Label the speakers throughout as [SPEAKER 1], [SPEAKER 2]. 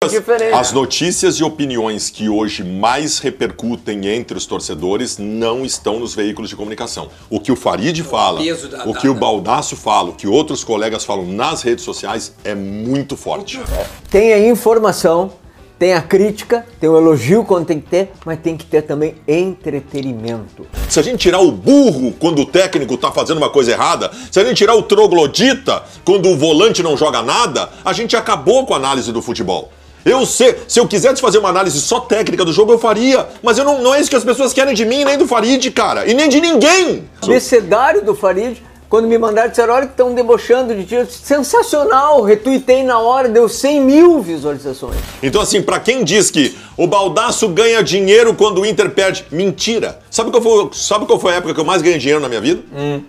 [SPEAKER 1] perguntas,
[SPEAKER 2] diferente.
[SPEAKER 1] as notícias e opiniões que hoje mais repercutem entre os torcedores não estão nos veículos de comunicação. O que o Farid fala,
[SPEAKER 3] peso da-
[SPEAKER 1] o
[SPEAKER 3] da-
[SPEAKER 1] que o
[SPEAKER 3] da-
[SPEAKER 1] Baldasso fala, o que outros colegas falam nas redes sociais é muito forte.
[SPEAKER 2] Tem a informação, tem a crítica, tem o elogio quando tem que ter, mas tem que ter também entretenimento.
[SPEAKER 1] Se a gente tirar o burro quando o técnico tá fazendo uma coisa errada, se a gente tirar o troglodita quando o volante não joga nada, a gente acabou com a análise do futebol. Eu sei, se eu quisesse fazer uma análise só técnica do jogo, eu faria. Mas eu não, não é isso que as pessoas querem de mim, nem do Farid, cara. E nem de ninguém.
[SPEAKER 2] O Abecedário do Farid, quando me mandaram, disseram: olha que estão debochando de ti. Eu disse, Sensacional! Retuitei na hora, deu 100 mil visualizações.
[SPEAKER 1] Então, assim, pra quem diz que o Baldaço ganha dinheiro quando o Inter perde, mentira. Sabe qual foi, sabe qual foi a época que eu mais ganhei dinheiro na minha vida?
[SPEAKER 2] Hum.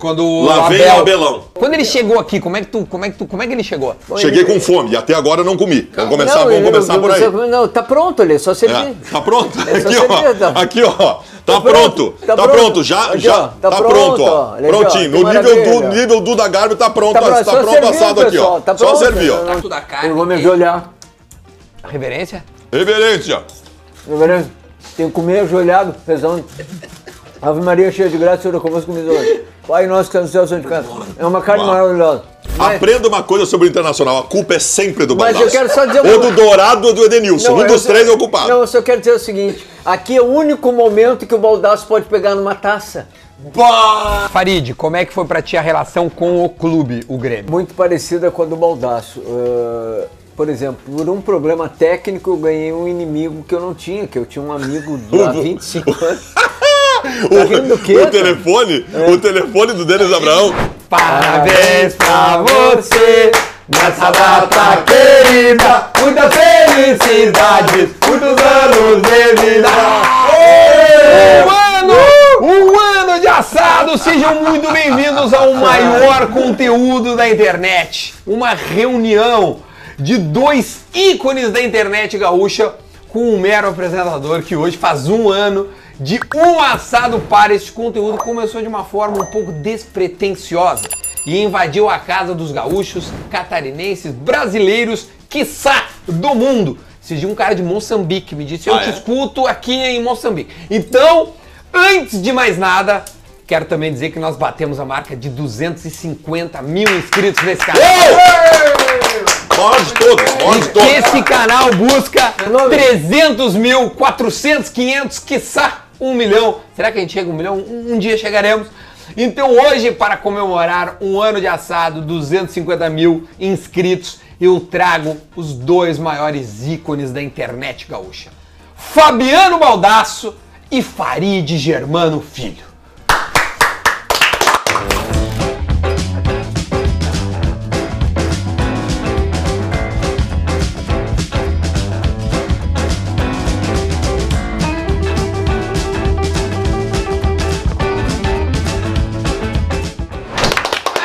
[SPEAKER 3] Quando o
[SPEAKER 1] Lá vem o
[SPEAKER 3] Abel-
[SPEAKER 1] Abelão.
[SPEAKER 4] Quando ele chegou aqui, como é que tu, como é que tu, como é que ele chegou?
[SPEAKER 1] Cheguei com fome e até agora não comi. Vamos começar,
[SPEAKER 2] Não,
[SPEAKER 1] vamos
[SPEAKER 2] eu-
[SPEAKER 1] começar
[SPEAKER 2] eu-
[SPEAKER 1] por aí.
[SPEAKER 2] eu- Não, tá pronto ali, só servir.
[SPEAKER 1] É, tá pronto?
[SPEAKER 2] É só
[SPEAKER 1] Aqui,
[SPEAKER 2] servir,
[SPEAKER 1] ó.
[SPEAKER 2] tá.
[SPEAKER 1] Aqui, ó. Tá
[SPEAKER 2] Tá
[SPEAKER 1] pronto.
[SPEAKER 2] pronto, tá
[SPEAKER 1] Tá
[SPEAKER 2] pronto.
[SPEAKER 1] pronto, já,
[SPEAKER 2] Aqui,
[SPEAKER 1] já.
[SPEAKER 2] ó, tá
[SPEAKER 1] Tá pronto, ó.
[SPEAKER 2] pronto, ó. Olha aqui, ó,
[SPEAKER 1] Prontinho.
[SPEAKER 2] que
[SPEAKER 1] No nível
[SPEAKER 2] maravilha,
[SPEAKER 1] do,
[SPEAKER 2] ó.
[SPEAKER 1] nível do da Garbi tá pronto,
[SPEAKER 2] Tá
[SPEAKER 1] ó.
[SPEAKER 2] pronto,
[SPEAKER 1] Tá
[SPEAKER 2] só
[SPEAKER 1] pronto
[SPEAKER 2] servir,
[SPEAKER 1] assado aqui, ó.
[SPEAKER 2] pessoal, tá
[SPEAKER 1] Só
[SPEAKER 2] pronto,
[SPEAKER 1] servir, ó.
[SPEAKER 2] né?
[SPEAKER 3] Tato da
[SPEAKER 1] É.
[SPEAKER 3] carne.
[SPEAKER 2] Eu vou me ajoelhar.
[SPEAKER 4] Reverência?
[SPEAKER 1] Reverência.
[SPEAKER 2] Né? Reverendo, tenho que comer ajoelhado, rezando. Ave Maria, cheia de graça, Senhor, é convosco hoje. Pai nosso que está no céu, santificado. É uma carne
[SPEAKER 1] Uau.
[SPEAKER 2] maravilhosa. Né? Mas-
[SPEAKER 1] Aprenda uma coisa sobre o Internacional. A culpa é sempre do
[SPEAKER 2] Mas
[SPEAKER 1] Baldasso.
[SPEAKER 2] eu quero só dizer uma
[SPEAKER 1] Ou do
[SPEAKER 2] coisa.
[SPEAKER 1] Dourado ou do Edenilson. um
[SPEAKER 2] eu
[SPEAKER 1] dos
[SPEAKER 2] só-
[SPEAKER 1] três é o culpado.
[SPEAKER 2] Não, eu só quero dizer o seguinte: aqui é o único momento que o Baldasso pode pegar numa taça.
[SPEAKER 4] Farid, como é que foi pra ti a relação com o clube, o Grêmio?
[SPEAKER 2] Muito parecida com a do Baldasso. Eh, por exemplo, por um problema técnico, eu ganhei um inimigo que eu não tinha, que eu tinha um amigo de há 25 anos. Tá rindo do quê,
[SPEAKER 1] o, o
[SPEAKER 2] cara? É.
[SPEAKER 1] telefone, o telefone do Denis Abraão.
[SPEAKER 4] Parabéns pra você nessa data querida, muita felicidade, muitos anos de vida. Um
[SPEAKER 1] Uh!
[SPEAKER 4] ano, um ano de assado. Sejam muito bem-vindos ao maior conteúdo da internet, uma reunião de dois ícones da internet gaúcha com um mero apresentador que hoje faz um ano de um assado para este conteúdo começou de uma forma um pouco despretensiosa e invadiu a casa dos gaúchos, catarinenses, brasileiros, quiçá do mundo. Se de um cara de Moçambique me disse, eu
[SPEAKER 1] Ah,
[SPEAKER 4] te
[SPEAKER 1] é?
[SPEAKER 4] escuto aqui em Moçambique. Então, antes de mais nada, quero também dizer que nós batemos a marca de 250 mil inscritos nesse canal.
[SPEAKER 1] Mora de todos, mora de
[SPEAKER 4] E que
[SPEAKER 1] todos.
[SPEAKER 4] esse canal busca 300 mil, 400, 500, quiçá um milhão. Será que a gente chega a um milhão? Um, um dia chegaremos. Então hoje, para comemorar um ano de assado, 250 mil inscritos, eu trago os dois maiores ícones da internet gaúcha. Fabiano Baldasso e Farid Germano Filho.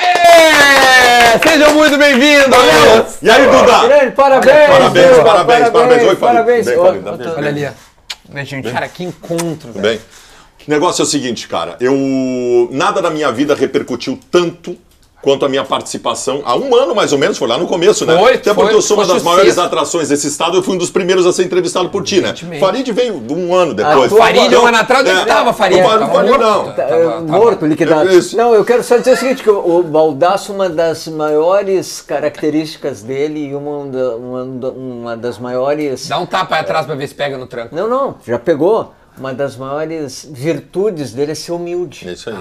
[SPEAKER 4] É, Sejam muito bem-vindos!
[SPEAKER 1] E aí, Duda?
[SPEAKER 2] Grande, parabéns!
[SPEAKER 1] Tá. Parabéns,
[SPEAKER 2] Duda,
[SPEAKER 1] parabéns, parabéns. Oi, Fábio.
[SPEAKER 2] parabéns.
[SPEAKER 1] Bem, Fábio, tá bem?
[SPEAKER 2] Ó,
[SPEAKER 4] Olha ali, ó. Gente, cara, que encontro,
[SPEAKER 1] Tudo
[SPEAKER 4] velho.
[SPEAKER 1] bem? O negócio é o seguinte, cara. Eu nada da minha vida repercutiu tanto quanto a minha participação há um ano mais ou menos foi lá no começo, né?
[SPEAKER 4] Foi,
[SPEAKER 1] Até
[SPEAKER 4] foi.
[SPEAKER 1] porque eu sou uma
[SPEAKER 4] Foste
[SPEAKER 1] das
[SPEAKER 4] o
[SPEAKER 1] maiores
[SPEAKER 4] sexto.
[SPEAKER 1] atrações desse estado. Eu fui um dos primeiros a ser entrevistado por ti, né?
[SPEAKER 4] Evidentemente.
[SPEAKER 1] Farid veio um ano depois.
[SPEAKER 2] Ah, o Farid,
[SPEAKER 1] Então,
[SPEAKER 4] um ano atrás, onde tava, Farid?
[SPEAKER 1] O Farid,
[SPEAKER 4] Tava morto,
[SPEAKER 1] não.
[SPEAKER 4] tá.
[SPEAKER 2] É,
[SPEAKER 4] Tava-
[SPEAKER 2] morto,
[SPEAKER 4] tava-
[SPEAKER 2] liquidado.
[SPEAKER 1] É isso.
[SPEAKER 2] Não, eu quero só dizer o seguinte, que o o Baldasso, uma das maiores características dele e uma, da- uma, da- uma das maiores...
[SPEAKER 4] Dá um tapa aí atrás pra ver se pega no tranco.
[SPEAKER 2] Não, não, já pegou. Uma das maiores virtudes dele é ser humilde.
[SPEAKER 1] É isso aí.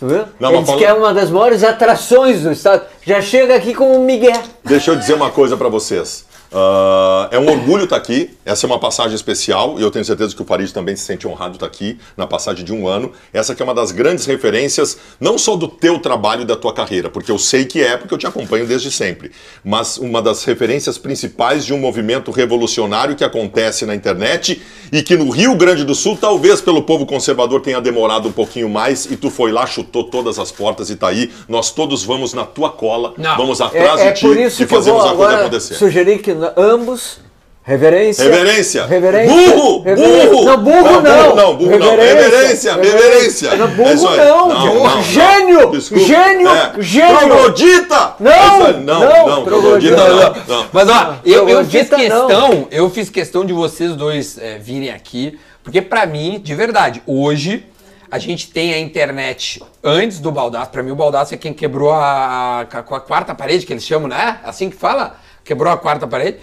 [SPEAKER 2] Tu viu?
[SPEAKER 1] Não, mas
[SPEAKER 2] Ele disse
[SPEAKER 1] falou-
[SPEAKER 2] que é uma das maiores atrações do estado. Já chega aqui com o Miguel.
[SPEAKER 1] Deixa eu dizer uma coisa pra vocês. Ah, é um orgulho estar aqui. Essa é uma passagem especial e eu tenho certeza que o Farid também se sente honrado de estar aqui na passagem de um ano. Essa que é uma das grandes referências, não só do teu trabalho e da tua carreira, porque eu sei que é, porque eu te acompanho desde sempre, mas uma das referências principais de um movimento revolucionário que acontece na internet e que no Rio Grande do Sul, talvez pelo povo conservador tenha demorado um pouquinho mais e tu foi lá, chutou todas as portas e tá aí. Nós todos vamos na tua cola,
[SPEAKER 4] Não.
[SPEAKER 1] vamos atrás
[SPEAKER 2] É, é
[SPEAKER 1] de ti
[SPEAKER 2] por isso
[SPEAKER 1] e
[SPEAKER 2] que eu
[SPEAKER 1] fazemos
[SPEAKER 2] vou
[SPEAKER 1] a coisa
[SPEAKER 2] agora
[SPEAKER 1] acontecer.
[SPEAKER 2] sugerir que n- ambos Reverência.
[SPEAKER 1] Reverência.
[SPEAKER 2] Reverência.
[SPEAKER 1] Burro,
[SPEAKER 2] Reverência.
[SPEAKER 1] burro.
[SPEAKER 2] Não, burro não.
[SPEAKER 1] Não, burro não, burro não. Reverência, reverência.
[SPEAKER 2] Não,
[SPEAKER 1] É
[SPEAKER 2] burro
[SPEAKER 1] isso aí.
[SPEAKER 2] não.
[SPEAKER 1] Não,
[SPEAKER 2] gente.
[SPEAKER 1] não, não.
[SPEAKER 2] Gênio.
[SPEAKER 1] Desculpa.
[SPEAKER 2] Gênio.
[SPEAKER 1] É.
[SPEAKER 2] Gênio.
[SPEAKER 1] Troglodita!
[SPEAKER 2] Não,
[SPEAKER 1] É isso aí. não,
[SPEAKER 2] não,
[SPEAKER 1] não,
[SPEAKER 2] troglodita
[SPEAKER 1] troglodita não. não.
[SPEAKER 4] Mas ó, eu, eu fiz
[SPEAKER 2] Troglodita, não.
[SPEAKER 4] questão, eu fiz questão de vocês dois é, virem aqui, porque pra mim, de verdade, hoje a gente tem a internet antes do Baldaço. Pra mim, o Baldaço é quem quebrou a, a- com a quarta parede, que eles chamam, né? Assim que fala? Quebrou a quarta parede.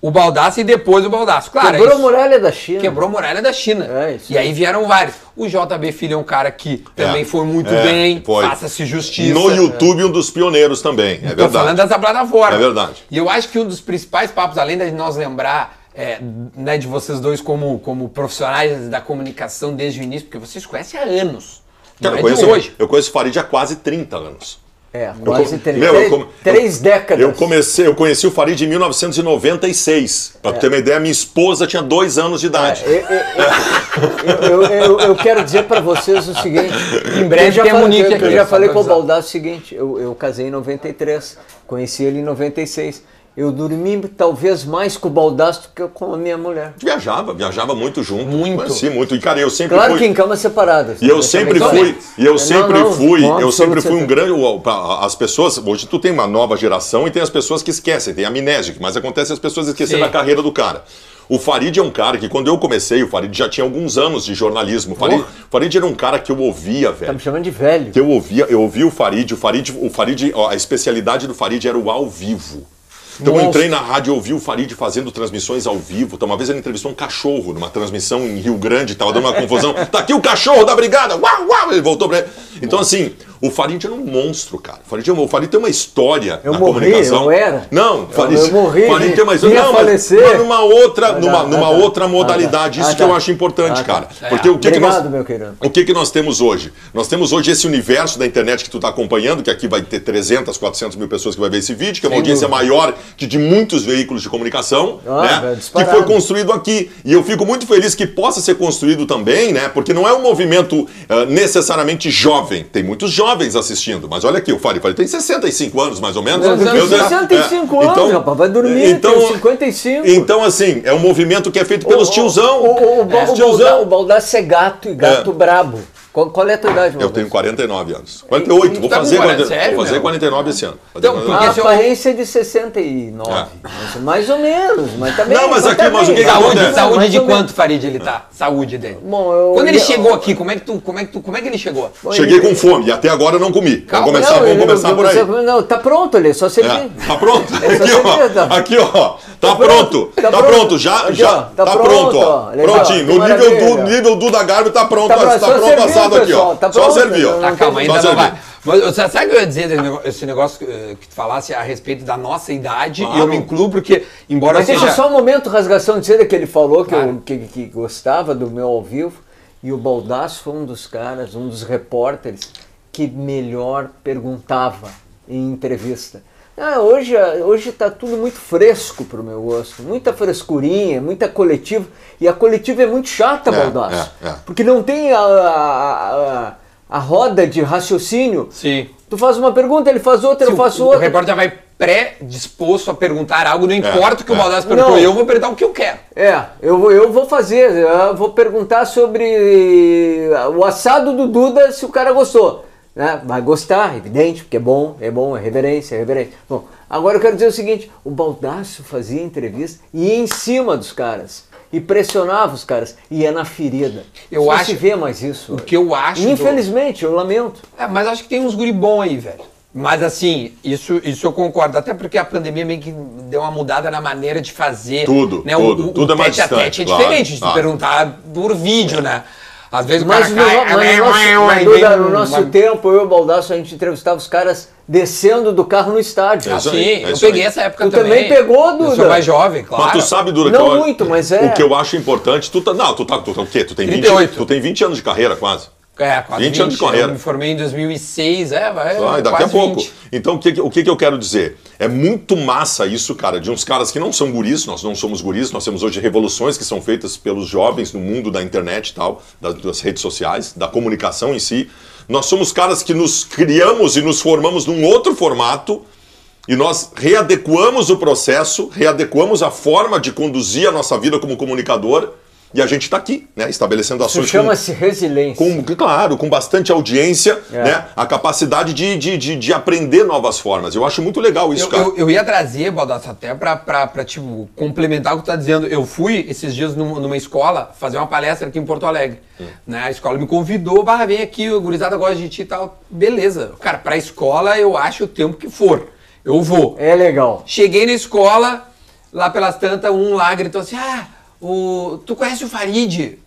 [SPEAKER 4] O Baldaço e depois o Baldaço. Claro,
[SPEAKER 2] Quebrou a
[SPEAKER 4] isso-
[SPEAKER 2] muralha da China.
[SPEAKER 4] Quebrou a muralha da China.
[SPEAKER 2] É, isso
[SPEAKER 4] e aí vieram vários. O JB Filho é um cara que também foi muito
[SPEAKER 1] É,
[SPEAKER 4] bem,
[SPEAKER 1] foi.
[SPEAKER 4] faça-se justiça.
[SPEAKER 1] No YouTube, um dos pioneiros também. É
[SPEAKER 4] Tô falando
[SPEAKER 1] verdade.
[SPEAKER 4] dessa plataforma.
[SPEAKER 1] É verdade.
[SPEAKER 4] E eu acho que um dos principais papos, além de nós lembrar é, né, de vocês dois como, como profissionais da comunicação desde o início, porque vocês conhecem há anos. Não
[SPEAKER 1] Cara, eu
[SPEAKER 4] é de
[SPEAKER 1] conheço,
[SPEAKER 4] hoje.
[SPEAKER 1] eu conheço o Farid há quase 30 anos.
[SPEAKER 2] É,
[SPEAKER 1] Eu
[SPEAKER 2] quase
[SPEAKER 1] come-
[SPEAKER 2] três,
[SPEAKER 1] Meu, eu
[SPEAKER 2] três,
[SPEAKER 1] come-
[SPEAKER 2] três
[SPEAKER 1] eu-
[SPEAKER 2] décadas.
[SPEAKER 1] Eu comecei, eu conheci o Farid em 1996.
[SPEAKER 2] É.
[SPEAKER 1] Pra ter uma ideia, minha esposa tinha dois anos de idade.
[SPEAKER 2] Eu, é, eu- eu- eu- eu- eu quero dizer para vocês o seguinte.
[SPEAKER 4] Em breve
[SPEAKER 2] eu já
[SPEAKER 4] tem
[SPEAKER 2] falei,
[SPEAKER 4] Munique
[SPEAKER 2] eu-
[SPEAKER 4] aqui,
[SPEAKER 2] Eu já
[SPEAKER 4] só
[SPEAKER 2] falei
[SPEAKER 4] pra
[SPEAKER 2] com o
[SPEAKER 4] avisar.
[SPEAKER 2] Baldassi o seguinte: eu, eu casei em 93, conheci ele em 96. Eu dormi talvez mais com o Baldasso do que com a minha mulher.
[SPEAKER 1] Viajava, viajava muito junto.
[SPEAKER 4] Muito.
[SPEAKER 1] Conheci muito. E, cara, eu sempre
[SPEAKER 2] Claro
[SPEAKER 1] fui...
[SPEAKER 2] que em camas separadas.
[SPEAKER 1] E eu
[SPEAKER 2] né,
[SPEAKER 1] sempre
[SPEAKER 2] também.
[SPEAKER 1] fui, e eu
[SPEAKER 2] Não,
[SPEAKER 1] sempre
[SPEAKER 2] não,
[SPEAKER 1] fui,
[SPEAKER 2] com
[SPEAKER 1] eu sempre
[SPEAKER 2] absoluta
[SPEAKER 1] fui um
[SPEAKER 2] certeza.
[SPEAKER 1] grande. o- pra- As pessoas, hoje tu tem uma nova geração e tem as pessoas que esquecem, tem amnésia, mas acontece as pessoas esquecerem
[SPEAKER 4] Sim.
[SPEAKER 1] a carreira do cara. O Farid é um cara que, quando eu comecei, o Farid já tinha alguns anos de jornalismo. O Farid, o Farid era um cara que eu ouvia,
[SPEAKER 2] Tá
[SPEAKER 1] velho
[SPEAKER 2] me chamando de velho.
[SPEAKER 1] que eu ouvia, eu ouvi o Farid, o Farid, o Farid, ó, a especialidade do Farid era o ao vivo. Então eu
[SPEAKER 4] Nossa.
[SPEAKER 1] entrei na rádio e ouvi o Farid fazendo transmissões ao vivo. Então, uma vez ele entrevistou um cachorro numa transmissão em Rio Grande, tava dando uma confusão. Tá aqui o cachorro da brigada! Uau, uau! Ele voltou pra ele. Então, assim, o Farid era um monstro, cara. O Farid, é um- o Farid tem uma história
[SPEAKER 2] Eu
[SPEAKER 1] na
[SPEAKER 2] morri,
[SPEAKER 1] comunicação.
[SPEAKER 2] eu era.
[SPEAKER 1] Não, o Farid,
[SPEAKER 2] eu morri,
[SPEAKER 1] Farid tem uma história.
[SPEAKER 2] ia
[SPEAKER 1] Não, mas-
[SPEAKER 2] falecer.
[SPEAKER 1] mas numa outra,
[SPEAKER 2] Ah,
[SPEAKER 1] numa,
[SPEAKER 2] tá,
[SPEAKER 1] numa
[SPEAKER 2] ah, tá.
[SPEAKER 1] outra
[SPEAKER 2] Ah, tá.
[SPEAKER 1] modalidade. Isso
[SPEAKER 2] Ah,
[SPEAKER 1] que eu
[SPEAKER 2] tá.
[SPEAKER 1] acho importante,
[SPEAKER 2] Ah, tá.
[SPEAKER 1] cara. Porque o que, que nós.
[SPEAKER 2] Obrigado, meu querido.
[SPEAKER 1] O que, que nós temos hoje? Nós temos hoje esse universo da internet que tu está acompanhando, que aqui vai ter 300, 400 mil pessoas que vai ver esse vídeo, que é uma audiência maior que de muitos veículos de comunicação,
[SPEAKER 2] Ah,
[SPEAKER 1] né?
[SPEAKER 2] velho,
[SPEAKER 1] que
[SPEAKER 2] disparado.
[SPEAKER 1] foi construído aqui. E eu fico muito feliz que possa ser construído também, né? Porque não é um movimento ah, necessariamente jovem. Tem muitos jovens assistindo, mas olha aqui, o Fari, Fari tem 65 anos mais ou menos.
[SPEAKER 2] Meu Deus,
[SPEAKER 1] Eu tenho-
[SPEAKER 2] 65
[SPEAKER 1] é,
[SPEAKER 2] anos, rapaz, vai dormir, tenho 55.
[SPEAKER 1] Então, assim, é um movimento que é feito Então, pelos tiozão.
[SPEAKER 2] O, o, o, Ba-
[SPEAKER 1] É.
[SPEAKER 2] o Balda- o Baldassi é gato e gato
[SPEAKER 1] É.
[SPEAKER 2] brabo. Qual, qual é a tua idade, meu
[SPEAKER 1] Eu tenho 49 anos. 48, vou
[SPEAKER 4] Tá com
[SPEAKER 1] fazer,
[SPEAKER 4] 40,
[SPEAKER 1] 40,
[SPEAKER 4] sério,
[SPEAKER 1] vou fazer
[SPEAKER 4] meu?
[SPEAKER 1] 49 esse ano.
[SPEAKER 4] Então,
[SPEAKER 1] Fazer
[SPEAKER 4] porque
[SPEAKER 2] A
[SPEAKER 1] 49.
[SPEAKER 4] se eu-
[SPEAKER 2] aparência é de 69, mas mais ou menos, mas também.
[SPEAKER 1] Ah. Não, mas aqui, mas o que que
[SPEAKER 2] tá
[SPEAKER 1] acontece?
[SPEAKER 2] bem,
[SPEAKER 4] Saúde,
[SPEAKER 1] Não,
[SPEAKER 4] saúde
[SPEAKER 2] mais
[SPEAKER 4] de
[SPEAKER 2] ou menos.
[SPEAKER 4] quanto, Farid, ele tá? Saúde dele.
[SPEAKER 2] Bom, eu-
[SPEAKER 4] Quando ele
[SPEAKER 2] eu-
[SPEAKER 4] chegou aqui, como é que tu. Como é que tu. Como é que ele chegou?
[SPEAKER 2] Bom,
[SPEAKER 1] Cheguei
[SPEAKER 2] ele-
[SPEAKER 1] com fome e até agora eu não comi.
[SPEAKER 4] Calma,
[SPEAKER 1] vamos começar,
[SPEAKER 2] Não,
[SPEAKER 1] vamos
[SPEAKER 2] ele-
[SPEAKER 1] começar por aí.
[SPEAKER 2] você- Não, tá pronto, ele é só servir.
[SPEAKER 1] É, Tá pronto?
[SPEAKER 2] Essa
[SPEAKER 1] Aqui,
[SPEAKER 2] certeza.
[SPEAKER 1] ó. Aqui, ó. Tá pronto. Tá pronto. Já,
[SPEAKER 2] Aqui, ó,
[SPEAKER 1] já.
[SPEAKER 2] tá
[SPEAKER 1] Tá pronto, ó.
[SPEAKER 2] pronto, ó. Legal,
[SPEAKER 1] Prontinho.
[SPEAKER 2] que
[SPEAKER 1] No nível
[SPEAKER 2] maravilha.
[SPEAKER 1] do, nível do da Garbi tá pronto.
[SPEAKER 2] Tá
[SPEAKER 1] Tá
[SPEAKER 2] pronto,
[SPEAKER 1] pronto,
[SPEAKER 2] só serviu,
[SPEAKER 1] assado aqui, ó.
[SPEAKER 2] pessoal, tá
[SPEAKER 1] Só
[SPEAKER 2] pronto,
[SPEAKER 1] servir, ó.
[SPEAKER 2] não-
[SPEAKER 4] Tá, calma,
[SPEAKER 1] Só
[SPEAKER 4] ainda não
[SPEAKER 1] servir.
[SPEAKER 4] vai. Mas você sabe o que eu ia dizer desse nego- esse negócio eh, que tu falasse a respeito da nossa idade? E eu
[SPEAKER 1] Claro.
[SPEAKER 4] me incluo porque, embora
[SPEAKER 2] Mas
[SPEAKER 4] eu
[SPEAKER 2] deixa
[SPEAKER 4] seja.
[SPEAKER 2] só um momento, rasgação de seda, que ele falou que,
[SPEAKER 4] Claro.
[SPEAKER 2] eu, que, que gostava do meu ao vivo. E o Baldasso foi um dos caras, um dos repórteres que melhor perguntava em entrevista. Ah, hoje hoje está tudo muito fresco para o meu gosto, muita frescurinha, muita coletiva. E a coletiva é muito chata,
[SPEAKER 1] É,
[SPEAKER 2] Baldasso.
[SPEAKER 1] é, é.
[SPEAKER 2] Porque não tem a, a, a- a roda de raciocínio.
[SPEAKER 4] Sim.
[SPEAKER 2] Tu faz uma pergunta, ele faz outra,
[SPEAKER 4] Se
[SPEAKER 2] eu faço
[SPEAKER 4] o, o
[SPEAKER 2] outra.
[SPEAKER 4] repórter vai predisposto a perguntar algo, não importa o que o
[SPEAKER 1] é.
[SPEAKER 4] Baldassi perguntou,
[SPEAKER 2] Não.
[SPEAKER 4] eu vou perguntar o que eu quero.
[SPEAKER 2] É, eu, vou- eu vou fazer, eu vou perguntar sobre o assado do Duda se o cara gostou. Né? Vai gostar, evidente, porque é bom, é bom, é reverência, é reverência. Bom, agora eu quero dizer o seguinte: o Baldaço fazia entrevista e ia em cima dos caras. E pressionava os caras, e ia na ferida.
[SPEAKER 4] Eu
[SPEAKER 2] Não
[SPEAKER 4] acho-
[SPEAKER 2] se vê mais isso.
[SPEAKER 4] o
[SPEAKER 2] hoje.
[SPEAKER 4] que eu acho do-
[SPEAKER 2] Infelizmente, eu lamento.
[SPEAKER 4] É, mas acho que tem uns guri bom aí, velho. Mas assim, isso, isso eu concordo. Até porque a pandemia meio que deu uma mudada na maneira de fazer.
[SPEAKER 1] Tudo,
[SPEAKER 4] né?
[SPEAKER 1] tudo. Tudo é mais
[SPEAKER 4] tete a
[SPEAKER 1] distante,
[SPEAKER 4] tete é
[SPEAKER 1] claro,
[SPEAKER 4] diferente de tu
[SPEAKER 1] claro.
[SPEAKER 4] perguntar por vídeo, né? Às vezes
[SPEAKER 2] Mas
[SPEAKER 4] o
[SPEAKER 2] no,
[SPEAKER 4] cara
[SPEAKER 2] no-
[SPEAKER 4] cai,
[SPEAKER 2] mas no nosso, mas
[SPEAKER 4] aí
[SPEAKER 2] Duda,
[SPEAKER 4] vem
[SPEAKER 2] no
[SPEAKER 4] um-
[SPEAKER 2] nosso
[SPEAKER 4] uma-
[SPEAKER 2] tempo, eu e o Baldaço, a gente entrevistava os caras descendo do carro no estádio.
[SPEAKER 1] É isso
[SPEAKER 4] Sim,
[SPEAKER 1] aí, é
[SPEAKER 4] eu
[SPEAKER 1] isso
[SPEAKER 4] peguei
[SPEAKER 1] aí.
[SPEAKER 4] essa época
[SPEAKER 2] Tu
[SPEAKER 4] também.
[SPEAKER 2] também pegou,
[SPEAKER 4] Eu
[SPEAKER 2] Duda?
[SPEAKER 4] sou mais jovem, claro.
[SPEAKER 1] Mas tu sabe, Dura,
[SPEAKER 2] Não
[SPEAKER 1] que eu-
[SPEAKER 2] muito, mas é.
[SPEAKER 1] O que eu acho importante, tu tá. Não, tu tá. Tu tá o quê? Tu tem 20,
[SPEAKER 4] 38.
[SPEAKER 1] tu tem 20 anos de carreira quase.
[SPEAKER 4] É, quase
[SPEAKER 1] 20 anos de carreira.
[SPEAKER 4] Eu me formei em 2006, é, vai.
[SPEAKER 1] Vai, Ah, daqui
[SPEAKER 4] quase
[SPEAKER 1] a pouco.
[SPEAKER 4] 20.
[SPEAKER 1] Então, o que, que- o que, que eu quero dizer? É muito massa isso, cara, de uns caras que não são guris, nós não somos guris, nós temos hoje revoluções que são feitas pelos jovens no mundo da internet e tal, das, das redes sociais, da comunicação em si. Nós somos caras que nos criamos e nos formamos num outro formato E nós readequamos o processo, readequamos a forma de conduzir a nossa vida como comunicador. E a gente está aqui, né? Estabelecendo
[SPEAKER 2] Isso
[SPEAKER 1] ações com,
[SPEAKER 2] chama-se resiliência.
[SPEAKER 1] com- claro, com bastante audiência,
[SPEAKER 4] É.
[SPEAKER 1] né? A capacidade de, de, de, de aprender novas formas. Eu acho muito legal isso,
[SPEAKER 4] Eu,
[SPEAKER 1] cara.
[SPEAKER 4] eu- eu ia trazer, Baldasso, até pra, pra, pra, tipo, complementar o que tu tá dizendo. Eu fui esses dias num- numa escola fazer uma palestra aqui em Porto Alegre.
[SPEAKER 1] Hum.
[SPEAKER 4] Né? A escola me convidou, barra, vem aqui, o gurizada gosta de ti e tal. Beleza. Cara, pra escola eu acho o tempo que for. Eu vou.
[SPEAKER 2] É legal.
[SPEAKER 4] Cheguei na escola, lá pelas tantas, um lá gritou assim: Ah, o... tu conhece o Farid?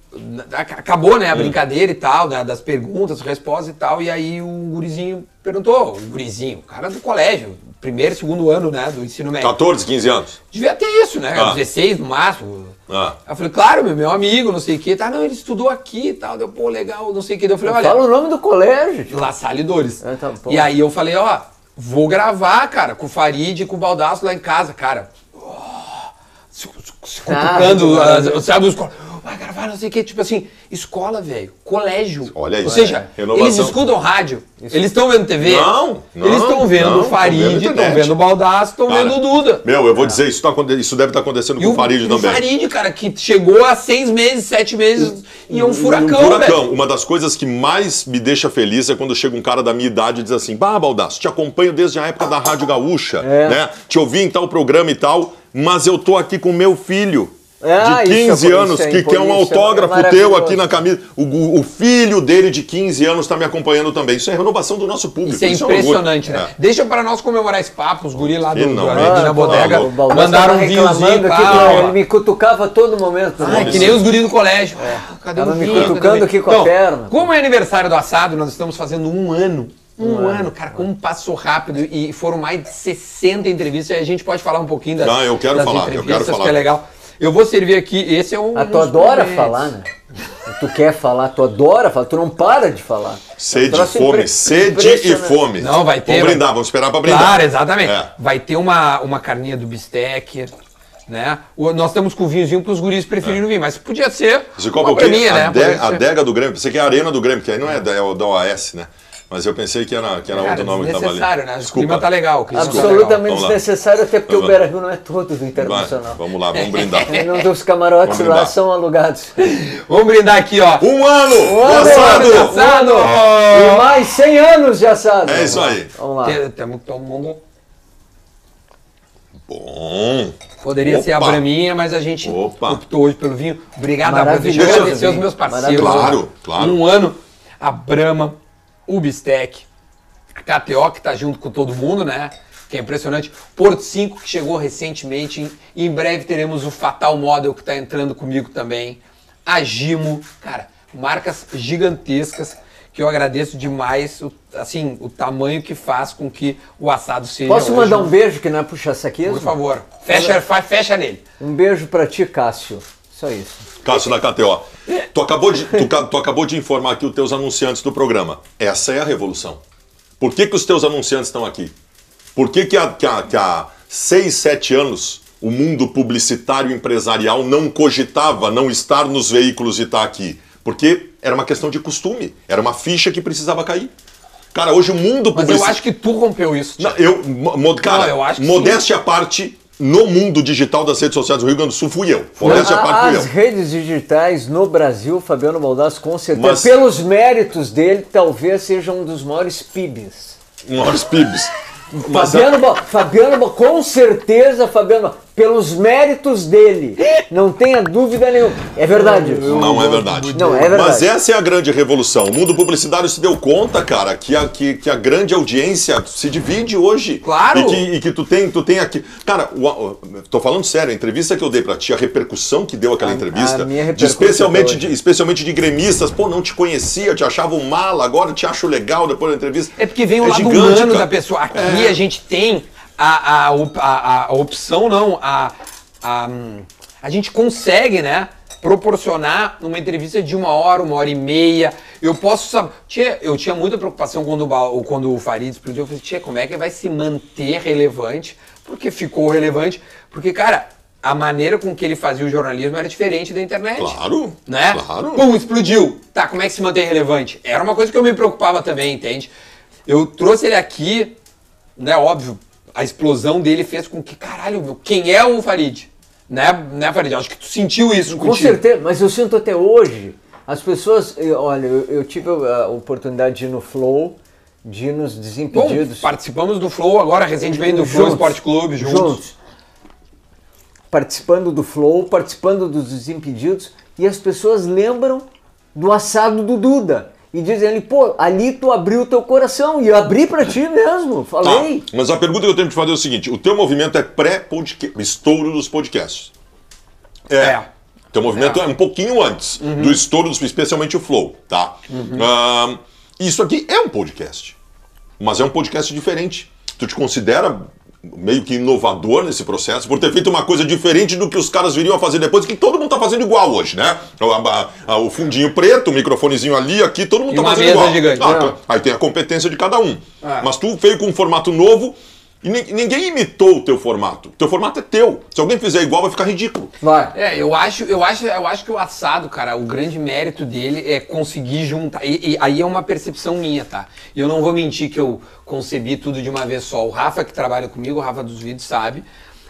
[SPEAKER 4] Ac- Acabou, né, a brincadeira e tal, da- das perguntas, respostas e tal. E aí o gurizinho perguntou, o gurizinho, o cara do colégio, primeiro, segundo ano, né, do ensino médio.
[SPEAKER 1] 14, 15 anos.
[SPEAKER 4] Devia ter isso, né,
[SPEAKER 1] Ah.
[SPEAKER 4] 16 no máximo.
[SPEAKER 1] Ah.
[SPEAKER 4] Aí Eu falei, claro, meu, meu amigo, não sei o quê. Tá, não, ele estudou aqui e tal. Deu, pô, legal, não sei o quê. Daí Eu falei, olha...
[SPEAKER 2] Fala o nome do colégio. tio.
[SPEAKER 4] La Salle Dores.
[SPEAKER 2] Ah, tá bom.
[SPEAKER 4] e aí eu falei, ó, vou gravar, cara, com o Farid e com o Baldaço lá em casa, cara. Ó, Se, se- se cutucando,
[SPEAKER 2] Ah,
[SPEAKER 4] ah, sabe, os co- vai gravar, não sei o que, tipo assim, escola, velho, colégio.
[SPEAKER 1] Olha
[SPEAKER 4] Ou
[SPEAKER 1] isso,
[SPEAKER 4] seja,
[SPEAKER 1] é. Renovação.
[SPEAKER 4] eles escutam rádio, eles estão vendo TV,
[SPEAKER 1] Não, não,
[SPEAKER 4] eles estão vendo
[SPEAKER 1] não,
[SPEAKER 4] o Farid,
[SPEAKER 1] tão vendo
[SPEAKER 4] estão
[SPEAKER 1] internet.
[SPEAKER 4] vendo o Baldaço, estão
[SPEAKER 1] Cara,
[SPEAKER 4] vendo o Duda. É.
[SPEAKER 1] Meu, eu vou dizer, isso, tá, aconte- isso deve estar acontecendo com o Farid também.
[SPEAKER 4] Farid, cara, que chegou há seis meses, sete meses, e é um
[SPEAKER 1] Um
[SPEAKER 4] furacão,
[SPEAKER 1] furacão.
[SPEAKER 4] velho.
[SPEAKER 1] Uma das coisas que mais me deixa feliz é quando chega um cara da minha idade e diz assim: Bah, Baldaço, te acompanho desde a época da Rádio Gaúcha,
[SPEAKER 2] É.
[SPEAKER 1] né? Te ouvi em tal programa e tal, mas eu tô aqui com meu filho.
[SPEAKER 2] Ah,
[SPEAKER 1] de
[SPEAKER 2] isso é
[SPEAKER 1] 15
[SPEAKER 2] bonito,
[SPEAKER 1] anos,
[SPEAKER 2] isso é
[SPEAKER 1] que quer um
[SPEAKER 2] bonito, isso é
[SPEAKER 1] autógrafo teu
[SPEAKER 2] maravilhoso.
[SPEAKER 1] aqui na camisa. O, o- o filho dele de 15 anos está me acompanhando também. Isso é renovação do nosso público.
[SPEAKER 4] Isso é
[SPEAKER 1] um orgulho.
[SPEAKER 4] impressionante, né?
[SPEAKER 1] É.
[SPEAKER 4] Deixa pra nós comemorar esse papo, os guri lá do, do,
[SPEAKER 1] Finalmente.
[SPEAKER 4] ali na
[SPEAKER 1] Ah,
[SPEAKER 4] bodega.
[SPEAKER 1] tá bom.
[SPEAKER 2] O Baldasso
[SPEAKER 4] mandaram um
[SPEAKER 2] tava
[SPEAKER 4] vinhozinho
[SPEAKER 2] reclamando
[SPEAKER 4] e
[SPEAKER 2] aqui,
[SPEAKER 4] tal.
[SPEAKER 2] que ele me cutucava a todo momento. né?
[SPEAKER 4] Ah, que nem os guri do colégio. Ah, Cadê
[SPEAKER 2] Tava
[SPEAKER 4] o
[SPEAKER 2] me
[SPEAKER 4] vinho? Cadê o
[SPEAKER 2] cutucando
[SPEAKER 4] vinho?
[SPEAKER 2] aqui com a perna.
[SPEAKER 4] Como é aniversário do assado, nós estamos fazendo um ano. Um ano, cara, como passou rápido e foram mais de 60 entrevistas. A gente pode falar um pouquinho das,
[SPEAKER 1] Não, Ah, eu quero
[SPEAKER 4] das
[SPEAKER 1] falar, eu quero
[SPEAKER 4] entrevistas,
[SPEAKER 1] falar.
[SPEAKER 4] que é legal. Eu vou servir aqui, esse é um.
[SPEAKER 2] Ah, tu
[SPEAKER 4] dos
[SPEAKER 2] adora
[SPEAKER 4] momentos.
[SPEAKER 2] falar, né? Tu quer falar, tu adora falar, tu não para de falar.
[SPEAKER 1] Sede e
[SPEAKER 2] Troço
[SPEAKER 1] fome,
[SPEAKER 2] impre-
[SPEAKER 1] sede e
[SPEAKER 2] impressionante.
[SPEAKER 1] fome.
[SPEAKER 4] Não, vai ter,
[SPEAKER 1] Vamos
[SPEAKER 4] vai-
[SPEAKER 1] brindar, vamos esperar pra brindar.
[SPEAKER 4] Claro, exatamente.
[SPEAKER 1] É.
[SPEAKER 4] Vai ter uma, uma carninha do bistec, né? O- nós estamos com o vinhozinho pros guris
[SPEAKER 1] É.
[SPEAKER 4] preferirem o vinho, mas podia ser
[SPEAKER 1] Você
[SPEAKER 4] uma
[SPEAKER 1] compra é o quê?
[SPEAKER 4] braminha, né?
[SPEAKER 1] a,
[SPEAKER 4] Podia
[SPEAKER 1] de,
[SPEAKER 4] ser.
[SPEAKER 1] a Dega do Grêmio. Pensei que é a Arena do Grêmio, que aí não é da, é o da OAS, né? Mas eu pensei que era, que era
[SPEAKER 4] Cara,
[SPEAKER 1] outro um nome que tava ali.
[SPEAKER 4] desnecessário, né? O
[SPEAKER 1] Desculpa.
[SPEAKER 4] clima tá legal. o clima tá legal.
[SPEAKER 2] Absolutamente
[SPEAKER 1] vamos lá.
[SPEAKER 2] desnecessário, até porque
[SPEAKER 1] Vamos
[SPEAKER 2] o
[SPEAKER 1] lá.
[SPEAKER 2] Beira Rio não é todo do
[SPEAKER 1] Vai,
[SPEAKER 2] internacional.
[SPEAKER 1] vamos lá, vamos brindar.
[SPEAKER 2] Não, os camarotes
[SPEAKER 1] Vamos
[SPEAKER 2] lá
[SPEAKER 1] brindar.
[SPEAKER 2] são alugados.
[SPEAKER 4] Vamos brindar aqui, ó.
[SPEAKER 1] Um ano!
[SPEAKER 2] ano,
[SPEAKER 1] lançado!
[SPEAKER 2] um ano
[SPEAKER 4] Assado!
[SPEAKER 2] E mais 100 anos de assado.
[SPEAKER 1] É isso aí.
[SPEAKER 2] Vamos lá.
[SPEAKER 4] Tem- Temos todo mundo.
[SPEAKER 1] Bom.
[SPEAKER 4] Poderia ser a
[SPEAKER 1] Opa.
[SPEAKER 4] braminha, mas a gente
[SPEAKER 1] Opa.
[SPEAKER 4] optou hoje pelo vinho. Obrigado, Abrama. Deixa eu
[SPEAKER 2] Maravilhoso,
[SPEAKER 4] agradecer aos
[SPEAKER 2] vinho.
[SPEAKER 4] meus parceiros.
[SPEAKER 2] Maravilhoso.
[SPEAKER 1] Claro, claro.
[SPEAKER 4] Um ano, a Brahma, o Bistec, a KTO, que tá junto com todo mundo, né? Que é impressionante. Porto 5, que chegou recentemente. Em, em breve teremos o Fatal Model, que tá entrando comigo também. A Gimo, cara, marcas gigantescas que eu agradeço demais, o, assim, o tamanho que faz com que o assado seja
[SPEAKER 2] Posso
[SPEAKER 4] hoje
[SPEAKER 2] mandar um beijo que não é puxar saquismo?
[SPEAKER 4] por favor, fecha, fa- fecha nele.
[SPEAKER 2] Um beijo pra ti, Cássio. Só isso.
[SPEAKER 1] Cássio da KTO. Tu acabou, de, tu, ca- tu acabou de informar aqui os teus anunciantes do programa. Essa é a revolução. Por que, que os teus anunciantes estão aqui? Por que, que, há, que, há, que há seis, sete anos o mundo publicitário empresarial não cogitava não estar nos veículos e estar aqui? Porque era uma questão de costume, era uma ficha que precisava cair. Cara, hoje o mundo
[SPEAKER 4] Mas eu
[SPEAKER 1] publicitário.
[SPEAKER 4] acho que tu rompeu isso. Tio.
[SPEAKER 1] Não, eu, mo- mo- cara,
[SPEAKER 4] eu acho que
[SPEAKER 1] modéstia à parte, no mundo digital das redes sociais do Rio Grande do Sul fui eu. Modéstia à parte
[SPEAKER 4] Ah,
[SPEAKER 2] As
[SPEAKER 1] fui eu.
[SPEAKER 2] redes digitais no Brasil, Fabiano Baldassi, com certeza,
[SPEAKER 1] Mas-
[SPEAKER 2] pelos méritos dele, talvez seja um dos maiores PIBs.
[SPEAKER 1] Nós pibes. Mas,
[SPEAKER 2] Fabiano, Ba- Fabiano, Ba- com certeza, Fabiano, Ba- pelos méritos dele, não tenha dúvida nenhuma. É verdade.
[SPEAKER 1] Não é verdade.
[SPEAKER 2] Não, é verdade.
[SPEAKER 1] Mas essa é a grande revolução. O mundo publicitário se deu conta, cara, que a, que, que a grande audiência se divide hoje.
[SPEAKER 4] Claro.
[SPEAKER 1] E que, e que tu tem, tu tem aqui. Cara, o- o- tô falando sério, a entrevista que eu dei pra ti, a repercussão que deu aquela entrevista,
[SPEAKER 2] a minha
[SPEAKER 1] de
[SPEAKER 2] repercussão
[SPEAKER 1] especialmente,
[SPEAKER 2] hoje.
[SPEAKER 1] de, especialmente de gremistas, pô, não te conhecia, te achava um mala, agora te acho legal depois da entrevista.
[SPEAKER 4] É porque vem o lado
[SPEAKER 1] gigante,
[SPEAKER 4] humano
[SPEAKER 1] cara. É.
[SPEAKER 4] da pessoa. Aqui é a gente tem a, a, op- a, a opção, não. A, a, hum, a gente consegue, né? Proporcionar uma entrevista de uma hora, uma hora e meia. Eu posso saber. Tchê, eu tinha muita preocupação quando o, Ba- quando o Farid explodiu. Eu falei, Tchê, como é que vai se manter relevante? Porque ficou relevante. Porque, cara, a maneira com que ele fazia o jornalismo era diferente da internet.
[SPEAKER 1] Claro,
[SPEAKER 4] Né?
[SPEAKER 1] claro.
[SPEAKER 4] Pum, explodiu. Tá, como é que se mantém relevante? Era uma coisa que eu me preocupava também, entende? Eu trouxe ele aqui, né, óbvio, a explosão dele fez com que, caralho, meu, quem é o Farid? Né, né Farid? Acho que tu sentiu isso
[SPEAKER 2] Com
[SPEAKER 4] contigo.
[SPEAKER 2] certeza, mas eu sinto até hoje. As pessoas, eu- olha, eu, eu tive a oportunidade de ir no Flow, de ir nos
[SPEAKER 4] Bom,
[SPEAKER 2] Desimpedidos.
[SPEAKER 4] participamos do Flow agora, recentemente, do Flow
[SPEAKER 2] Juntos.
[SPEAKER 4] Esporte Clube, juntos.
[SPEAKER 2] Participando do Flow, participando dos Desimpedidos, e as pessoas lembram do assado do Duda. E dizem ele, pô, ali tu abriu o teu coração. E eu abri pra ti mesmo,
[SPEAKER 1] Tá,
[SPEAKER 2] falei.
[SPEAKER 1] mas a pergunta que eu tenho que te fazer é o seguinte: o teu movimento é pré-podcast, estouro dos podcasts. É.
[SPEAKER 4] É.
[SPEAKER 1] Teu movimento é, um pouquinho antes do estouro, dos, especialmente o Flow, tá? Ahn, isso aqui é um podcast, mas é um podcast diferente. Tu te considera meio que inovador nesse processo por ter feito uma coisa diferente do que os caras viriam a fazer depois, que todo mundo tá fazendo igual hoje, né? O, a- a- o fundinho preto, o microfonezinho ali, aqui, todo mundo
[SPEAKER 4] E
[SPEAKER 1] tá
[SPEAKER 4] uma
[SPEAKER 1] fazendo
[SPEAKER 4] mesa
[SPEAKER 1] igual.
[SPEAKER 4] gigante. né?
[SPEAKER 1] Ah,
[SPEAKER 4] Não.
[SPEAKER 1] tu- Aí tem a competência de cada um.
[SPEAKER 4] É.
[SPEAKER 1] Mas tu veio com um formato novo e ni- ninguém imitou o teu formato. Teu formato é teu. Se alguém fizer igual, vai ficar ridículo.
[SPEAKER 2] Vai.
[SPEAKER 4] É, eu acho, eu acho, eu acho que o assado, cara, o grande mérito dele é conseguir juntar. E, e aí é uma percepção minha, tá? E Eu não vou mentir que eu concebi tudo de uma vez só. O Rafa que trabalha comigo, o Rafa dos vídeos, sabe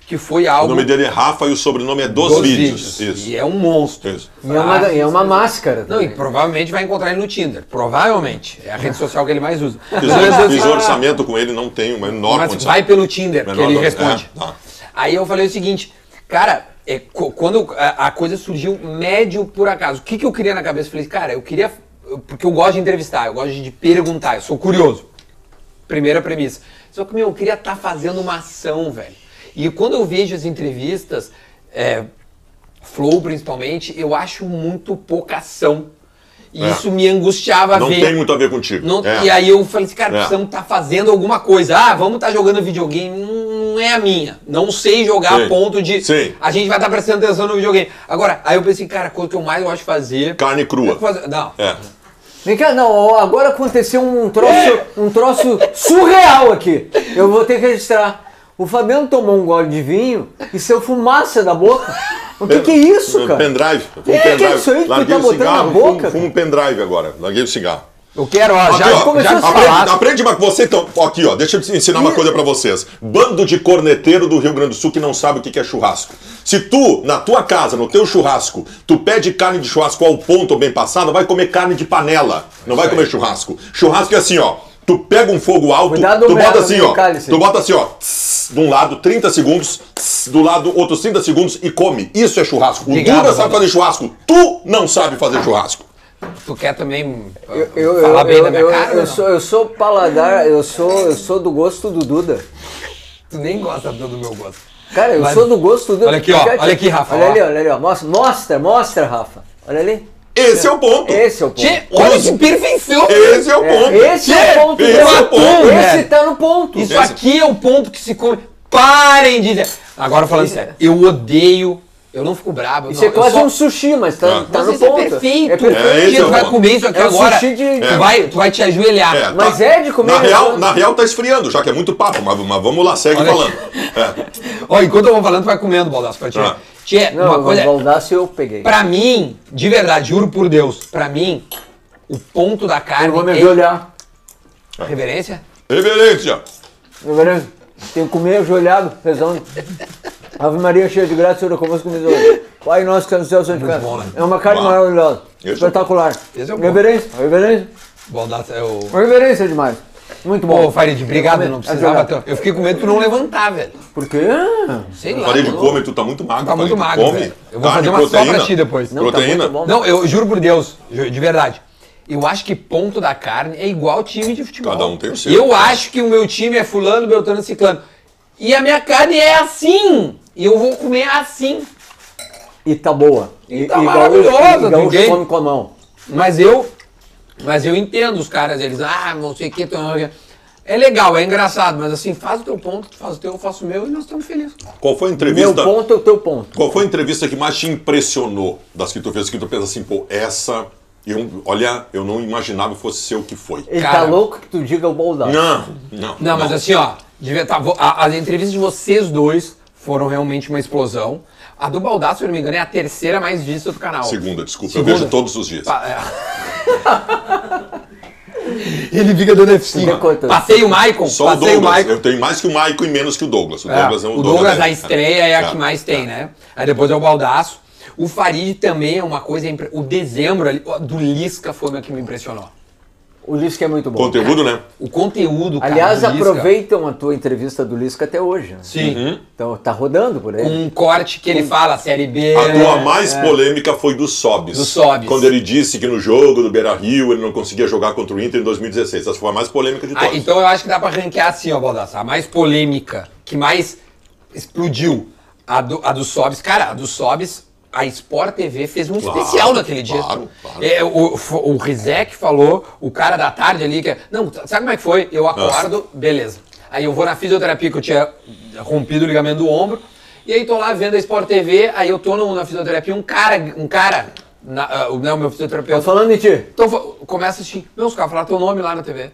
[SPEAKER 4] que foi
[SPEAKER 1] O
[SPEAKER 4] algo
[SPEAKER 1] nome dele é Rafa e o sobrenome é Dos,
[SPEAKER 4] dos
[SPEAKER 1] Vídeos.
[SPEAKER 4] E
[SPEAKER 1] Isso.
[SPEAKER 4] é um monstro.
[SPEAKER 1] Isso.
[SPEAKER 2] E é uma, e é uma máscara.
[SPEAKER 4] Ah, Não, e
[SPEAKER 2] também.
[SPEAKER 4] provavelmente vai encontrar ele no Tinder. Provavelmente. É a rede social que ele mais usa.
[SPEAKER 1] Fiz, um, fiz um orçamento com ele, não tem uma enorme um
[SPEAKER 4] Mas
[SPEAKER 1] condição.
[SPEAKER 4] vai pelo Tinder,
[SPEAKER 1] Menor
[SPEAKER 4] que ele
[SPEAKER 1] nome.
[SPEAKER 4] responde.
[SPEAKER 1] É, tá.
[SPEAKER 4] Aí eu falei o seguinte, cara, é, co- quando a, a coisa surgiu médio por acaso, o que, que eu queria na cabeça? Eu falei, cara, eu queria. Porque eu gosto de entrevistar, eu gosto de perguntar, eu sou curioso. Primeira premissa. Só que, meu, eu queria estar fazendo uma ação, velho. E quando eu vejo as entrevistas, é, Flow principalmente, eu acho muito pouca ação. E
[SPEAKER 1] É.
[SPEAKER 4] isso me angustiava
[SPEAKER 1] Não
[SPEAKER 4] ver.
[SPEAKER 1] tem muito a ver contigo.
[SPEAKER 4] Não-
[SPEAKER 1] É.
[SPEAKER 4] E aí eu falei assim, cara,
[SPEAKER 1] É.
[SPEAKER 4] precisamos estar fazendo alguma coisa. Ah, vamos estar jogando videogame. Não é a minha. Não sei jogar
[SPEAKER 1] Sim.
[SPEAKER 4] a ponto de.
[SPEAKER 1] Sim.
[SPEAKER 4] A gente vai estar prestando atenção no videogame. Agora, aí eu pensei, cara, a coisa que eu mais gosto de fazer.
[SPEAKER 1] Carne crua.
[SPEAKER 4] É fazer- Não.
[SPEAKER 1] É.
[SPEAKER 2] Vem cá, não, ó, agora aconteceu um troço,
[SPEAKER 4] É.
[SPEAKER 2] um troço surreal aqui. Eu vou ter que registrar. O Fabiano tomou um gole de vinho e saiu fumaça da boca. O que, que é isso, cara?
[SPEAKER 1] Pendrive. Foi
[SPEAKER 2] É, que é isso aí que tu
[SPEAKER 1] Larguei
[SPEAKER 2] tá
[SPEAKER 1] o
[SPEAKER 2] botando na
[SPEAKER 1] cigarro,
[SPEAKER 2] boca,
[SPEAKER 1] fumo- fumo um pendrive agora. Larguei o cigarro.
[SPEAKER 4] Eu quero, ó, já,
[SPEAKER 1] Aqui, ó, tá
[SPEAKER 2] começou
[SPEAKER 4] já
[SPEAKER 2] a
[SPEAKER 4] falaram.
[SPEAKER 1] aprende, aprende uma com você, então. Ó, Aqui, ó, deixa eu te ensinar uma coisa pra vocês. Bando de corneteiro do Rio Grande do Sul que não sabe o que que é churrasco. Se tu, na tua casa, no teu churrasco, tu pede carne de churrasco ao ponto ou bem passado, vai comer carne de panela. Não vai comer churrasco. Churrasco é assim, ó. Tu pega um fogo alto,
[SPEAKER 2] Cuidado,
[SPEAKER 1] tu bota
[SPEAKER 2] Homero,
[SPEAKER 1] assim,
[SPEAKER 2] no
[SPEAKER 1] ó.
[SPEAKER 2] cálice.
[SPEAKER 1] Tu bota assim, ó. Tss, de um lado, 30 segundos. tss, do lado, outros 30 segundos e come. Isso é churrasco. O
[SPEAKER 4] Obrigado,
[SPEAKER 1] Duda sabe
[SPEAKER 4] Valdo.
[SPEAKER 1] fazer churrasco. Tu não sabe fazer churrasco.
[SPEAKER 4] Tu quer também uh,
[SPEAKER 2] Eu, eu, eu,
[SPEAKER 4] falar bem
[SPEAKER 2] eu,
[SPEAKER 4] na minha
[SPEAKER 2] eu-
[SPEAKER 4] cara?
[SPEAKER 2] eu
[SPEAKER 4] ou não?
[SPEAKER 2] sou, eu sou paladar, eu sou, eu sou do gosto do Duda.
[SPEAKER 4] Tu nem gosta do do meu gosto.
[SPEAKER 2] Cara, eu
[SPEAKER 4] Mas-
[SPEAKER 2] sou do gosto do Duda.
[SPEAKER 4] Olha aqui, ó,
[SPEAKER 2] Quer-
[SPEAKER 4] olha aqui, Rafa,
[SPEAKER 2] Olha
[SPEAKER 4] ó.
[SPEAKER 2] ali, olha ali, ó. Mostra, mostra, mostra, Rafa. Olha ali.
[SPEAKER 1] Esse é o ponto.
[SPEAKER 2] Esse é o ponto.
[SPEAKER 4] Tchê, olha que perfeição!
[SPEAKER 1] Esse é o
[SPEAKER 2] É,
[SPEAKER 1] ponto.
[SPEAKER 2] esse é o ponto.
[SPEAKER 1] esse
[SPEAKER 2] dele.
[SPEAKER 1] é o ponto,
[SPEAKER 2] Esse
[SPEAKER 4] velho.
[SPEAKER 2] tá no ponto.
[SPEAKER 4] Isso
[SPEAKER 1] Esse-
[SPEAKER 4] aqui é o ponto que se come. Parem de. dizer. Agora falando sério, eu odeio. Eu não fico brabo.
[SPEAKER 2] Isso
[SPEAKER 4] não,
[SPEAKER 2] é quase
[SPEAKER 4] eu só-
[SPEAKER 2] um sushi, mas tá,
[SPEAKER 1] É.
[SPEAKER 2] tá
[SPEAKER 4] Mas
[SPEAKER 2] no
[SPEAKER 4] isso
[SPEAKER 2] ponto.
[SPEAKER 4] é perfeito.
[SPEAKER 2] É perfeito.
[SPEAKER 1] É, esse é
[SPEAKER 4] tu
[SPEAKER 1] o
[SPEAKER 4] vai
[SPEAKER 1] ponto.
[SPEAKER 4] comer isso aqui
[SPEAKER 2] É o
[SPEAKER 4] agora.
[SPEAKER 2] sushi de-
[SPEAKER 4] Tu, vai, tu vai te ajoelhar.
[SPEAKER 1] É,
[SPEAKER 2] Mas é de comer,
[SPEAKER 1] Na real,
[SPEAKER 2] né?
[SPEAKER 1] na real tá esfriando, já que é muito papo, mas, mas vamos lá, segue
[SPEAKER 4] Olha
[SPEAKER 1] falando. É.
[SPEAKER 4] Ó, enquanto eu vou falando, tu vai comendo, Baldaço, pra ti.
[SPEAKER 1] Ah.
[SPEAKER 4] Tchê,
[SPEAKER 2] Não,
[SPEAKER 4] É. uma
[SPEAKER 2] o
[SPEAKER 4] coisa.
[SPEAKER 2] Valdaço eu peguei.
[SPEAKER 4] Pra mim, de verdade, juro por Deus, pra mim, o ponto da carne.
[SPEAKER 2] Eu vou me
[SPEAKER 4] é-
[SPEAKER 2] ajoelhar.
[SPEAKER 4] Reverência?
[SPEAKER 1] É. Reverência.
[SPEAKER 2] Na verdade, Tenho que comer ajoelhado, rezando. Ave Maria, cheia de graça, Senhor, é convosco me hoje. Pai nosso que está no céu, santificado.
[SPEAKER 4] Muito bom, né?
[SPEAKER 2] É uma carne
[SPEAKER 1] Uau.
[SPEAKER 2] maravilhosa.
[SPEAKER 1] Esse-
[SPEAKER 2] Espetacular.
[SPEAKER 4] esse é bom.
[SPEAKER 2] reverência, reverência.
[SPEAKER 4] Baldaço é o.
[SPEAKER 2] Reverência demais. Muito bom.
[SPEAKER 4] Ô, Farid, obrigado, não precisava.
[SPEAKER 2] Ajoelhado.
[SPEAKER 4] tanto. Eu fiquei com medo de tu não levantar, velho.
[SPEAKER 2] Por quê?
[SPEAKER 4] Sei lá.
[SPEAKER 1] Parei de
[SPEAKER 4] eu não-
[SPEAKER 1] comer, tu tá muito magro.
[SPEAKER 4] Tá
[SPEAKER 1] Falei,
[SPEAKER 4] muito
[SPEAKER 1] tu
[SPEAKER 4] magro,
[SPEAKER 1] Come.
[SPEAKER 4] velho. Eu vou
[SPEAKER 1] Carne,
[SPEAKER 4] fazer uma só pra
[SPEAKER 1] proteína.
[SPEAKER 4] ti depois. Não,
[SPEAKER 2] tá
[SPEAKER 1] proteína.
[SPEAKER 2] muito bom.
[SPEAKER 4] Não, eu juro por Deus, ju- de verdade. Eu acho que ponto da carne é igual time de futebol.
[SPEAKER 1] Cada um tem o seu.
[SPEAKER 4] Eu acho que o meu time é fulano, beltrano e ciclano. E a minha carne é assim. E eu vou comer assim.
[SPEAKER 2] E tá boa.
[SPEAKER 4] E tá maravilhosa,
[SPEAKER 2] E gaúcho
[SPEAKER 4] ninguém-
[SPEAKER 2] come com a mão.
[SPEAKER 4] Mas eu, mas eu entendo os caras, eles, ah, não sei o que, é legal, é engraçado, mas assim, faz o teu ponto, tu faz o teu, eu faço o meu e nós estamos felizes.
[SPEAKER 1] Qual foi a
[SPEAKER 2] Meu
[SPEAKER 1] entrevista?
[SPEAKER 2] ponto é o teu ponto.
[SPEAKER 1] Qual foi a entrevista que mais te impressionou das que tu fez? Que tu pensa assim, pô, essa. Eu, olha, eu não imaginava que fosse ser o que foi.
[SPEAKER 2] Ele tá
[SPEAKER 4] Cara.
[SPEAKER 2] louco que tu diga o Baldaço.
[SPEAKER 1] Não, não.
[SPEAKER 4] Não, mas assim, ó, devia tá, vo- a- as entrevistas de vocês dois foram realmente uma explosão. A do Baldasso, se eu não me engano, é a terceira mais vista do canal. É.
[SPEAKER 1] Segunda, desculpa,
[SPEAKER 4] Segunda.
[SPEAKER 1] eu vejo todos os dias.
[SPEAKER 4] Pa- é. Ele fica dando F5.
[SPEAKER 2] Dá quantas?
[SPEAKER 4] Passei o Maicon,
[SPEAKER 1] Só o
[SPEAKER 4] passei o
[SPEAKER 1] Douglas.
[SPEAKER 4] Maicon.
[SPEAKER 1] Eu tenho mais que o Maicon e menos que o Douglas. O
[SPEAKER 4] É,
[SPEAKER 1] Douglas é um
[SPEAKER 4] o Douglas,
[SPEAKER 1] é-
[SPEAKER 4] a estreia é a que mais
[SPEAKER 1] é.
[SPEAKER 4] tem, né? Aí depois é o Baldaço. O Farid também é uma coisa. impre- O dezembro ali, ó, do Lisca foi o que me impressionou.
[SPEAKER 2] O Lisca é muito bom.
[SPEAKER 1] Conteúdo, né?
[SPEAKER 4] O conteúdo, cara,
[SPEAKER 2] Aliás,
[SPEAKER 4] do Lisca,
[SPEAKER 2] aproveitam a tua entrevista do Lisca até hoje. né?
[SPEAKER 4] Sim.
[SPEAKER 1] Uhum.
[SPEAKER 2] Então tá rodando por aí.
[SPEAKER 4] Um corte que ele fala, Série B.
[SPEAKER 1] A tua
[SPEAKER 4] né?
[SPEAKER 1] mais polêmica foi do Sobis.
[SPEAKER 4] Do Sobis.
[SPEAKER 1] Quando ele disse que no jogo do Beira Rio ele não conseguia jogar contra o Inter em 2016. Essa foi a mais polêmica de
[SPEAKER 4] Ah,
[SPEAKER 1] todas.
[SPEAKER 4] então eu acho que dá pra ranquear assim, ó, Baldassar. A mais polêmica, que mais explodiu, a do, a do Sobs. Cara, a do Sobs, a Sport TV fez um
[SPEAKER 1] Claro,
[SPEAKER 4] especial naquele dia.
[SPEAKER 1] claro, claro.
[SPEAKER 4] É, o, f- o Rizek falou, o cara da tarde ali, que é, não, t- sabe como é que foi? Eu acordo, beleza. Aí eu vou na fisioterapia, que eu tinha rompido o ligamento do ombro, e aí tô lá vendo a Sport TV, aí eu tô no- na fisioterapia, um cara, um cara, na, ah, o- né, o meu
[SPEAKER 2] Tô
[SPEAKER 4] fisioterapeuta,
[SPEAKER 2] falando em ti.
[SPEAKER 4] então fa- começa assim, meu, os caras falaram teu nome lá na TV.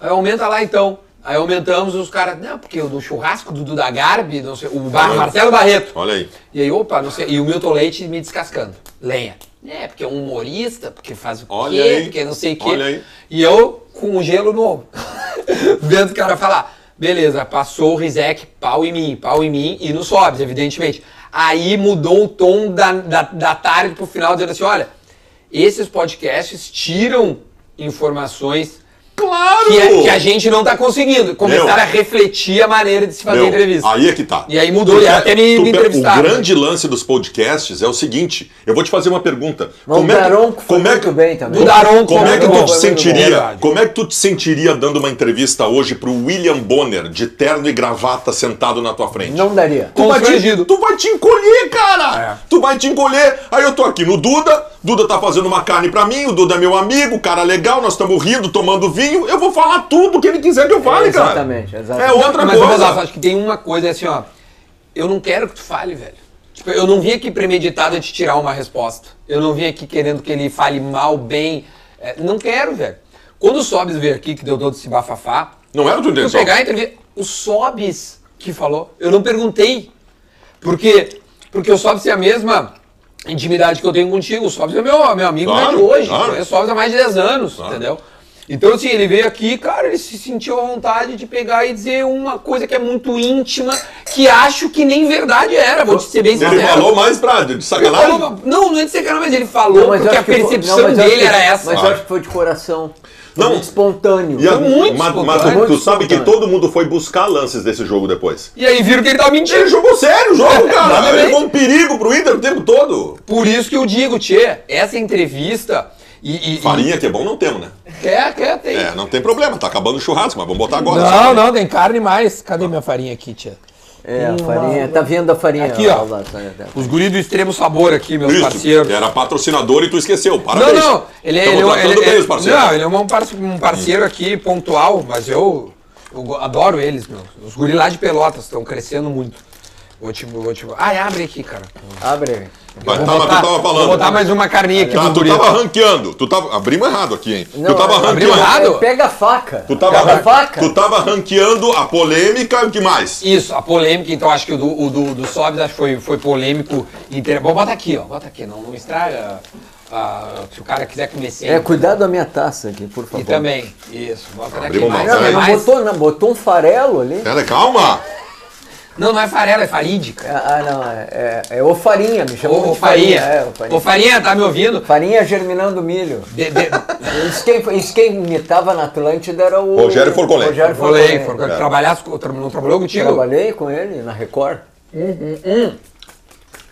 [SPEAKER 4] Aí aumenta lá então. Aí aumentamos os caras, não, porque o do churrasco do Duda Garbi, não sei, o Bar- Marcelo Barreto.
[SPEAKER 1] Olha aí.
[SPEAKER 4] E aí, opa, não sei, e o Milton Leite me descascando. Lenha. É, porque é um humorista, porque faz o
[SPEAKER 1] Olha
[SPEAKER 4] quê,
[SPEAKER 1] aí.
[SPEAKER 4] porque não sei o quê.
[SPEAKER 1] Olha aí.
[SPEAKER 4] E eu com um gelo no ombro. Vendo o cara falar. Beleza, passou o Rizek, pau em mim, pau em mim e no Sobs, evidentemente. Aí mudou o tom da, da, da tarde pro final, dizendo assim: olha, esses podcasts tiram informações
[SPEAKER 1] Claro!
[SPEAKER 4] que a, que a gente não tá conseguindo. Começaram
[SPEAKER 1] Meu.
[SPEAKER 4] a refletir a maneira de se fazer
[SPEAKER 1] Meu,
[SPEAKER 4] entrevista.
[SPEAKER 1] Aí é que tá.
[SPEAKER 4] E aí mudou,
[SPEAKER 1] Tu
[SPEAKER 4] e
[SPEAKER 1] quer-
[SPEAKER 4] até me-
[SPEAKER 1] tu
[SPEAKER 4] me
[SPEAKER 1] per-
[SPEAKER 4] entrevistaram.
[SPEAKER 1] O grande lance dos podcasts é o seguinte: eu vou te fazer uma pergunta.
[SPEAKER 2] Mas o Daronco foi
[SPEAKER 1] como é que-
[SPEAKER 2] muito bem também.
[SPEAKER 4] O Daronco
[SPEAKER 1] como é que tu te
[SPEAKER 4] foi muito bom, foi muito bom.
[SPEAKER 1] sentiria?
[SPEAKER 4] Verdade.
[SPEAKER 1] Como é que tu te sentiria dando uma entrevista hoje pro William Bonner, de terno e gravata, sentado na tua frente?
[SPEAKER 2] Não daria.
[SPEAKER 1] Tu vai, te,
[SPEAKER 4] Constrangido.
[SPEAKER 1] tu vai te encolher, cara!
[SPEAKER 4] É.
[SPEAKER 1] Tu vai te encolher. Aí eu tô aqui no Duda, Duda tá fazendo uma carne pra mim, o Duda é meu amigo, cara legal, nós estamos rindo, tomando vinho. Eu vou falar tudo que ele quiser que eu fale, cara.
[SPEAKER 2] exatamente, exatamente.
[SPEAKER 1] É outra
[SPEAKER 4] Mas,
[SPEAKER 1] coisa.
[SPEAKER 4] Mas, acho que tem uma coisa é assim, ó. Eu não quero que tu fale, velho. Tipo, eu não vim aqui premeditado a te tirar uma resposta. Eu não vim aqui querendo que ele fale mal, bem. É, não quero, velho. Quando o Sobs veio aqui, que deu todo esse bafafá,
[SPEAKER 1] Não era então. tua
[SPEAKER 4] eu
[SPEAKER 1] intenção.
[SPEAKER 4] pegar a entrevista. O Sobs que falou, eu não perguntei. Porque, porque o Sobs tem a mesma intimidade que eu tenho contigo. O Sobs é meu, meu amigo
[SPEAKER 1] Claro,
[SPEAKER 4] não é de hoje.
[SPEAKER 1] claro.
[SPEAKER 4] Conheço o Sobs há mais de 10 anos,
[SPEAKER 1] Claro.
[SPEAKER 4] entendeu? Então, assim, ele veio aqui, cara, ele se sentiu à vontade de pegar e dizer uma coisa que é muito íntima, que acho que nem verdade era, vou te ser bem sincero.
[SPEAKER 1] Ele falou mais pra de
[SPEAKER 4] Ele
[SPEAKER 1] sacanagem.
[SPEAKER 4] falou- não, não é de ser cara, mas ele falou
[SPEAKER 2] Não, mas eu
[SPEAKER 4] porque a
[SPEAKER 2] acho que foi-
[SPEAKER 4] percepção
[SPEAKER 2] não, mas eu acho
[SPEAKER 4] dele
[SPEAKER 2] que-
[SPEAKER 4] era essa.
[SPEAKER 2] Mas
[SPEAKER 1] Ah.
[SPEAKER 2] eu acho que foi de coração. Foi
[SPEAKER 1] Não.
[SPEAKER 2] muito espontâneo.
[SPEAKER 1] E a-
[SPEAKER 4] muito
[SPEAKER 1] mas mas
[SPEAKER 4] espontâneo,
[SPEAKER 1] tu,
[SPEAKER 2] muito
[SPEAKER 1] tu sabe que
[SPEAKER 2] espontâneo.
[SPEAKER 1] todo mundo foi buscar lances desse jogo depois.
[SPEAKER 4] E aí viram que ele tava
[SPEAKER 1] Ele
[SPEAKER 4] mentindo.
[SPEAKER 1] jogou sério o jogo, cara.
[SPEAKER 4] É, Exatamente.
[SPEAKER 1] Ele levou um perigo pro Inter o tempo todo.
[SPEAKER 4] Por isso que eu digo, Tchê, essa entrevista e. e-
[SPEAKER 1] Farinha que é bom não temos, né?
[SPEAKER 4] e- é, é, tem.
[SPEAKER 1] É, não né? tem problema, tá acabando o churrasco, mas vamos botar agora.
[SPEAKER 4] Não, não, tem carne mais.
[SPEAKER 1] Tá.
[SPEAKER 4] Cadê minha farinha aqui, tia?
[SPEAKER 2] É, a farinha. Tá vindo a farinha.
[SPEAKER 4] Aqui, ó.
[SPEAKER 2] lá, tá, tá.
[SPEAKER 4] Os guris do extremo sabor aqui, meus
[SPEAKER 1] Isso,
[SPEAKER 4] parceiros.
[SPEAKER 1] ele era patrocinador e tu esqueceu.
[SPEAKER 4] Não,
[SPEAKER 1] Parabéns.
[SPEAKER 4] não, ele é.
[SPEAKER 1] Tamo
[SPEAKER 4] Ele, é-
[SPEAKER 1] tratando
[SPEAKER 4] ele,
[SPEAKER 1] bem os
[SPEAKER 4] ele,
[SPEAKER 1] parceiros.
[SPEAKER 4] não, ele é um parceiro, um parceiro aqui pontual, mas eu, eu go- adoro eles, meu. Os guris lá de Pelotas estão crescendo muito. Vou te, vou te. Ai, abre aqui, cara.
[SPEAKER 2] Abre aí.
[SPEAKER 1] Tá, Mas
[SPEAKER 4] Vou
[SPEAKER 1] tava,
[SPEAKER 4] botar-
[SPEAKER 1] tu tava
[SPEAKER 4] Vou botar
[SPEAKER 1] falando.
[SPEAKER 4] mais uma carninha aqui
[SPEAKER 1] Tá,
[SPEAKER 4] pro
[SPEAKER 1] tu
[SPEAKER 4] guri.
[SPEAKER 1] tava ranqueando. Tu tava. Abrimos errado aqui, hein? tu
[SPEAKER 2] Não,
[SPEAKER 1] tava
[SPEAKER 2] é-
[SPEAKER 1] ranqueando.
[SPEAKER 4] errado.
[SPEAKER 2] É, Pega a faca.
[SPEAKER 1] Tu tava,
[SPEAKER 2] Pega a
[SPEAKER 1] ran-
[SPEAKER 2] faca.
[SPEAKER 1] tu tava ranqueando a polêmica e o que mais?
[SPEAKER 4] Isso, a polêmica, então acho que o do, o do, do Sobs acho que foi, foi polêmico. Inter... Bom, bota aqui, ó. Bota aqui, não, não estraga. ah, se o cara quiser comer sem.
[SPEAKER 2] É, Tá cuidado da minha taça aqui, por favor.
[SPEAKER 4] E também, isso, bota daqui
[SPEAKER 1] Abrimos
[SPEAKER 4] mais. é
[SPEAKER 1] uma
[SPEAKER 2] Não,
[SPEAKER 1] Vai,
[SPEAKER 2] mas não
[SPEAKER 4] mais.
[SPEAKER 2] botou, não. Botou um farelo ali.
[SPEAKER 1] Pera, calma.
[SPEAKER 4] Não, não é farela, é farídica.
[SPEAKER 2] Ah, não. É, é, é o farinha, me chamou
[SPEAKER 4] Ô,
[SPEAKER 2] de farinha.
[SPEAKER 4] farinha.
[SPEAKER 2] É, o farinha.
[SPEAKER 4] Ô, farinha, tá me ouvindo?
[SPEAKER 2] Farinha germinando milho.
[SPEAKER 4] De, de...
[SPEAKER 2] Isso quem, isso quem imitava na Atlântida era o.
[SPEAKER 1] Rogério Forcolém.
[SPEAKER 2] Rogério
[SPEAKER 4] Falei,
[SPEAKER 2] Forcolém.
[SPEAKER 4] porque trabalhasse, com- tra- não trabalhou contigo?
[SPEAKER 2] Trabalhei com ele na Record.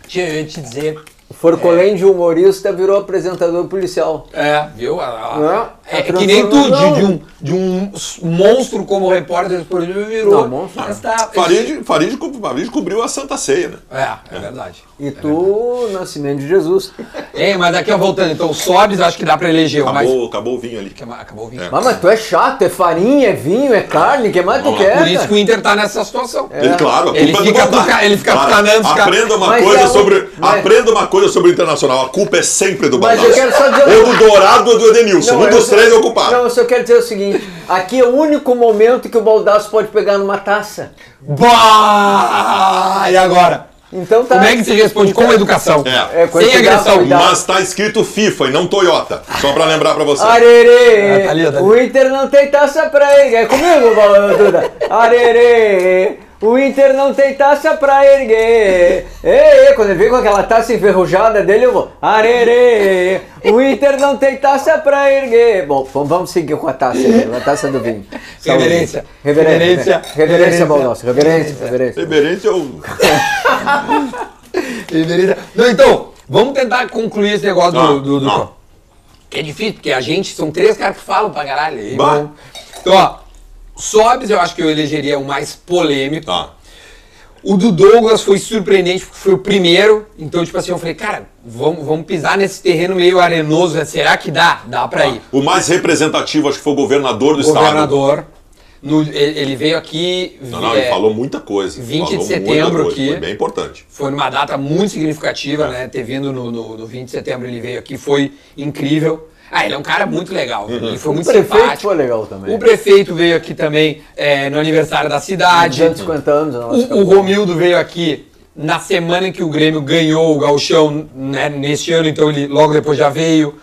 [SPEAKER 4] Tinha eu ia te dizer.
[SPEAKER 2] O Forcolém de humorista virou apresentador policial.
[SPEAKER 4] É, viu? A- a-
[SPEAKER 2] Não, tá
[SPEAKER 4] é
[SPEAKER 2] a
[SPEAKER 4] que nem tu, de,
[SPEAKER 2] transformação.
[SPEAKER 4] de um, de um s- monstro como repórter esportivo virou. tá,
[SPEAKER 2] Não, monstro.
[SPEAKER 4] Esta-
[SPEAKER 1] Farid, Farid, co- Farid cobriu a Santa Ceia, né?
[SPEAKER 4] É, é verdade.
[SPEAKER 2] E tu,
[SPEAKER 1] É.
[SPEAKER 2] Nascimento de Jesus.
[SPEAKER 4] Ei, É, mas aqui ó, voltando, então o Sobs acho que dá pra eleger, um, o mais.
[SPEAKER 1] Acabou, acabou o vinho ali.
[SPEAKER 4] Que- Acabou o vinho.
[SPEAKER 1] É.
[SPEAKER 2] Mas, mas tu é chato, é farinha, é vinho, é carne, que mais tu
[SPEAKER 1] Vamos lá.
[SPEAKER 2] quer?
[SPEAKER 4] Por isso que
[SPEAKER 2] cara?
[SPEAKER 4] o Inter tá nessa situação.
[SPEAKER 1] Ele, claro, a
[SPEAKER 4] Ele
[SPEAKER 1] culpa é do
[SPEAKER 4] fica
[SPEAKER 1] Bondar.
[SPEAKER 4] tuca- ele fica
[SPEAKER 1] Cara,
[SPEAKER 4] tucanando os caras.
[SPEAKER 1] Aprenda uma
[SPEAKER 2] Mas
[SPEAKER 1] coisa
[SPEAKER 2] é o-
[SPEAKER 1] sobre,
[SPEAKER 2] mas-
[SPEAKER 1] aprenda uma coisa sobre o Internacional. A culpa é sempre do
[SPEAKER 2] Mas
[SPEAKER 1] Baldassi.
[SPEAKER 2] eu quero só dizer-
[SPEAKER 1] Ou do Dourado ou do Edenilson. um
[SPEAKER 2] eu
[SPEAKER 1] dos
[SPEAKER 2] só-
[SPEAKER 1] três é o culpado.
[SPEAKER 2] Não, eu só quero dizer o seguinte: aqui é o único momento que o Baldasso pode pegar numa taça.
[SPEAKER 4] Bah! E agora?
[SPEAKER 2] Então tá.
[SPEAKER 4] Como é que se responde? Com educação.
[SPEAKER 1] É.
[SPEAKER 2] É, com
[SPEAKER 4] Sem
[SPEAKER 2] educação,
[SPEAKER 4] agressão.
[SPEAKER 2] cuidado.
[SPEAKER 1] Mas tá escrito FIFA e não Toyota. Só pra lembrar pra você.
[SPEAKER 2] Arerê!
[SPEAKER 4] Ah, tá ali, tá ali.
[SPEAKER 2] O Inter não tem taça pra erguer. É comigo, Val- Duda. Arerê! O Inter não tem taça pra erguer. Ei, ei, quando ele vem com aquela taça enferrujada dele, eu vou. Arerê! O Inter não tem taça pra erguer. Bom, v- vamos seguir com a taça, né? a taça do vinho. Saúde.
[SPEAKER 4] Reverência.
[SPEAKER 2] Reverência.
[SPEAKER 4] Reverência.
[SPEAKER 2] Reverência.
[SPEAKER 4] Reverência.
[SPEAKER 2] Reverência, Baldasso. Reverência, reverência.
[SPEAKER 1] Reverente é o.
[SPEAKER 4] Deveria- Não, então, vamos tentar concluir esse negócio
[SPEAKER 1] Não,
[SPEAKER 4] do. do, do-
[SPEAKER 1] não.
[SPEAKER 4] Que é difícil, porque a gente são três caras que falam pra caralho. aí,
[SPEAKER 1] Bah.
[SPEAKER 4] vamos- Então, ó, Sobs eu acho que eu elegeria o mais polêmico.
[SPEAKER 1] Tá.
[SPEAKER 4] O do Douglas foi surpreendente, porque foi o primeiro. Então, tipo assim, eu falei, cara, vamos, vamos pisar nesse terreno meio arenoso, né? Será que dá? Dá pra ir.
[SPEAKER 1] O mais representativo, acho que foi o governador do Tá, estado.
[SPEAKER 4] Governador. no- ele ele veio aqui.
[SPEAKER 1] Não, não,
[SPEAKER 4] é,
[SPEAKER 1] ele falou muita coisa.
[SPEAKER 4] 20
[SPEAKER 1] falou
[SPEAKER 4] de
[SPEAKER 1] muita
[SPEAKER 4] setembro
[SPEAKER 1] coisa,
[SPEAKER 4] aqui.
[SPEAKER 1] Foi bem importante.
[SPEAKER 4] Foi numa data muito significativa, né? Ter vindo no, no, no 20 de setembro, ele veio aqui, foi incrível. Ah, ele é um cara muito legal.
[SPEAKER 1] Uhum.
[SPEAKER 4] Ele foi muito
[SPEAKER 2] O prefeito
[SPEAKER 4] simpático.
[SPEAKER 2] foi legal também.
[SPEAKER 4] O prefeito veio aqui também é, no aniversário da cidade.
[SPEAKER 2] 250 anos. a nossa
[SPEAKER 4] O, o Romildo veio aqui na semana em que o Grêmio ganhou o Gauchão, né? Neste ano, então ele logo depois já veio.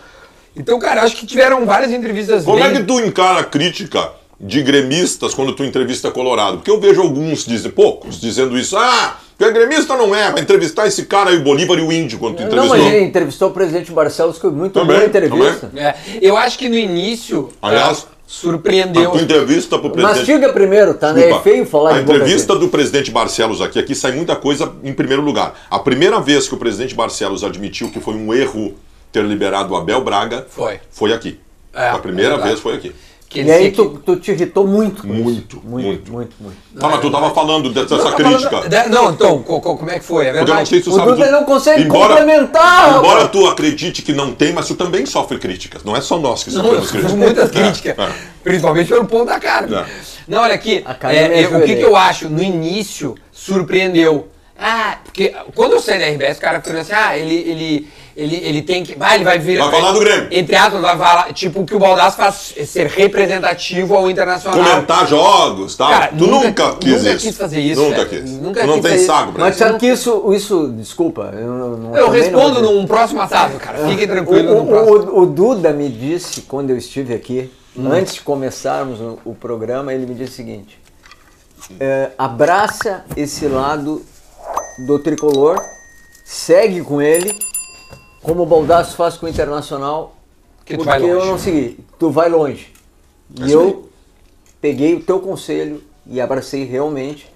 [SPEAKER 4] Então, cara, acho que tiveram várias entrevistas
[SPEAKER 1] Como
[SPEAKER 4] bem...
[SPEAKER 1] é que tu encara a crítica de gremistas quando tu entrevista Colorado? Porque eu vejo alguns, dizem, poucos, dizendo isso. Ah, que é gremista não é, vai entrevistar esse cara aí, o Bolívar e o Índio, quando tu
[SPEAKER 2] Não,
[SPEAKER 1] entrevistou.
[SPEAKER 2] mas ele entrevistou o presidente Barcelos, que foi muito
[SPEAKER 1] Também,
[SPEAKER 2] boa entrevista.
[SPEAKER 4] É, eu acho que no início
[SPEAKER 1] Aliás,
[SPEAKER 4] é, surpreendeu.
[SPEAKER 1] Ah, Tu entrevista pro presidente...
[SPEAKER 2] Mastiga primeiro, tá? né? É
[SPEAKER 1] Desculpa,
[SPEAKER 2] feio falar
[SPEAKER 1] A
[SPEAKER 2] de boca
[SPEAKER 1] entrevista
[SPEAKER 2] cheia.
[SPEAKER 1] do presidente Barcelos aqui, aqui sai muita coisa em primeiro lugar. A primeira vez que o presidente Barcelos admitiu que foi um erro ter liberado o Abel Braga
[SPEAKER 4] Foi.
[SPEAKER 1] foi aqui.
[SPEAKER 4] É,
[SPEAKER 1] a primeira
[SPEAKER 4] é verdade.
[SPEAKER 1] vez foi aqui.
[SPEAKER 2] E
[SPEAKER 4] Que ele
[SPEAKER 2] aí
[SPEAKER 4] se-
[SPEAKER 2] tu, tu te irritou muito. com isso.
[SPEAKER 1] Muito, muito.
[SPEAKER 2] muito, muito, muito.
[SPEAKER 1] Tá,
[SPEAKER 4] é
[SPEAKER 1] mas tu tava falando dessa crítica.
[SPEAKER 4] tá Da- Não, então, co- co- como é que foi? É
[SPEAKER 1] Porque eu não
[SPEAKER 4] verdade?
[SPEAKER 1] sei se tu
[SPEAKER 2] O
[SPEAKER 1] sabe.
[SPEAKER 2] Duda
[SPEAKER 1] tu-
[SPEAKER 2] não consegue complementar,
[SPEAKER 1] Embora
[SPEAKER 2] rapaz.
[SPEAKER 1] tu acredite que não tem, mas tu também sofre críticas. Não é só nós que
[SPEAKER 4] Não, eu
[SPEAKER 1] sofremos
[SPEAKER 4] sofro
[SPEAKER 1] críticas.
[SPEAKER 4] muitas críticas,
[SPEAKER 1] É, é.
[SPEAKER 4] principalmente pelo ponto da carne.
[SPEAKER 1] É.
[SPEAKER 4] Não, olha aqui,
[SPEAKER 2] A carne
[SPEAKER 4] é,
[SPEAKER 2] me
[SPEAKER 4] é, o que,
[SPEAKER 2] ajoelhei.
[SPEAKER 4] que eu acho? No início, surpreendeu. Ah, porque quando eu saí da RBS, o cara ficou assim, ah, ele, ele, ele, ele tem que... Ah, ele vai vir...
[SPEAKER 1] Vai falar do Grêmio.
[SPEAKER 4] Entre aspas, vai falar... Tipo, o que o Baldassi faz é ser representativo ao Internacional.
[SPEAKER 1] Comentar jogos, tal.
[SPEAKER 4] Cara,
[SPEAKER 1] tu nunca, quis
[SPEAKER 4] nunca
[SPEAKER 1] isso.
[SPEAKER 4] quis fazer isso,
[SPEAKER 1] Nunca
[SPEAKER 4] velho.
[SPEAKER 1] quis.
[SPEAKER 4] Nunca
[SPEAKER 1] tu não
[SPEAKER 4] quis
[SPEAKER 1] tem
[SPEAKER 4] fazer
[SPEAKER 1] sago
[SPEAKER 4] isso.
[SPEAKER 1] pra
[SPEAKER 2] Mas
[SPEAKER 1] isso.
[SPEAKER 2] sabe que isso, isso desculpa, eu, não- não-
[SPEAKER 4] Eu
[SPEAKER 2] também não vou
[SPEAKER 4] respondo
[SPEAKER 2] dizer.
[SPEAKER 4] num próximo assado, cara. Fiquem tranquilos
[SPEAKER 2] O,
[SPEAKER 4] no próximo.
[SPEAKER 2] o- o- o Duda me disse, quando eu estive aqui, antes de começarmos o, o programa, ele me disse o seguinte: é, abraça esse lado do tricolor, segue com ele, como o Baldasso faz com o Internacional,
[SPEAKER 4] Que tu
[SPEAKER 2] porque
[SPEAKER 4] vai
[SPEAKER 2] eu
[SPEAKER 4] longe.
[SPEAKER 2] não segui, tu vai longe. E eu peguei o teu conselho e abracei realmente.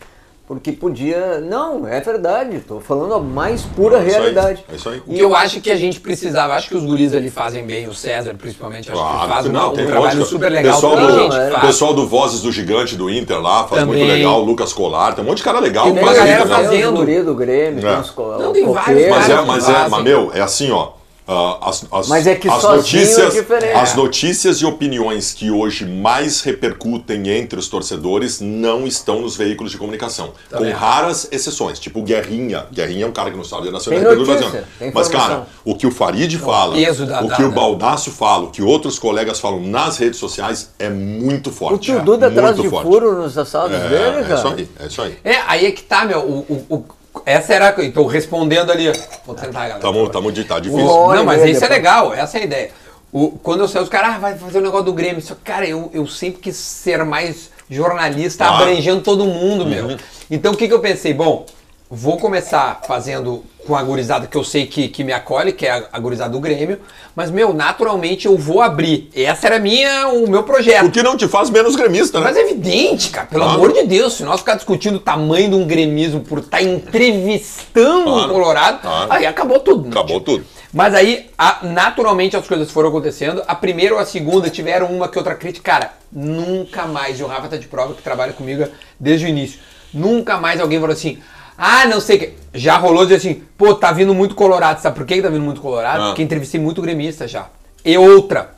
[SPEAKER 2] Porque podia. Não, é verdade. Estou falando a mais pura
[SPEAKER 1] É isso aí,
[SPEAKER 2] realidade.
[SPEAKER 1] é isso aí.
[SPEAKER 4] O que eu acho que a gente precisava, acho que os guris ali fazem bem, o César principalmente, acho que
[SPEAKER 1] Claro,
[SPEAKER 4] faz
[SPEAKER 1] que
[SPEAKER 4] um-
[SPEAKER 1] não,
[SPEAKER 4] um
[SPEAKER 1] tem
[SPEAKER 4] trabalho
[SPEAKER 1] lógica.
[SPEAKER 4] super legal.
[SPEAKER 1] Pessoal
[SPEAKER 4] tem
[SPEAKER 1] do,
[SPEAKER 4] gente que
[SPEAKER 2] é.
[SPEAKER 4] faz.
[SPEAKER 1] pessoal do Vozes do Gigante do Inter lá faz
[SPEAKER 4] Também.
[SPEAKER 1] muito legal. Lucas Colar, tem um monte de cara legal.
[SPEAKER 4] Tem
[SPEAKER 1] que
[SPEAKER 4] uma
[SPEAKER 1] faz
[SPEAKER 4] galera
[SPEAKER 1] isso, né?
[SPEAKER 2] Tem os
[SPEAKER 4] fazendo.
[SPEAKER 2] guri do Grêmio,
[SPEAKER 1] É.
[SPEAKER 2] tem os co-
[SPEAKER 4] Não, tem
[SPEAKER 2] o
[SPEAKER 4] vários
[SPEAKER 2] coqueiro.
[SPEAKER 1] Mas é,
[SPEAKER 4] Cara,
[SPEAKER 1] mas
[SPEAKER 4] que
[SPEAKER 1] é,
[SPEAKER 4] fazem.
[SPEAKER 1] mas meu, é assim, ó. ah, as, as-
[SPEAKER 2] Mas é que
[SPEAKER 1] as
[SPEAKER 2] sozinho é
[SPEAKER 1] notícias,
[SPEAKER 2] diferente.
[SPEAKER 1] as notícias e opiniões que hoje mais repercutem entre os torcedores não estão nos veículos de comunicação,
[SPEAKER 4] Também
[SPEAKER 1] com
[SPEAKER 4] acho.
[SPEAKER 1] raras exceções, tipo o Guerrinha. Guerrinha é um cara que não sabe da nacional.
[SPEAKER 2] Tem
[SPEAKER 1] ele pergunta,
[SPEAKER 2] notícia,
[SPEAKER 1] assim,
[SPEAKER 2] tem
[SPEAKER 1] Mas
[SPEAKER 2] informação.
[SPEAKER 1] cara, o que o Farid fala,
[SPEAKER 4] peso da-
[SPEAKER 1] o
[SPEAKER 4] da-
[SPEAKER 1] que o
[SPEAKER 4] da-
[SPEAKER 1] Baldasso fala, o que outros colegas falam nas redes sociais é muito
[SPEAKER 2] O
[SPEAKER 1] forte.
[SPEAKER 2] tio Duda
[SPEAKER 1] muito
[SPEAKER 2] traz tá de
[SPEAKER 1] forte.
[SPEAKER 2] furo nos assaltos
[SPEAKER 1] É,
[SPEAKER 2] dele,
[SPEAKER 1] é isso
[SPEAKER 2] cara.
[SPEAKER 1] aí, é isso aí.
[SPEAKER 4] É, aí é que tá, meu. O, o, o- essa era a coisa. Tô respondendo ali. ó. Vou tentar, galera.
[SPEAKER 1] Tá, mu- tá, muito- tá difícil.
[SPEAKER 2] Uma hora
[SPEAKER 4] Não,
[SPEAKER 2] e
[SPEAKER 4] mas
[SPEAKER 2] meia
[SPEAKER 4] isso é
[SPEAKER 2] depois.
[SPEAKER 4] legal, essa é a ideia. O, quando eu saio, os caras, ah, vai fazer o negócio do Grêmio. Isso, cara, eu, eu sempre quis ser mais jornalista,
[SPEAKER 1] Claro. Uhum.
[SPEAKER 4] abrangendo todo mundo, meu. Então o que, que eu pensei? Bom, vou começar fazendo com a gurizada que eu sei que, que me acolhe, que é a, a gurizada do Grêmio, mas, meu, naturalmente eu vou abrir. Essa era a minha, o meu projeto.
[SPEAKER 1] O que não te faz menos gremista, né?
[SPEAKER 4] Mas é evidente, cara, pelo
[SPEAKER 1] Claro.
[SPEAKER 4] amor de Deus, se nós ficar discutindo o tamanho de um gremismo por estar entrevistando o
[SPEAKER 1] Claro.
[SPEAKER 4] Colorado,
[SPEAKER 1] Claro.
[SPEAKER 4] aí acabou tudo. né?
[SPEAKER 1] Acabou tudo.
[SPEAKER 4] Mas aí, a- naturalmente, as coisas foram acontecendo. A primeira ou a segunda tiveram uma que outra crítica. Cara, nunca mais, e o Rafa tá de prova que trabalha comigo desde o início, nunca mais alguém falou assim. Ah, não sei o que. Já rolou dizer assim, pô, tá vindo muito colorado. Sabe por que que tá vindo muito colorado?
[SPEAKER 1] Ah.
[SPEAKER 4] Porque entrevistei muito gremista já. E outra,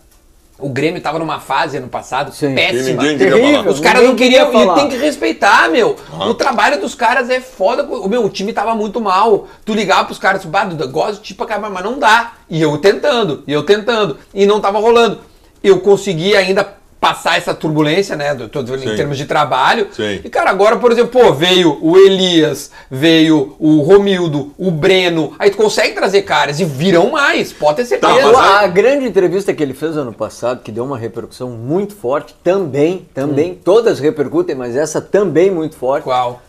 [SPEAKER 4] o Grêmio tava numa fase ano passado
[SPEAKER 2] Sim.
[SPEAKER 1] E
[SPEAKER 4] péssima.
[SPEAKER 1] ninguém queria
[SPEAKER 2] Terrível.
[SPEAKER 1] falar.
[SPEAKER 4] Os caras
[SPEAKER 2] Ninguém
[SPEAKER 4] não queriam.
[SPEAKER 2] queria
[SPEAKER 4] E
[SPEAKER 2] falar.
[SPEAKER 4] tem que respeitar, meu. O trabalho dos caras é foda. O meu, o time tava muito mal. Tu ligava pros caras, bah, Duda, gosto de ti pra caramba, mas não dá. E eu tentando, e eu tentando. E não tava rolando. Eu consegui ainda passar essa turbulência, né? Do, tô dizendo
[SPEAKER 1] Sim.
[SPEAKER 4] em termos de trabalho.
[SPEAKER 1] Sim.
[SPEAKER 4] E, cara, agora, por exemplo, pô, veio o Elias, veio o Romildo, o Breno. Aí tu consegue trazer caras e virão mais, pode ter certeza.
[SPEAKER 1] Tá, mas
[SPEAKER 2] Eu-
[SPEAKER 1] aí-
[SPEAKER 2] a grande entrevista que ele fez ano passado, que deu uma repercussão muito forte, também, também, todas repercutem, mas essa também muito forte,
[SPEAKER 4] Hum.
[SPEAKER 1] é-
[SPEAKER 4] Qual?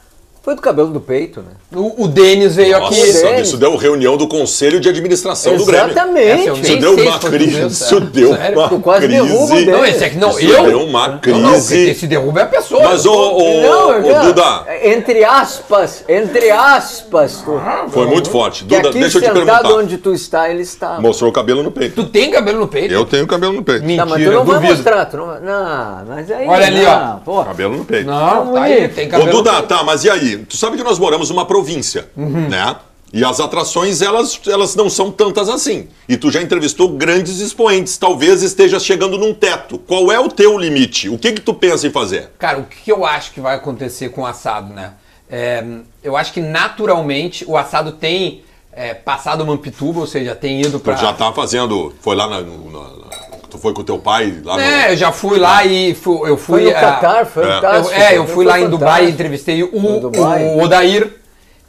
[SPEAKER 2] foi do cabelo do peito, né?
[SPEAKER 4] O, o Denis veio
[SPEAKER 1] Nossa,
[SPEAKER 4] aqui.
[SPEAKER 2] Grêmio.
[SPEAKER 1] isso deu reunião do Conselho de Administração do Grêmio.
[SPEAKER 4] Essa é um eu
[SPEAKER 2] Exatamente.
[SPEAKER 4] nem
[SPEAKER 1] Isso deu
[SPEAKER 4] sei
[SPEAKER 1] uma
[SPEAKER 4] se foi
[SPEAKER 1] crise.
[SPEAKER 4] mesmo,
[SPEAKER 1] Isso
[SPEAKER 4] sério.
[SPEAKER 1] deu
[SPEAKER 4] Sério?
[SPEAKER 1] uma
[SPEAKER 2] Tu quase derruba o
[SPEAKER 1] crise.
[SPEAKER 2] dele.
[SPEAKER 4] Não, esse aqui não,
[SPEAKER 1] Isso
[SPEAKER 4] eu.
[SPEAKER 1] deu uma
[SPEAKER 4] Não, não,
[SPEAKER 1] crise.
[SPEAKER 4] quem se derruba é a pessoa.
[SPEAKER 1] Mas o,
[SPEAKER 2] Não, eu já-
[SPEAKER 1] Duda,
[SPEAKER 2] Entre aspas, entre aspas, tu.
[SPEAKER 1] foi muito forte.
[SPEAKER 2] que
[SPEAKER 1] Duda,
[SPEAKER 2] aqui
[SPEAKER 1] deixa eu te
[SPEAKER 2] sentado
[SPEAKER 1] perguntar.
[SPEAKER 2] onde tá? tu está, ele está.
[SPEAKER 1] Mostrou o cabelo no peito.
[SPEAKER 4] Tu tem cabelo no peito?
[SPEAKER 1] Eu tenho cabelo no peito.
[SPEAKER 4] Mentira,
[SPEAKER 2] Tá, mas tu não vai
[SPEAKER 4] duvido.
[SPEAKER 2] mostrar, tu não vai. Não, mas aí.
[SPEAKER 4] Olha ali,
[SPEAKER 2] não,
[SPEAKER 4] ó.
[SPEAKER 2] pô.
[SPEAKER 1] Cabelo no peito.
[SPEAKER 4] Não, tá aí, tem
[SPEAKER 1] Ô,
[SPEAKER 4] cabelo no
[SPEAKER 1] Duda,
[SPEAKER 4] peito. Uhum.
[SPEAKER 1] tá, mas e aí? Tu sabe que nós moramos numa província, né? E as atrações, elas, elas não são tantas assim. E tu já entrevistou grandes expoentes. Talvez esteja chegando num teto. Qual é o teu limite? O que que tu pensa em fazer?
[SPEAKER 4] Cara, o que eu acho que vai acontecer com o assado, né? É, eu acho que naturalmente o assado tem é, passado uma ampituba, ou seja, tem ido pra.
[SPEAKER 1] Tu já tá fazendo... Foi lá na... no- na- na- tu foi com teu pai lá
[SPEAKER 4] É, eu já fui lá e fu- eu
[SPEAKER 2] Foi
[SPEAKER 4] fui.
[SPEAKER 2] no
[SPEAKER 4] é,
[SPEAKER 2] Qatar, foi
[SPEAKER 1] é.
[SPEAKER 2] fantástico. né?
[SPEAKER 4] eu- é, eu
[SPEAKER 2] foi
[SPEAKER 4] fui lá em
[SPEAKER 2] fantástico.
[SPEAKER 4] Dubai e entrevistei o,
[SPEAKER 2] No Dubai.
[SPEAKER 4] o Odair.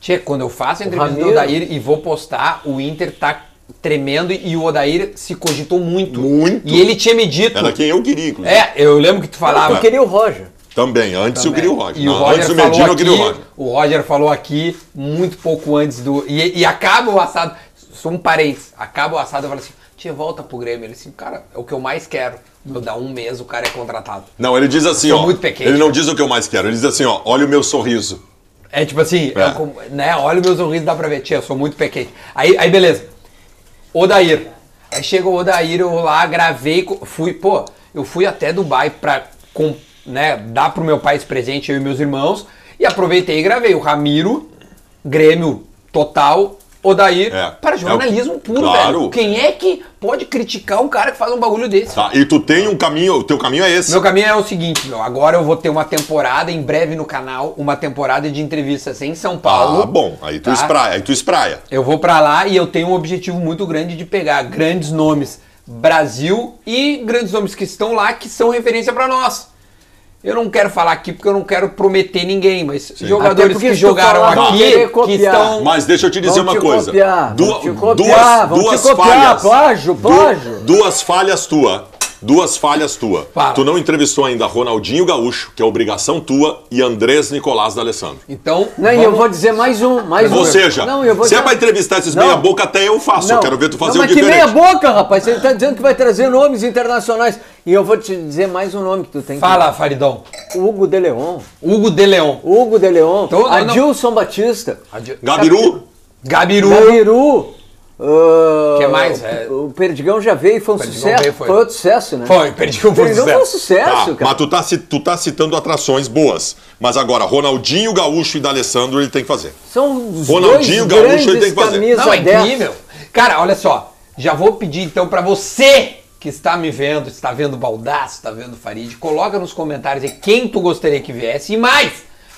[SPEAKER 4] Tchê, quando eu faço a entrevista do
[SPEAKER 2] Ramiro.
[SPEAKER 4] Odair e vou postar, o Inter tá tremendo e o Odair se cogitou muito.
[SPEAKER 1] Muito.
[SPEAKER 4] E ele tinha me dito.
[SPEAKER 1] no... Era quem eu queria, inclusive.
[SPEAKER 4] É, eu lembro que tu falava.
[SPEAKER 2] Eu queria o Roger.
[SPEAKER 1] Também. Antes eu queria o Roger.
[SPEAKER 4] E o
[SPEAKER 1] Não,
[SPEAKER 4] Roger
[SPEAKER 1] antes o
[SPEAKER 4] falou
[SPEAKER 1] Medina, eu
[SPEAKER 4] aqui,
[SPEAKER 1] queria o Roger.
[SPEAKER 4] o Roger falou aqui muito pouco antes do. E, e acaba o assado. Só um parênteses. Acaba o assado e fala assim: Tia, volta pro Grêmio. Ele assim, cara, é o que eu mais quero. Eu dá um mês, o cara é contratado.
[SPEAKER 1] Não, ele diz assim,
[SPEAKER 4] Sou
[SPEAKER 1] ó.
[SPEAKER 4] muito pequeno.
[SPEAKER 1] ele não diz o que eu mais quero. Ele diz assim, ó. Olha o meu sorriso.
[SPEAKER 4] É tipo assim,
[SPEAKER 1] É.
[SPEAKER 4] é como- né? Olha o meu sorriso, dá pra ver, tia, eu sou muito pequeno. Aí, aí beleza. Odair. Aí chega o Odair, eu lá gravei, co- fui, pô, eu fui até Dubai pra com, né, dar pro meu pai esse presente, eu e meus irmãos, e aproveitei e gravei o Ramiro, Grêmio total, Odair,
[SPEAKER 1] É.
[SPEAKER 4] para jornalismo
[SPEAKER 1] É o-
[SPEAKER 4] puro,
[SPEAKER 1] claro.
[SPEAKER 4] velho. Quem é que pode criticar um cara que faz um bagulho desse?
[SPEAKER 1] Tá? E tu tem um caminho... O teu caminho é esse.
[SPEAKER 4] Meu caminho é o seguinte, meu. Agora eu vou ter uma temporada, em breve no canal, uma temporada de entrevistas em São Paulo.
[SPEAKER 1] Ah, bom. Aí tu
[SPEAKER 4] Tá?
[SPEAKER 1] espraia. Aí tu espraia.
[SPEAKER 4] Eu vou pra lá e eu tenho um objetivo muito grande de pegar grandes nomes Brasil e grandes nomes que estão lá que são referência pra nós. Eu não quero falar aqui porque eu não quero prometer ninguém, mas
[SPEAKER 2] Até
[SPEAKER 4] jogadores
[SPEAKER 2] porque
[SPEAKER 4] que
[SPEAKER 2] se tu
[SPEAKER 4] jogaram
[SPEAKER 2] falar, vão
[SPEAKER 4] aqui
[SPEAKER 2] querer
[SPEAKER 4] que
[SPEAKER 2] copiar.
[SPEAKER 4] estão
[SPEAKER 1] Mas deixa eu te dizer
[SPEAKER 2] Vão
[SPEAKER 1] uma
[SPEAKER 2] te
[SPEAKER 1] coisa.
[SPEAKER 2] copiar,
[SPEAKER 1] Du-
[SPEAKER 2] vão te copiar, vão te copiar, plágio,
[SPEAKER 1] Du-
[SPEAKER 2] plágio.
[SPEAKER 1] duas falhas tua. Duas falhas tua.
[SPEAKER 4] Fala.
[SPEAKER 1] Tu não entrevistou ainda Ronaldinho Gaúcho, que é obrigação tua, e Andrés Nicolás da Alessandro.
[SPEAKER 4] Então,
[SPEAKER 2] Não, e eu
[SPEAKER 4] vamos-
[SPEAKER 2] vou dizer mais um, mais um.
[SPEAKER 1] Ou seja,
[SPEAKER 2] não, eu vou
[SPEAKER 1] se é pra entrevistar esses
[SPEAKER 2] Não.
[SPEAKER 1] meia boca, até eu faço. Eu quero ver tu fazer
[SPEAKER 2] não,
[SPEAKER 1] o
[SPEAKER 2] mas que meia
[SPEAKER 1] diferente.
[SPEAKER 2] boca, rapaz. Você tá dizendo que vai trazer nomes internacionais. E eu vou te dizer mais um nome que tu tem. que-
[SPEAKER 4] fala, Faridão.
[SPEAKER 2] Hugo de Leon.
[SPEAKER 4] Hugo De Leon,
[SPEAKER 2] Hugo de Leon.
[SPEAKER 4] Tô- não, não.
[SPEAKER 2] Adilson Batista.
[SPEAKER 1] Gabiru,
[SPEAKER 4] Gabiru,
[SPEAKER 2] Gabiru. ah, O
[SPEAKER 4] Que mais, é?
[SPEAKER 2] O Perdigão já veio e foi um
[SPEAKER 4] Perdigão
[SPEAKER 2] sucesso.
[SPEAKER 4] veio,
[SPEAKER 2] Foi.
[SPEAKER 4] foi.
[SPEAKER 2] outro sucesso, né?
[SPEAKER 4] Foi, Perdigão foi um
[SPEAKER 2] Perdigão
[SPEAKER 1] tá,
[SPEAKER 2] sucesso,
[SPEAKER 1] mas
[SPEAKER 2] é cara.
[SPEAKER 1] tu tá, ci- tu tá citando atrações boas. Mas agora, Ronaldinho Gaúcho e da Alessandro, ele tem que fazer.
[SPEAKER 2] São os
[SPEAKER 1] Ronaldinho
[SPEAKER 2] dois
[SPEAKER 1] Gaúcho, ele
[SPEAKER 2] grandes
[SPEAKER 1] tem que fazer.
[SPEAKER 2] camisa
[SPEAKER 4] Não, é
[SPEAKER 2] 10.
[SPEAKER 4] incrível. Cara, olha só. Já vou pedir então pra você que está me vendo, está vendo Baldaço, está vendo Farid, coloca nos comentários aí quem tu gostaria que viesse. E mais,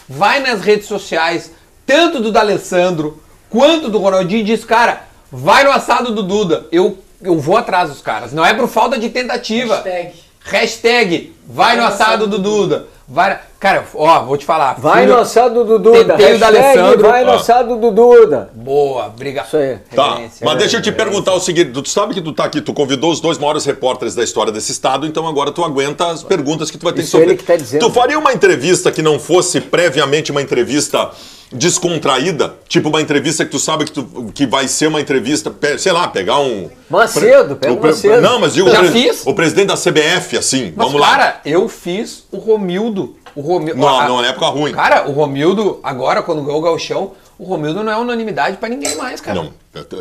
[SPEAKER 4] vai nas redes sociais, tanto do D'Alessandro quanto do Ronaldinho, e diz, cara, vai no assado do Duda. Eu, eu vou atrás dos caras. Não é por falta de tentativa.
[SPEAKER 3] Hashtag.
[SPEAKER 4] Hashtag, vai no assado do Duda. Vai, cara, ó, vou te falar.
[SPEAKER 2] Vai
[SPEAKER 4] fui
[SPEAKER 2] no
[SPEAKER 4] no-
[SPEAKER 2] assado do Duda.
[SPEAKER 4] Tentei o
[SPEAKER 2] Hashtag
[SPEAKER 4] D'Alessandro.
[SPEAKER 2] vai no
[SPEAKER 1] Ó.
[SPEAKER 2] assado do Duda.
[SPEAKER 4] Boa, obrigado.
[SPEAKER 2] Isso aí.
[SPEAKER 1] Tá,
[SPEAKER 4] Reverência,
[SPEAKER 1] mas deixa eu te
[SPEAKER 4] reverência.
[SPEAKER 1] perguntar o seguinte: tu sabe que tu tá aqui, tu convidou os dois maiores repórteres da história desse estado, então agora tu aguenta as perguntas que tu vai ter que
[SPEAKER 2] Isso
[SPEAKER 1] sofrer.
[SPEAKER 2] ele que tá dizendo.
[SPEAKER 1] Tu faria uma entrevista que não fosse previamente uma entrevista descontraída? Tipo uma entrevista que tu sabe que, tu, que vai ser uma entrevista, pe- sei lá, pegar um.
[SPEAKER 2] Macedo, pega
[SPEAKER 1] o
[SPEAKER 2] o Macedo.
[SPEAKER 1] Não, mas digo,
[SPEAKER 4] Já
[SPEAKER 1] o pre-
[SPEAKER 4] fiz.
[SPEAKER 1] o presidente da CBF, assim,
[SPEAKER 4] Mas,
[SPEAKER 1] vamos
[SPEAKER 4] cara,
[SPEAKER 1] lá.
[SPEAKER 4] eu fiz o Romildo. O Romildo.
[SPEAKER 1] Não, não, na época ruim.
[SPEAKER 4] Cara, o Romildo, agora, quando ganhou o Galchão, o Romildo não é unanimidade pra ninguém mais, cara.
[SPEAKER 1] Não,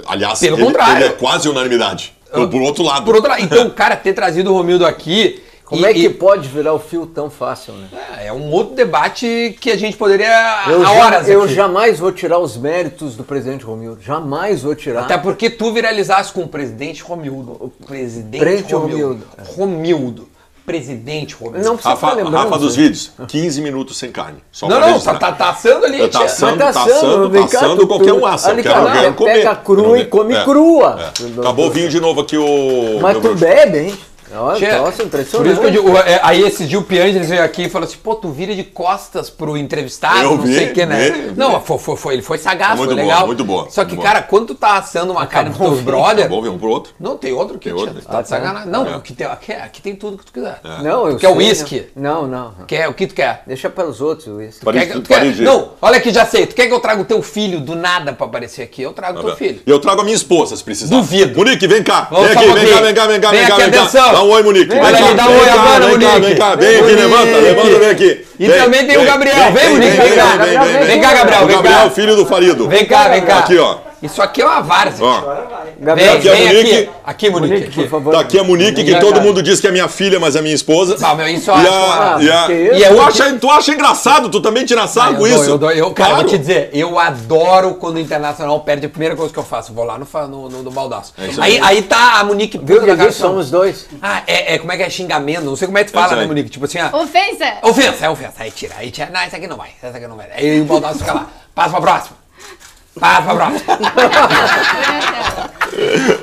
[SPEAKER 1] aliás,
[SPEAKER 4] Pelo
[SPEAKER 1] ele,
[SPEAKER 4] contrário.
[SPEAKER 1] ele é quase unanimidade. Por, por outro lado.
[SPEAKER 4] Por outro lado, então, cara, ter trazido o Romildo aqui.
[SPEAKER 2] Como
[SPEAKER 4] e-
[SPEAKER 2] é que
[SPEAKER 4] e-
[SPEAKER 2] pode virar o fio tão fácil, né?
[SPEAKER 4] é um outro debate que a gente poderia
[SPEAKER 2] Eu,
[SPEAKER 4] há
[SPEAKER 2] já-
[SPEAKER 4] horas
[SPEAKER 2] eu
[SPEAKER 4] aqui.
[SPEAKER 2] jamais vou tirar os méritos do presidente Romildo. Jamais vou tirar.
[SPEAKER 4] Até porque tu viralizasse com o presidente Romildo. O presidente
[SPEAKER 2] Presidente
[SPEAKER 4] Romildo.
[SPEAKER 2] Romildo.
[SPEAKER 4] Romildo. Presidente Romildo.
[SPEAKER 2] Não precisa
[SPEAKER 1] Rafa,
[SPEAKER 2] ficar lembrando.
[SPEAKER 1] Rafa dos
[SPEAKER 2] né?
[SPEAKER 1] vídeos, 15 minutos sem carne. Só
[SPEAKER 4] tá não,
[SPEAKER 1] pra
[SPEAKER 4] não,
[SPEAKER 1] registrar.
[SPEAKER 4] tá, tá, tá assando ali.
[SPEAKER 1] Tá
[SPEAKER 4] tia.
[SPEAKER 1] assando,
[SPEAKER 2] Mas
[SPEAKER 1] tá
[SPEAKER 2] tá
[SPEAKER 1] assando,
[SPEAKER 2] assando,
[SPEAKER 1] tá
[SPEAKER 2] vem cá,
[SPEAKER 1] assando
[SPEAKER 2] tu-
[SPEAKER 1] qualquer um
[SPEAKER 2] tu-
[SPEAKER 1] assa.
[SPEAKER 2] olha
[SPEAKER 1] eu
[SPEAKER 4] tá
[SPEAKER 1] quero,
[SPEAKER 2] que
[SPEAKER 1] eu quero
[SPEAKER 2] lá,
[SPEAKER 1] comer.
[SPEAKER 2] pega crua
[SPEAKER 1] Eu quero
[SPEAKER 2] e come
[SPEAKER 1] comer.
[SPEAKER 2] crua.
[SPEAKER 1] É. Acabou o vinho de novo aqui, o.
[SPEAKER 2] Mas
[SPEAKER 1] meu
[SPEAKER 2] tu
[SPEAKER 1] bruxo.
[SPEAKER 2] bebe, hein? Nossa,
[SPEAKER 4] Tchê,
[SPEAKER 2] nossa,
[SPEAKER 4] Por
[SPEAKER 2] impressionante.
[SPEAKER 4] isso que eu digo, é, aí esse dia o Pianges veio aqui e falou assim, pô, tu vira de costas pro entrevistado,
[SPEAKER 1] Eu
[SPEAKER 4] não
[SPEAKER 1] vi,
[SPEAKER 4] sei o que, né?
[SPEAKER 1] vi, vi.
[SPEAKER 4] Não, foi, foi, foi- ele foi sagaz,
[SPEAKER 1] Muito
[SPEAKER 4] foi
[SPEAKER 1] boa,
[SPEAKER 4] legal.
[SPEAKER 1] muito boa,
[SPEAKER 4] Só que,
[SPEAKER 1] muito boa.
[SPEAKER 4] cara, quando tu tá assando uma carne pro teu
[SPEAKER 1] Tá
[SPEAKER 4] brother,
[SPEAKER 1] bom, vem um pro outro.
[SPEAKER 4] não, tem outro que
[SPEAKER 1] Tem
[SPEAKER 4] te-
[SPEAKER 1] outro.
[SPEAKER 4] tá de sacanagem. Não,
[SPEAKER 1] É.
[SPEAKER 4] aqui, tem, aqui, aqui tem tudo que tu quiser.
[SPEAKER 2] Não, eu
[SPEAKER 4] Tu quer
[SPEAKER 2] sei,
[SPEAKER 4] é
[SPEAKER 2] né?
[SPEAKER 4] uísque?
[SPEAKER 2] Não, não. não.
[SPEAKER 4] Quer, o que tu quer?
[SPEAKER 2] Deixa para os outros o uísque.
[SPEAKER 1] Parece
[SPEAKER 4] Quer-
[SPEAKER 1] tudo
[SPEAKER 4] tu quer-
[SPEAKER 1] parecido.
[SPEAKER 4] Não, olha aqui, já sei. Tu quer que eu traga o teu filho do nada pra aparecer aqui? Eu trago o teu filho.
[SPEAKER 1] Tá E eu trago a minha esposa, se precisar.
[SPEAKER 4] Duvido.
[SPEAKER 1] Monique, vem cá.
[SPEAKER 4] Vamos
[SPEAKER 1] vem aqui,
[SPEAKER 4] só
[SPEAKER 1] vem
[SPEAKER 4] um
[SPEAKER 1] cá,
[SPEAKER 4] pouquinho.
[SPEAKER 1] vem cá, vem cá,
[SPEAKER 4] Vem
[SPEAKER 1] vem cá,
[SPEAKER 4] aqui,
[SPEAKER 1] vem cá.
[SPEAKER 4] atenção.
[SPEAKER 1] Dá um oi, Monique.
[SPEAKER 4] Olha
[SPEAKER 1] cá,
[SPEAKER 4] ali, dá um oi
[SPEAKER 1] cá,
[SPEAKER 4] agora,
[SPEAKER 1] vem cá,
[SPEAKER 4] Monique.
[SPEAKER 1] vem cá, vem aqui,
[SPEAKER 2] Monique.
[SPEAKER 1] levanta, levanta, vem aqui.
[SPEAKER 4] E também tem o Gabriel. Vem, Monique, vem cá.
[SPEAKER 2] Vem cá, Gabriel,
[SPEAKER 1] O
[SPEAKER 2] vem
[SPEAKER 1] Gabriel,
[SPEAKER 4] cá.
[SPEAKER 1] filho do Farido.
[SPEAKER 4] Vem cá, vem cá.
[SPEAKER 1] Aqui, ó.
[SPEAKER 4] Isso aqui é uma várzea.
[SPEAKER 1] Ó,
[SPEAKER 4] Vem,
[SPEAKER 2] Gabriel,
[SPEAKER 1] Aqui é a
[SPEAKER 4] vem aqui.
[SPEAKER 1] Monique.
[SPEAKER 4] Aqui, Monique.
[SPEAKER 2] Monique,
[SPEAKER 4] aqui. é
[SPEAKER 2] por favor.
[SPEAKER 1] tá aqui a Monique, que
[SPEAKER 4] Vem
[SPEAKER 1] todo
[SPEAKER 4] cá.
[SPEAKER 1] mundo diz que é minha filha, mas é minha esposa.
[SPEAKER 4] Ah, meu, isso é
[SPEAKER 1] E
[SPEAKER 4] uma-
[SPEAKER 1] a, e a-
[SPEAKER 2] que isso?
[SPEAKER 1] e a- tu, acha, tu acha engraçado? Tu também tira
[SPEAKER 4] Ah,
[SPEAKER 1] sarro
[SPEAKER 4] eu
[SPEAKER 1] com
[SPEAKER 4] dou,
[SPEAKER 1] isso?
[SPEAKER 4] eu dou- eu- cara,
[SPEAKER 1] Claro.
[SPEAKER 4] vou te dizer, eu adoro quando o Internacional perde. A primeira coisa que eu faço, vou lá no, fa- no, no, no baldaço.
[SPEAKER 1] isso
[SPEAKER 4] aí, aí tá a Monique
[SPEAKER 2] É Viu
[SPEAKER 4] puta
[SPEAKER 2] que
[SPEAKER 4] da
[SPEAKER 2] aqui
[SPEAKER 4] cara.
[SPEAKER 2] somos dois?
[SPEAKER 4] Ah, é, é, como é que é xingamento? Não sei como é que tu fala,
[SPEAKER 1] Isso aí.
[SPEAKER 4] né, Monique? Tipo assim, ah,
[SPEAKER 3] Ofensa!
[SPEAKER 4] ofensa, é ofensa. Aí tira, aí tira. Não, essa aqui não vai, essa aqui não vai. Aí o baldaço fica lá, passa pra próxima. Passa pra próxima.
[SPEAKER 3] Ofensa.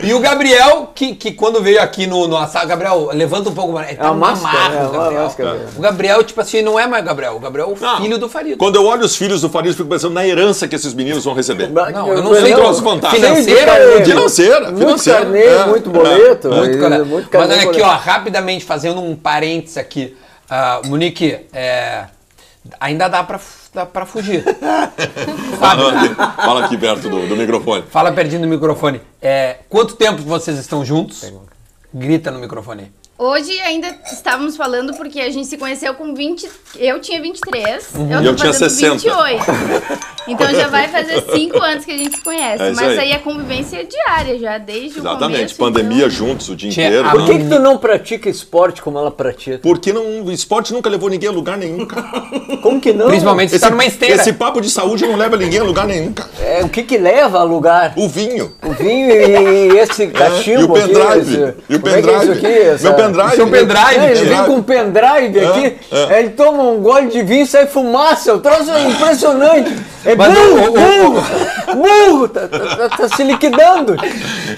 [SPEAKER 4] E o Gabriel, que, que quando veio aqui no, no assado, Gabriel, levanta um pouco mais. Ele
[SPEAKER 2] É uma
[SPEAKER 4] numa
[SPEAKER 2] máscara.
[SPEAKER 4] marra,
[SPEAKER 2] É
[SPEAKER 4] o
[SPEAKER 2] uma
[SPEAKER 4] Gabriel.
[SPEAKER 2] máscara.
[SPEAKER 4] O Gabriel, tipo assim, não é mais o Gabriel. O Gabriel é o
[SPEAKER 1] Não.
[SPEAKER 4] filho do Farido.
[SPEAKER 1] Quando eu olho os filhos do Farido, eu fico pensando na herança que esses meninos vão receber.
[SPEAKER 4] Não, eu não sei
[SPEAKER 1] Não,
[SPEAKER 4] quantos
[SPEAKER 1] não,
[SPEAKER 4] fantasmas.
[SPEAKER 1] cheio de
[SPEAKER 4] Financeira
[SPEAKER 2] carneiro.
[SPEAKER 4] ou de
[SPEAKER 1] Financeira,
[SPEAKER 2] Muito
[SPEAKER 1] financeira.
[SPEAKER 2] carneiro,
[SPEAKER 1] É,
[SPEAKER 2] muito
[SPEAKER 1] é,
[SPEAKER 2] boleto.
[SPEAKER 1] é.
[SPEAKER 2] e-
[SPEAKER 4] Muito cara-
[SPEAKER 2] muito
[SPEAKER 4] Mas
[SPEAKER 2] carneiro,
[SPEAKER 4] olha aqui,
[SPEAKER 2] boleto.
[SPEAKER 4] ó, rapidamente, fazendo um parênteses aqui. Ah, Monique, é, ainda dá pra, f- dá pra fugir.
[SPEAKER 1] Fala aqui, fala aqui perto do, do microfone.
[SPEAKER 4] Fala perdido no microfone. É, quanto tempo vocês estão juntos? Grita no microfone.
[SPEAKER 3] Hoje ainda estávamos falando porque a gente se conheceu com 20. Eu tinha 23, eu
[SPEAKER 1] Uhum. E
[SPEAKER 3] tô
[SPEAKER 1] eu tinha
[SPEAKER 3] fazendo
[SPEAKER 1] 60.
[SPEAKER 3] 28. Então já vai fazer 5 anos que a gente se conhece.
[SPEAKER 1] É isso
[SPEAKER 3] mas
[SPEAKER 1] aí.
[SPEAKER 3] aí. a convivência é diária já, desde
[SPEAKER 1] Exatamente,
[SPEAKER 3] o começo.
[SPEAKER 1] pandemia
[SPEAKER 3] então-
[SPEAKER 1] juntos o dia
[SPEAKER 4] Tinha
[SPEAKER 1] inteiro.
[SPEAKER 4] a-
[SPEAKER 2] Por que, que tu não pratica esporte como ela pratica?
[SPEAKER 1] Porque não, o esporte nunca levou ninguém a lugar nenhum, cara.
[SPEAKER 2] Como que não?
[SPEAKER 4] Principalmente se tá numa esteira.
[SPEAKER 1] Esse papo de saúde não leva ninguém a lugar nenhum, cara.
[SPEAKER 2] É, o que que leva a lugar?
[SPEAKER 1] O vinho.
[SPEAKER 2] O vinho e esse
[SPEAKER 1] É, e o
[SPEAKER 2] cachimbo aqui,
[SPEAKER 1] pendrive.
[SPEAKER 2] esse-
[SPEAKER 1] E o
[SPEAKER 2] como é que é
[SPEAKER 1] pendrive.
[SPEAKER 2] isso aqui? Essa-
[SPEAKER 1] Meu pendrive.
[SPEAKER 4] Isso é um pendrive.
[SPEAKER 2] É, ele vem
[SPEAKER 1] Pendrive.
[SPEAKER 2] com um pendrive aqui,
[SPEAKER 1] é.
[SPEAKER 2] ele toma um gole de vinho e sai fumaça. O troço é impressionante. É
[SPEAKER 4] Mas
[SPEAKER 2] burro,
[SPEAKER 4] o- o-
[SPEAKER 2] burro, burro, tá, tá- tá- tá se liquidando.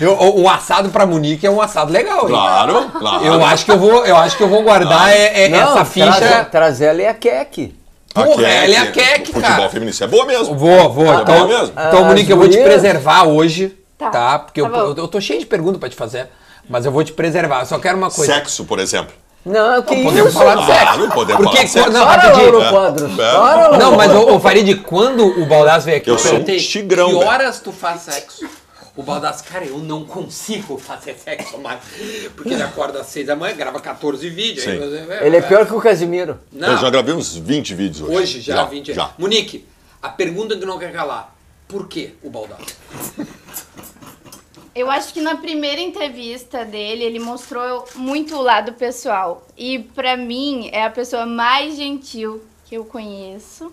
[SPEAKER 4] Eu, o- um assado pra Monique é um assado legal, hein?
[SPEAKER 1] Claro, claro.
[SPEAKER 4] Eu acho que eu vou, eu acho que eu vou guardar é- é
[SPEAKER 2] Não,
[SPEAKER 4] essa
[SPEAKER 2] Traz,
[SPEAKER 4] ficha.
[SPEAKER 2] traz ela e a Keke.
[SPEAKER 4] Porra, ela é a Keke,
[SPEAKER 1] Futebol
[SPEAKER 4] cara.
[SPEAKER 1] feminista é boa mesmo.
[SPEAKER 4] Vou, vou.
[SPEAKER 1] Ah,
[SPEAKER 4] então,
[SPEAKER 1] é mesmo?
[SPEAKER 4] então,
[SPEAKER 2] Ah,
[SPEAKER 4] Monique, eu vou te
[SPEAKER 2] gurias.
[SPEAKER 4] preservar hoje, tá?
[SPEAKER 3] Tá.
[SPEAKER 4] Porque eu,
[SPEAKER 3] Tá bom.
[SPEAKER 4] eu, eu tô cheio de perguntas pra te fazer, mas eu vou te preservar. Eu só quero uma coisa.
[SPEAKER 1] Sexo, por exemplo.
[SPEAKER 2] Não, é que
[SPEAKER 4] podemos
[SPEAKER 2] isso?
[SPEAKER 4] falar de
[SPEAKER 1] Claro,
[SPEAKER 4] sexo.
[SPEAKER 1] Ah, podemos
[SPEAKER 4] Porque
[SPEAKER 1] falar de sexo.
[SPEAKER 4] quando- Não,
[SPEAKER 2] Para,
[SPEAKER 4] rapidinho.
[SPEAKER 2] Lauro Quadros.
[SPEAKER 1] É.
[SPEAKER 2] Para, Lauro.
[SPEAKER 4] Não, mas ô, ô, Farid, quando o Baldasso veio aqui,
[SPEAKER 1] Eu sou um
[SPEAKER 4] perguntei,
[SPEAKER 1] tigrão,
[SPEAKER 4] Que
[SPEAKER 1] velho."
[SPEAKER 4] horas tu faz sexo? O Baldasso, cara, eu não consigo fazer sexo mais. Porque ele acorda às 6 da manhã, grava 14 vídeos.
[SPEAKER 1] Sim.
[SPEAKER 4] aí- né?"
[SPEAKER 2] Ele é pior que o Casimiro.
[SPEAKER 4] Não,
[SPEAKER 1] Eu já gravei uns 20 vídeos hoje.
[SPEAKER 4] hoje já, 20
[SPEAKER 1] Já.
[SPEAKER 4] Monique, a pergunta que não quer calar. Por que o Baldasso?
[SPEAKER 3] Eu acho que na primeira entrevista dele, ele mostrou muito o lado pessoal. E pra mim, é a pessoa mais gentil que eu conheço.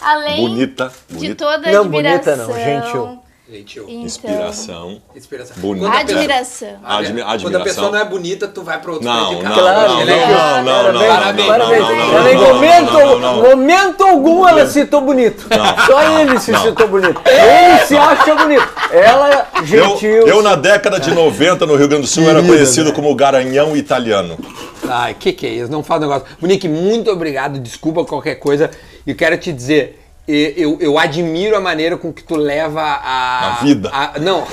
[SPEAKER 3] Além
[SPEAKER 1] Bonita,
[SPEAKER 3] de
[SPEAKER 1] bonita.
[SPEAKER 3] toda a
[SPEAKER 2] Não, bonita
[SPEAKER 3] admiração.
[SPEAKER 2] não, gentil.
[SPEAKER 4] Gente, eu...
[SPEAKER 3] Então,
[SPEAKER 1] Inspiração.
[SPEAKER 4] Inspiração.
[SPEAKER 1] Bonita.
[SPEAKER 4] Quando a pessoa-
[SPEAKER 3] Admiração.
[SPEAKER 4] Olha,
[SPEAKER 1] Admi-
[SPEAKER 4] Quando a
[SPEAKER 1] admiração.
[SPEAKER 4] pessoa não é bonita, tu vai pra outro
[SPEAKER 1] Não,
[SPEAKER 4] predicado.
[SPEAKER 1] não,
[SPEAKER 2] Claro, né?
[SPEAKER 1] não,
[SPEAKER 4] Ela é-
[SPEAKER 1] não, não, não, não,
[SPEAKER 2] parabéns,
[SPEAKER 4] não,
[SPEAKER 2] parabéns.
[SPEAKER 3] não, não,
[SPEAKER 2] Ela em
[SPEAKER 3] não,
[SPEAKER 2] momento,
[SPEAKER 1] não, não, não.
[SPEAKER 2] momento algum ela citou bonito. Só ele se
[SPEAKER 1] Não.
[SPEAKER 2] citou bonito. Ele se acha bonito. Ela,
[SPEAKER 1] Eu,
[SPEAKER 2] gentil.
[SPEAKER 1] eu, na década de 90, no Rio Grande do Sul, era
[SPEAKER 2] Querida,
[SPEAKER 1] conhecido como o Garanhão Italiano.
[SPEAKER 4] Ai, que que é isso? Não fala negócio. Monique, muito obrigado, desculpa qualquer coisa. E quero te dizer, e- eu, eu admiro a maneira com que tu leva
[SPEAKER 1] A
[SPEAKER 4] a...
[SPEAKER 1] vida.
[SPEAKER 4] a- não.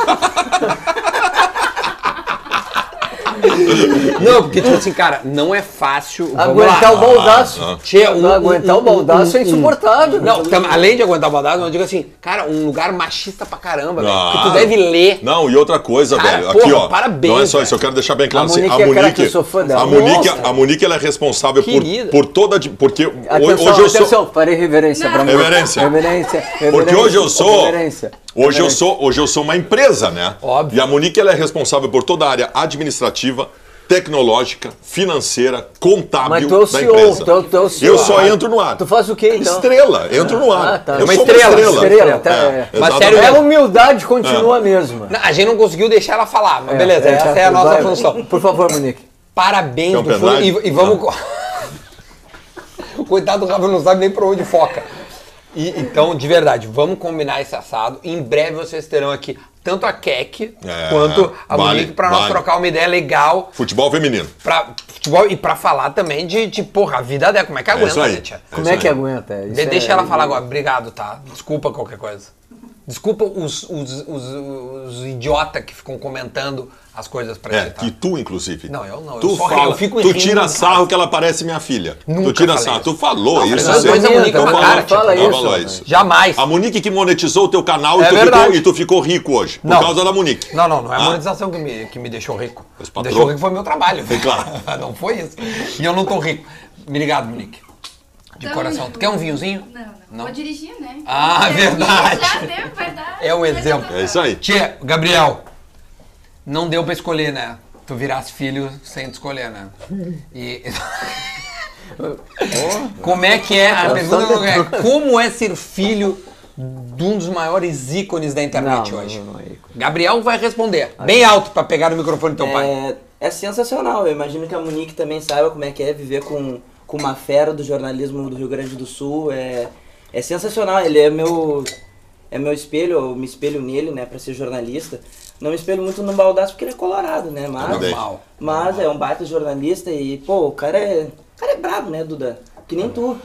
[SPEAKER 4] não, porque tipo assim, cara, não é fácil... vamos lá.
[SPEAKER 2] aguentar o baldaço.
[SPEAKER 1] Ah,
[SPEAKER 4] Tchê, um-
[SPEAKER 2] Não, aguentar o baldaço é insuportável.
[SPEAKER 1] Hum,
[SPEAKER 4] Não, tam- além de aguentar o baldaço, eu digo assim, cara, um lugar machista pra caramba, velho. Que tu
[SPEAKER 1] Claro.
[SPEAKER 4] deve ler.
[SPEAKER 1] Não, e outra coisa,
[SPEAKER 4] Cara,
[SPEAKER 1] velho.
[SPEAKER 4] porra,
[SPEAKER 1] aqui, ó.
[SPEAKER 4] parabéns,
[SPEAKER 1] Não é só
[SPEAKER 4] velho.
[SPEAKER 1] isso, eu quero deixar bem claro
[SPEAKER 2] A
[SPEAKER 1] assim.
[SPEAKER 2] Monique é craque, eu sou fã dela.
[SPEAKER 1] a Monique,
[SPEAKER 2] Nossa.
[SPEAKER 1] a Monique ela é responsável por,
[SPEAKER 4] Querida.
[SPEAKER 1] por toda. de- Porque
[SPEAKER 2] Atenção,
[SPEAKER 1] hoje eu sou.
[SPEAKER 2] atenção, farei reverência pra mim.
[SPEAKER 1] Reverência.
[SPEAKER 2] Reverência.
[SPEAKER 1] Porque
[SPEAKER 2] reverência,
[SPEAKER 1] hoje eu sou.
[SPEAKER 2] Reverência.
[SPEAKER 1] Hoje eu
[SPEAKER 2] reverência.
[SPEAKER 1] sou, hoje eu sou uma empresa, né?
[SPEAKER 4] Óbvio.
[SPEAKER 1] E a Monique ela é responsável por toda a área administrativa, tecnológica, financeira, contábil
[SPEAKER 2] Mas tu é o
[SPEAKER 1] da
[SPEAKER 2] CEO,
[SPEAKER 1] empresa.
[SPEAKER 2] tu é o- tu é o CEO.
[SPEAKER 1] Eu só entro no ar.
[SPEAKER 2] Tu faz o quê, então?
[SPEAKER 1] Estrela, entro no ar.
[SPEAKER 2] Ah, tá.
[SPEAKER 1] Eu
[SPEAKER 4] Uma
[SPEAKER 1] sou
[SPEAKER 4] estrela,
[SPEAKER 1] uma estrela.
[SPEAKER 2] estrela, tá, é.
[SPEAKER 4] Mas
[SPEAKER 1] exatamente.
[SPEAKER 4] sério
[SPEAKER 2] É, a humildade
[SPEAKER 1] Ah.
[SPEAKER 2] continua a mesma.
[SPEAKER 4] Não, A gente não conseguiu deixar ela falar, mas beleza, essa é a
[SPEAKER 2] tá,
[SPEAKER 4] nossa
[SPEAKER 2] vai.
[SPEAKER 4] função.
[SPEAKER 2] Por favor, Monique.
[SPEAKER 4] Parabéns
[SPEAKER 1] Quer um
[SPEAKER 4] do fundo.
[SPEAKER 1] pendrive?
[SPEAKER 4] E, e vamos. O Coitado do Rafa não sabe nem pra onde foca. E, então, de verdade, vamos combinar esse assado. Em breve vocês terão aqui tanto a Keck
[SPEAKER 1] É,
[SPEAKER 4] quanto a
[SPEAKER 1] vale,
[SPEAKER 4] Monique pra nós
[SPEAKER 1] vale.
[SPEAKER 4] trocar uma ideia legal
[SPEAKER 1] Futebol feminino.
[SPEAKER 4] pra futebol e pra falar também de, de porra, a vida dela. Como é que
[SPEAKER 1] isso
[SPEAKER 4] aguenta,
[SPEAKER 1] aí.
[SPEAKER 4] né, tia?
[SPEAKER 2] Como é que aguenta? Isso
[SPEAKER 4] De- deixa
[SPEAKER 2] é-
[SPEAKER 4] ela falar agora. Obrigado, tá? Desculpa qualquer coisa. Desculpa os, os, os, os idiota que ficam comentando as coisas pra
[SPEAKER 1] É,
[SPEAKER 4] ti, tá?
[SPEAKER 1] e tu, inclusive.
[SPEAKER 4] Não, eu não, eu
[SPEAKER 1] Tu
[SPEAKER 4] só-
[SPEAKER 1] fala,
[SPEAKER 4] eu fico
[SPEAKER 1] tu
[SPEAKER 4] rindo em
[SPEAKER 1] tira
[SPEAKER 4] casa.
[SPEAKER 1] sarro que ela parece minha filha.
[SPEAKER 4] Nunca
[SPEAKER 1] tu tira
[SPEAKER 4] falei
[SPEAKER 1] sarro.
[SPEAKER 4] isso.
[SPEAKER 1] Tu falou isso.
[SPEAKER 4] mas
[SPEAKER 2] é
[SPEAKER 1] você-
[SPEAKER 4] coisa bonita,
[SPEAKER 1] tu
[SPEAKER 4] uma
[SPEAKER 1] falou,
[SPEAKER 4] cara,
[SPEAKER 1] tu
[SPEAKER 4] tipo,
[SPEAKER 2] fala
[SPEAKER 1] falou
[SPEAKER 2] isso, mano.
[SPEAKER 4] Jamais.
[SPEAKER 1] A Monique que monetizou o teu canal
[SPEAKER 4] É
[SPEAKER 1] e, tu ficou,
[SPEAKER 4] verdade.
[SPEAKER 1] e tu ficou rico hoje. Por
[SPEAKER 4] Não.
[SPEAKER 1] causa da Monique.
[SPEAKER 4] Não, não, não é a
[SPEAKER 1] Ah.
[SPEAKER 4] monetização que me, que me deixou rico.
[SPEAKER 1] Os
[SPEAKER 4] Me
[SPEAKER 1] patrão-
[SPEAKER 4] deixou rico foi meu trabalho.
[SPEAKER 1] É claro.
[SPEAKER 4] não foi isso. E eu não tô rico. Obrigado, Monique. De
[SPEAKER 3] Tamo
[SPEAKER 4] coração.
[SPEAKER 3] junto.
[SPEAKER 4] Tu quer um vinhozinho?
[SPEAKER 3] Não, não.
[SPEAKER 4] Não?
[SPEAKER 3] Vou dirigir, né?
[SPEAKER 4] Ah,
[SPEAKER 3] Eu
[SPEAKER 4] verdade.
[SPEAKER 3] Já deu, verdade. tá
[SPEAKER 4] É um exemplo.
[SPEAKER 1] É isso aí.
[SPEAKER 4] Tia, Gabriel, não deu pra escolher, né? Tu virasse filho sem te escolher, né? E. como é que é? A pergunta não é como é ser filho de um dos maiores ícones da internet
[SPEAKER 2] Não, não,
[SPEAKER 4] hoje?
[SPEAKER 2] não é ícone.
[SPEAKER 4] Gabriel vai responder. Bem alto pra pegar no microfone do teu pai.
[SPEAKER 5] É, é sensacional. Eu imagino que a Monique também saiba como é que é viver com, com uma fera do jornalismo do Rio Grande do Sul. É, é sensacional. Ele é meu é meu espelho, eu me espelho nele, né, para ser jornalista. Não me espelho muito no Baldaço porque ele é colorado, né, mas
[SPEAKER 1] Também.
[SPEAKER 4] Normal.
[SPEAKER 5] mas é um baita jornalista e pô, o cara é, o cara é brabo, né, Duda? Que nem tu.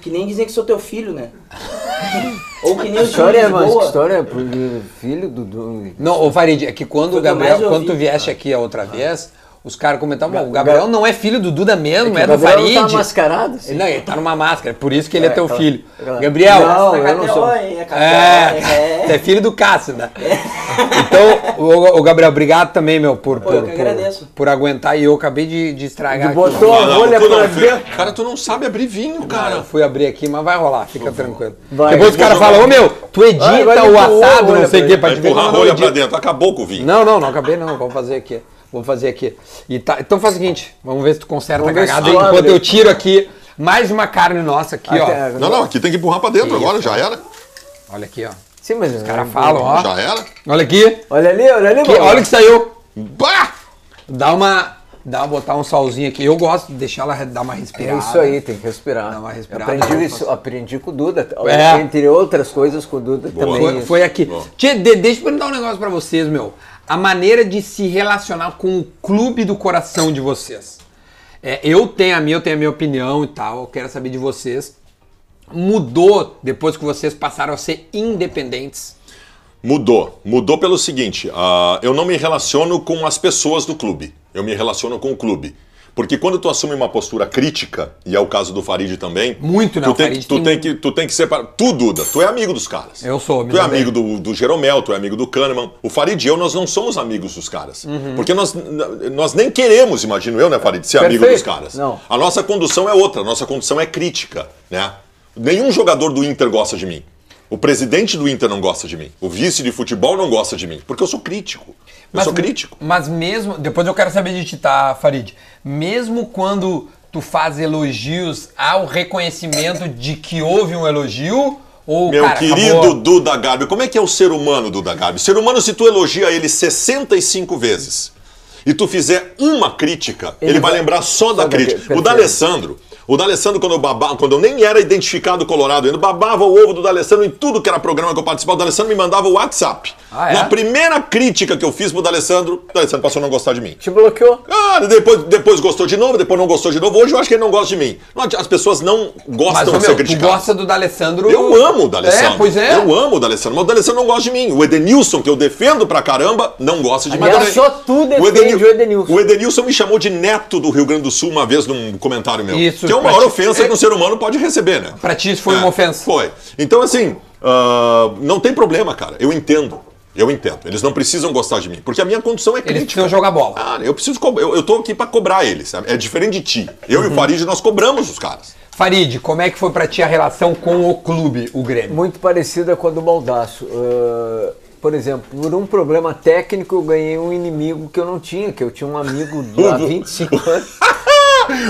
[SPEAKER 5] Que nem dizem que sou teu filho, né? Ou que nem
[SPEAKER 2] Que
[SPEAKER 5] o Júlio
[SPEAKER 2] história,
[SPEAKER 5] de
[SPEAKER 2] é, mano? Que
[SPEAKER 5] Boa.
[SPEAKER 2] história? Pro- Filho do. do-
[SPEAKER 4] Não, ô Farid, é que quando o
[SPEAKER 5] Foi o que eu mais
[SPEAKER 4] Gabriel,
[SPEAKER 5] ouvi.
[SPEAKER 4] quando tu
[SPEAKER 2] Ah.
[SPEAKER 4] vieste aqui a outra vez, os caras comentavam, "Bom, o Gabriel não é filho do Duda mesmo, é,
[SPEAKER 2] O
[SPEAKER 4] do
[SPEAKER 2] Gabriel
[SPEAKER 4] Farid.
[SPEAKER 2] Tá mascarado? assim?
[SPEAKER 4] Não, ele tá numa máscara, por isso que ele é,
[SPEAKER 2] É,
[SPEAKER 4] teu
[SPEAKER 2] tá.
[SPEAKER 4] filho.
[SPEAKER 2] Tá.
[SPEAKER 4] Gabriel,
[SPEAKER 2] Não,
[SPEAKER 4] essa
[SPEAKER 2] eu não sou.
[SPEAKER 5] Oi, é café,
[SPEAKER 4] É,
[SPEAKER 5] é.
[SPEAKER 4] você é filho do Cássio, né?
[SPEAKER 2] É.
[SPEAKER 4] Então, o, o Gabriel, obrigado também, meu, por, por,
[SPEAKER 5] eu que
[SPEAKER 4] por-
[SPEAKER 5] agradeço.
[SPEAKER 4] por aguentar. E eu acabei de, de estragar aqui.
[SPEAKER 2] botou a
[SPEAKER 1] Ah, Não,
[SPEAKER 2] bolha
[SPEAKER 1] tu não
[SPEAKER 2] pra
[SPEAKER 1] fez-
[SPEAKER 2] ver.
[SPEAKER 1] Cara, tu não sabe abrir vinho,
[SPEAKER 4] Cara,
[SPEAKER 1] cara.
[SPEAKER 4] eu fui abrir aqui, mas vai rolar, fica tranquilo.
[SPEAKER 2] Uhum. Vai.
[SPEAKER 4] Depois os caras falam, ô meu, tu
[SPEAKER 2] Vai,
[SPEAKER 4] edita
[SPEAKER 2] agora
[SPEAKER 4] o
[SPEAKER 2] empurrou a
[SPEAKER 4] assado, não
[SPEAKER 2] rolha
[SPEAKER 4] sei
[SPEAKER 2] pra
[SPEAKER 4] o que,
[SPEAKER 2] ele.
[SPEAKER 4] pra
[SPEAKER 1] Vai
[SPEAKER 4] gente ver.
[SPEAKER 1] É, empurrar a
[SPEAKER 4] Não, não,
[SPEAKER 1] rolha
[SPEAKER 4] edita.
[SPEAKER 1] pra dentro. Acabou com o vinho.
[SPEAKER 4] Não, não, não acabei não, vamos fazer aqui. Vamos fazer aqui. E tá- então faz o seguinte, vamos ver se tu conserta a
[SPEAKER 2] Vamos ver se
[SPEAKER 4] cagada
[SPEAKER 2] tu abre.
[SPEAKER 4] enquanto eu tiro aqui mais uma carne nossa aqui,
[SPEAKER 2] Até-
[SPEAKER 4] ó.
[SPEAKER 1] Não, não, aqui tem que empurrar pra dentro agora. Já era.
[SPEAKER 4] Olha aqui, ó. Os
[SPEAKER 2] Sim, mas. Os
[SPEAKER 4] caras falam, ó.
[SPEAKER 1] Já era.
[SPEAKER 4] Olha aqui.
[SPEAKER 2] Olha ali, olha ali,
[SPEAKER 4] Que-
[SPEAKER 2] mano.
[SPEAKER 4] olha o que saiu.
[SPEAKER 1] Bah!
[SPEAKER 4] Dá uma. Dá uma botar um salzinho aqui. Eu gosto de deixar ela dar uma
[SPEAKER 2] É
[SPEAKER 4] respirada.
[SPEAKER 2] isso aí, tem que respirar.
[SPEAKER 4] Dá uma respirada. né,
[SPEAKER 2] Eu aprendi isso, aprendi com o Duda.
[SPEAKER 4] É.
[SPEAKER 2] Entre outras coisas com o Duda também.
[SPEAKER 4] Foi,
[SPEAKER 2] isso.
[SPEAKER 4] foi aqui.
[SPEAKER 1] Bom.
[SPEAKER 4] Tchê, de- deixa eu perguntar um negócio pra vocês, meu. A maneira de se relacionar com o clube do coração de vocês. É, eu tenho a minha, eu tenho a minha opinião e tal. Eu quero saber de vocês. Mudou depois que vocês passaram a ser independentes?
[SPEAKER 1] Mudou. Mudou pelo seguinte: ah, eu não me relaciono com as pessoas do clube. Eu me relaciono com o clube. Porque quando tu assume uma postura crítica, e é o caso do Farid também.
[SPEAKER 4] Muito, né?
[SPEAKER 1] tu
[SPEAKER 4] O
[SPEAKER 1] tem,
[SPEAKER 4] Farid
[SPEAKER 1] tu
[SPEAKER 4] tem-
[SPEAKER 1] tem que Tu tem que separar. Tu, Duda, tu é amigo dos caras.
[SPEAKER 4] Eu sou, me
[SPEAKER 1] Tu é
[SPEAKER 4] dou bem.
[SPEAKER 1] amigo do, do Jeromel, tu é amigo do Kahneman. O Farid e eu, nós não somos amigos dos caras.
[SPEAKER 4] Uhum.
[SPEAKER 1] Porque nós, nós nem queremos, imagino eu, né, Farid, ser amigo
[SPEAKER 2] Perfeito.
[SPEAKER 1] dos caras.
[SPEAKER 2] Não.
[SPEAKER 1] A nossa condução é outra, a nossa condução é crítica, né? Nenhum jogador do Inter gosta de mim. O presidente do Inter não gosta de mim. O vice de futebol não gosta de mim. Porque eu sou crítico. Eu sou crítico.
[SPEAKER 4] Mas mesmo. Depois eu quero saber de ti, tá, Farid? Mesmo quando tu faz elogios, há o reconhecimento de que houve um elogio? Ou,
[SPEAKER 1] Meu
[SPEAKER 4] cara,
[SPEAKER 1] querido
[SPEAKER 4] acabou?
[SPEAKER 1] Duda Garbi, como é que é o ser humano, Duda Garbi? Ser humano, se tu elogia ele 65 vezes e tu fizer uma crítica, ele, vai lembrar só da
[SPEAKER 2] daquele,
[SPEAKER 1] crítica. O
[SPEAKER 2] perfeito.
[SPEAKER 1] D'Alessandro, o D'Alessandro, quando eu babava, quando eu nem era identificado colorado ainda, babava o ovo do D'Alessandro em tudo que era programa que eu participava, o D'Alessandro me mandava o WhatsApp.
[SPEAKER 4] Ah, é?
[SPEAKER 1] Na primeira crítica que eu fiz pro D'Alessandro, o D'Alessandro passou a não gostar de mim.
[SPEAKER 2] Te bloqueou.
[SPEAKER 1] Cara, depois, depois gostou de novo, depois não gostou de novo. Hoje eu acho que ele não gosta de mim. Não adi- As pessoas não
[SPEAKER 4] Mas,
[SPEAKER 1] gostam
[SPEAKER 4] ô,
[SPEAKER 1] de ser
[SPEAKER 4] meu, tu
[SPEAKER 1] criticadas.
[SPEAKER 4] gosta do D'Alessandro.
[SPEAKER 1] é Eu amo o D'Alessandro.
[SPEAKER 4] É, pois é.
[SPEAKER 1] Eu amo o D'Alessandro, mas o D'Alessandro não gosta de mim. O Edenilson, que eu defendo pra caramba, não gosta de mim. também.
[SPEAKER 2] Aliás, só tu defende
[SPEAKER 1] Edenil-
[SPEAKER 2] o Edenilson.
[SPEAKER 1] O Edenilson me chamou de neto do Rio Grande do Sul uma vez num comentário meu.
[SPEAKER 4] Isso,
[SPEAKER 1] que é a
[SPEAKER 4] pra
[SPEAKER 1] maior
[SPEAKER 4] ti-
[SPEAKER 1] ofensa que um ser humano pode receber, né?
[SPEAKER 4] Pra ti isso foi
[SPEAKER 1] É,
[SPEAKER 4] uma ofensa.
[SPEAKER 1] Foi. Então, assim, ah, não tem problema, cara. Eu entendo. Eu entendo. Eles não precisam gostar de mim, porque a minha condição é crítica.
[SPEAKER 4] precisam jogar bola.
[SPEAKER 1] Ah, eu preciso co- eu, eu tô aqui pra cobrar eles. sabe? É diferente de ti. Eu
[SPEAKER 4] Uhum.
[SPEAKER 1] e o Farid, nós cobramos os caras.
[SPEAKER 4] Farid, como é que foi pra ti a relação com o clube, o Grêmio?
[SPEAKER 2] Muito parecida com a do Baldaço. Ah, por exemplo, por um problema técnico eu ganhei um inimigo que eu não tinha, que eu tinha um amigo de há 25 anos.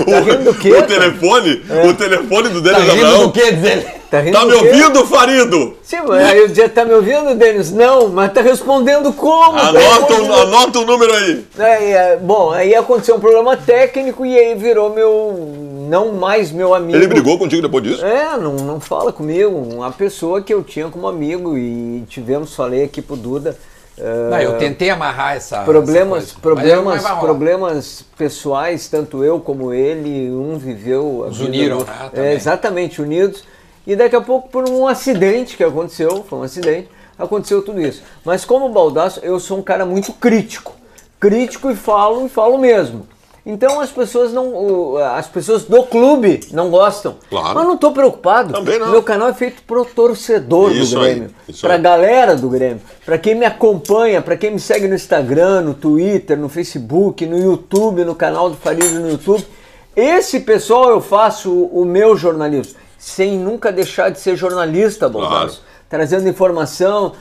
[SPEAKER 2] Tá rindo do quê,
[SPEAKER 1] o
[SPEAKER 2] cara?
[SPEAKER 1] telefone, o telefone do Denis
[SPEAKER 4] É. Tá rindo
[SPEAKER 1] Abraão.
[SPEAKER 4] do que, diz ele?
[SPEAKER 2] Tá, rindo
[SPEAKER 1] Tá me
[SPEAKER 2] do quê?
[SPEAKER 1] ouvindo, Farido?
[SPEAKER 2] Sim, mas aí eu dizia, tá me ouvindo, Denis? Não, mas tá respondendo como? Tá
[SPEAKER 1] Anota
[SPEAKER 2] respondendo-
[SPEAKER 1] o, anota o número aí.
[SPEAKER 2] Aí, é, bom, aí aconteceu um problema técnico e aí virou meu. não mais meu amigo.
[SPEAKER 1] Ele brigou contigo depois disso?
[SPEAKER 2] É, não, não fala comigo. Uma pessoa que eu tinha como amigo e tivemos, falei aqui pro Duda,
[SPEAKER 1] É.
[SPEAKER 2] eh,
[SPEAKER 4] Não, eu tentei amarrar essa.
[SPEAKER 2] problemas,
[SPEAKER 4] essa coisa, mas
[SPEAKER 2] problemas,
[SPEAKER 4] não vai rolar.
[SPEAKER 2] problemas pessoais, tanto eu como ele, um viveu. a
[SPEAKER 4] Os
[SPEAKER 2] vida
[SPEAKER 4] uniram,
[SPEAKER 2] do-
[SPEAKER 1] Ah,
[SPEAKER 4] né,
[SPEAKER 2] é,
[SPEAKER 4] também.
[SPEAKER 2] exatamente, unidos. E daqui a pouco, por um acidente que aconteceu, foi um acidente, aconteceu tudo isso. Mas como Baldaço, eu sou um cara muito crítico. Crítico e falo, e falo mesmo. Então as pessoas não. o- As pessoas do clube não gostam.
[SPEAKER 1] Claro.
[SPEAKER 2] Mas não estou preocupado.
[SPEAKER 1] Também não.
[SPEAKER 2] Meu canal é feito pro torcedor
[SPEAKER 1] Isso
[SPEAKER 2] do
[SPEAKER 1] aí,
[SPEAKER 2] Grêmio.
[SPEAKER 1] isso
[SPEAKER 2] pra
[SPEAKER 1] aí.
[SPEAKER 2] galera do Grêmio, pra quem me acompanha, pra quem me segue no Instagram, no Twitter, no Facebook, no YouTube, no canal do Farid no YouTube, esse pessoal eu faço o o meu jornalismo, sem nunca deixar de ser jornalista, Bolsonaro. Trazendo informação,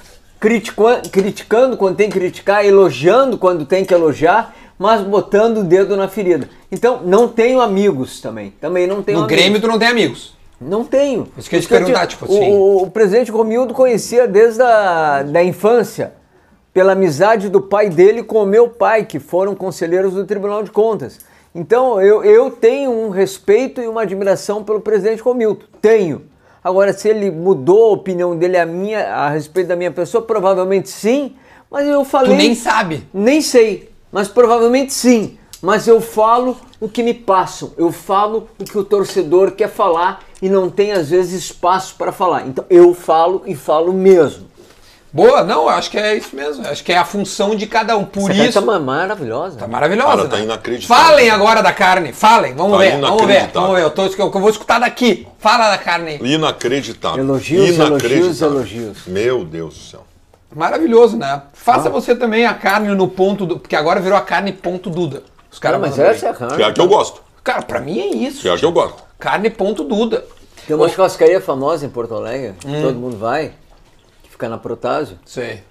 [SPEAKER 2] criticua- criticando quando tem que criticar, elogiando quando tem que elogiar, mas botando o dedo na ferida. Então, não tenho amigos também. Também não tenho
[SPEAKER 4] No
[SPEAKER 2] amigos.
[SPEAKER 4] Grêmio tu não tem amigos.
[SPEAKER 2] Não tenho.
[SPEAKER 4] Isso que eu ia te
[SPEAKER 2] digo,
[SPEAKER 4] perguntar, tipo
[SPEAKER 2] o-
[SPEAKER 4] assim.
[SPEAKER 2] O, o presidente Romildo conhecia desde a da infância, pela amizade do pai dele com o meu pai, que foram conselheiros do Tribunal de Contas. Então, eu, eu tenho um respeito e uma admiração pelo presidente Romildo. Tenho. Agora, se ele mudou a opinião dele a, minha, a respeito da minha pessoa, provavelmente sim, mas eu
[SPEAKER 4] Tu
[SPEAKER 2] falei...
[SPEAKER 4] nem sabe.
[SPEAKER 2] Nem sei, mas provavelmente sim. Mas eu falo o que me passam, eu falo o que o torcedor quer falar e não tem às vezes espaço para falar. Então eu falo e falo mesmo.
[SPEAKER 4] Boa, não, eu acho que é isso mesmo. Eu Acho que é a função de cada um. Por
[SPEAKER 2] Essa
[SPEAKER 4] isso.
[SPEAKER 2] canta é maravilhosa.
[SPEAKER 4] Tá maravilhosa.
[SPEAKER 1] Cara, tá
[SPEAKER 4] né?
[SPEAKER 1] inacreditável.
[SPEAKER 4] Falem agora da carne, falem. Vamos
[SPEAKER 1] Tá
[SPEAKER 4] ver, vamos ver,
[SPEAKER 1] inacreditável.
[SPEAKER 4] vamos ver. Eu, tô, eu vou escutar daqui. Fala da carne aí.
[SPEAKER 1] Inacreditável.
[SPEAKER 2] Elogios,
[SPEAKER 1] Inacreditável.
[SPEAKER 2] elogios, elogios.
[SPEAKER 1] Meu Deus do céu.
[SPEAKER 4] Maravilhoso, né?
[SPEAKER 2] Ah.
[SPEAKER 4] Faça você também a carne no ponto do. Porque agora virou a carne ponto Duda. Os caras
[SPEAKER 2] Não, mas
[SPEAKER 4] mandam
[SPEAKER 2] essa é
[SPEAKER 4] bem.
[SPEAKER 2] a cara.
[SPEAKER 1] Pior que eu gosto.
[SPEAKER 4] Cara, pra mim é isso.
[SPEAKER 1] Pior que eu gosto.
[SPEAKER 4] Carne ponto Duda.
[SPEAKER 2] Tem uma churrascaria famosa em Porto Alegre,
[SPEAKER 4] Hum.
[SPEAKER 2] que todo mundo vai, que fica na Protásio,
[SPEAKER 4] Isso aí.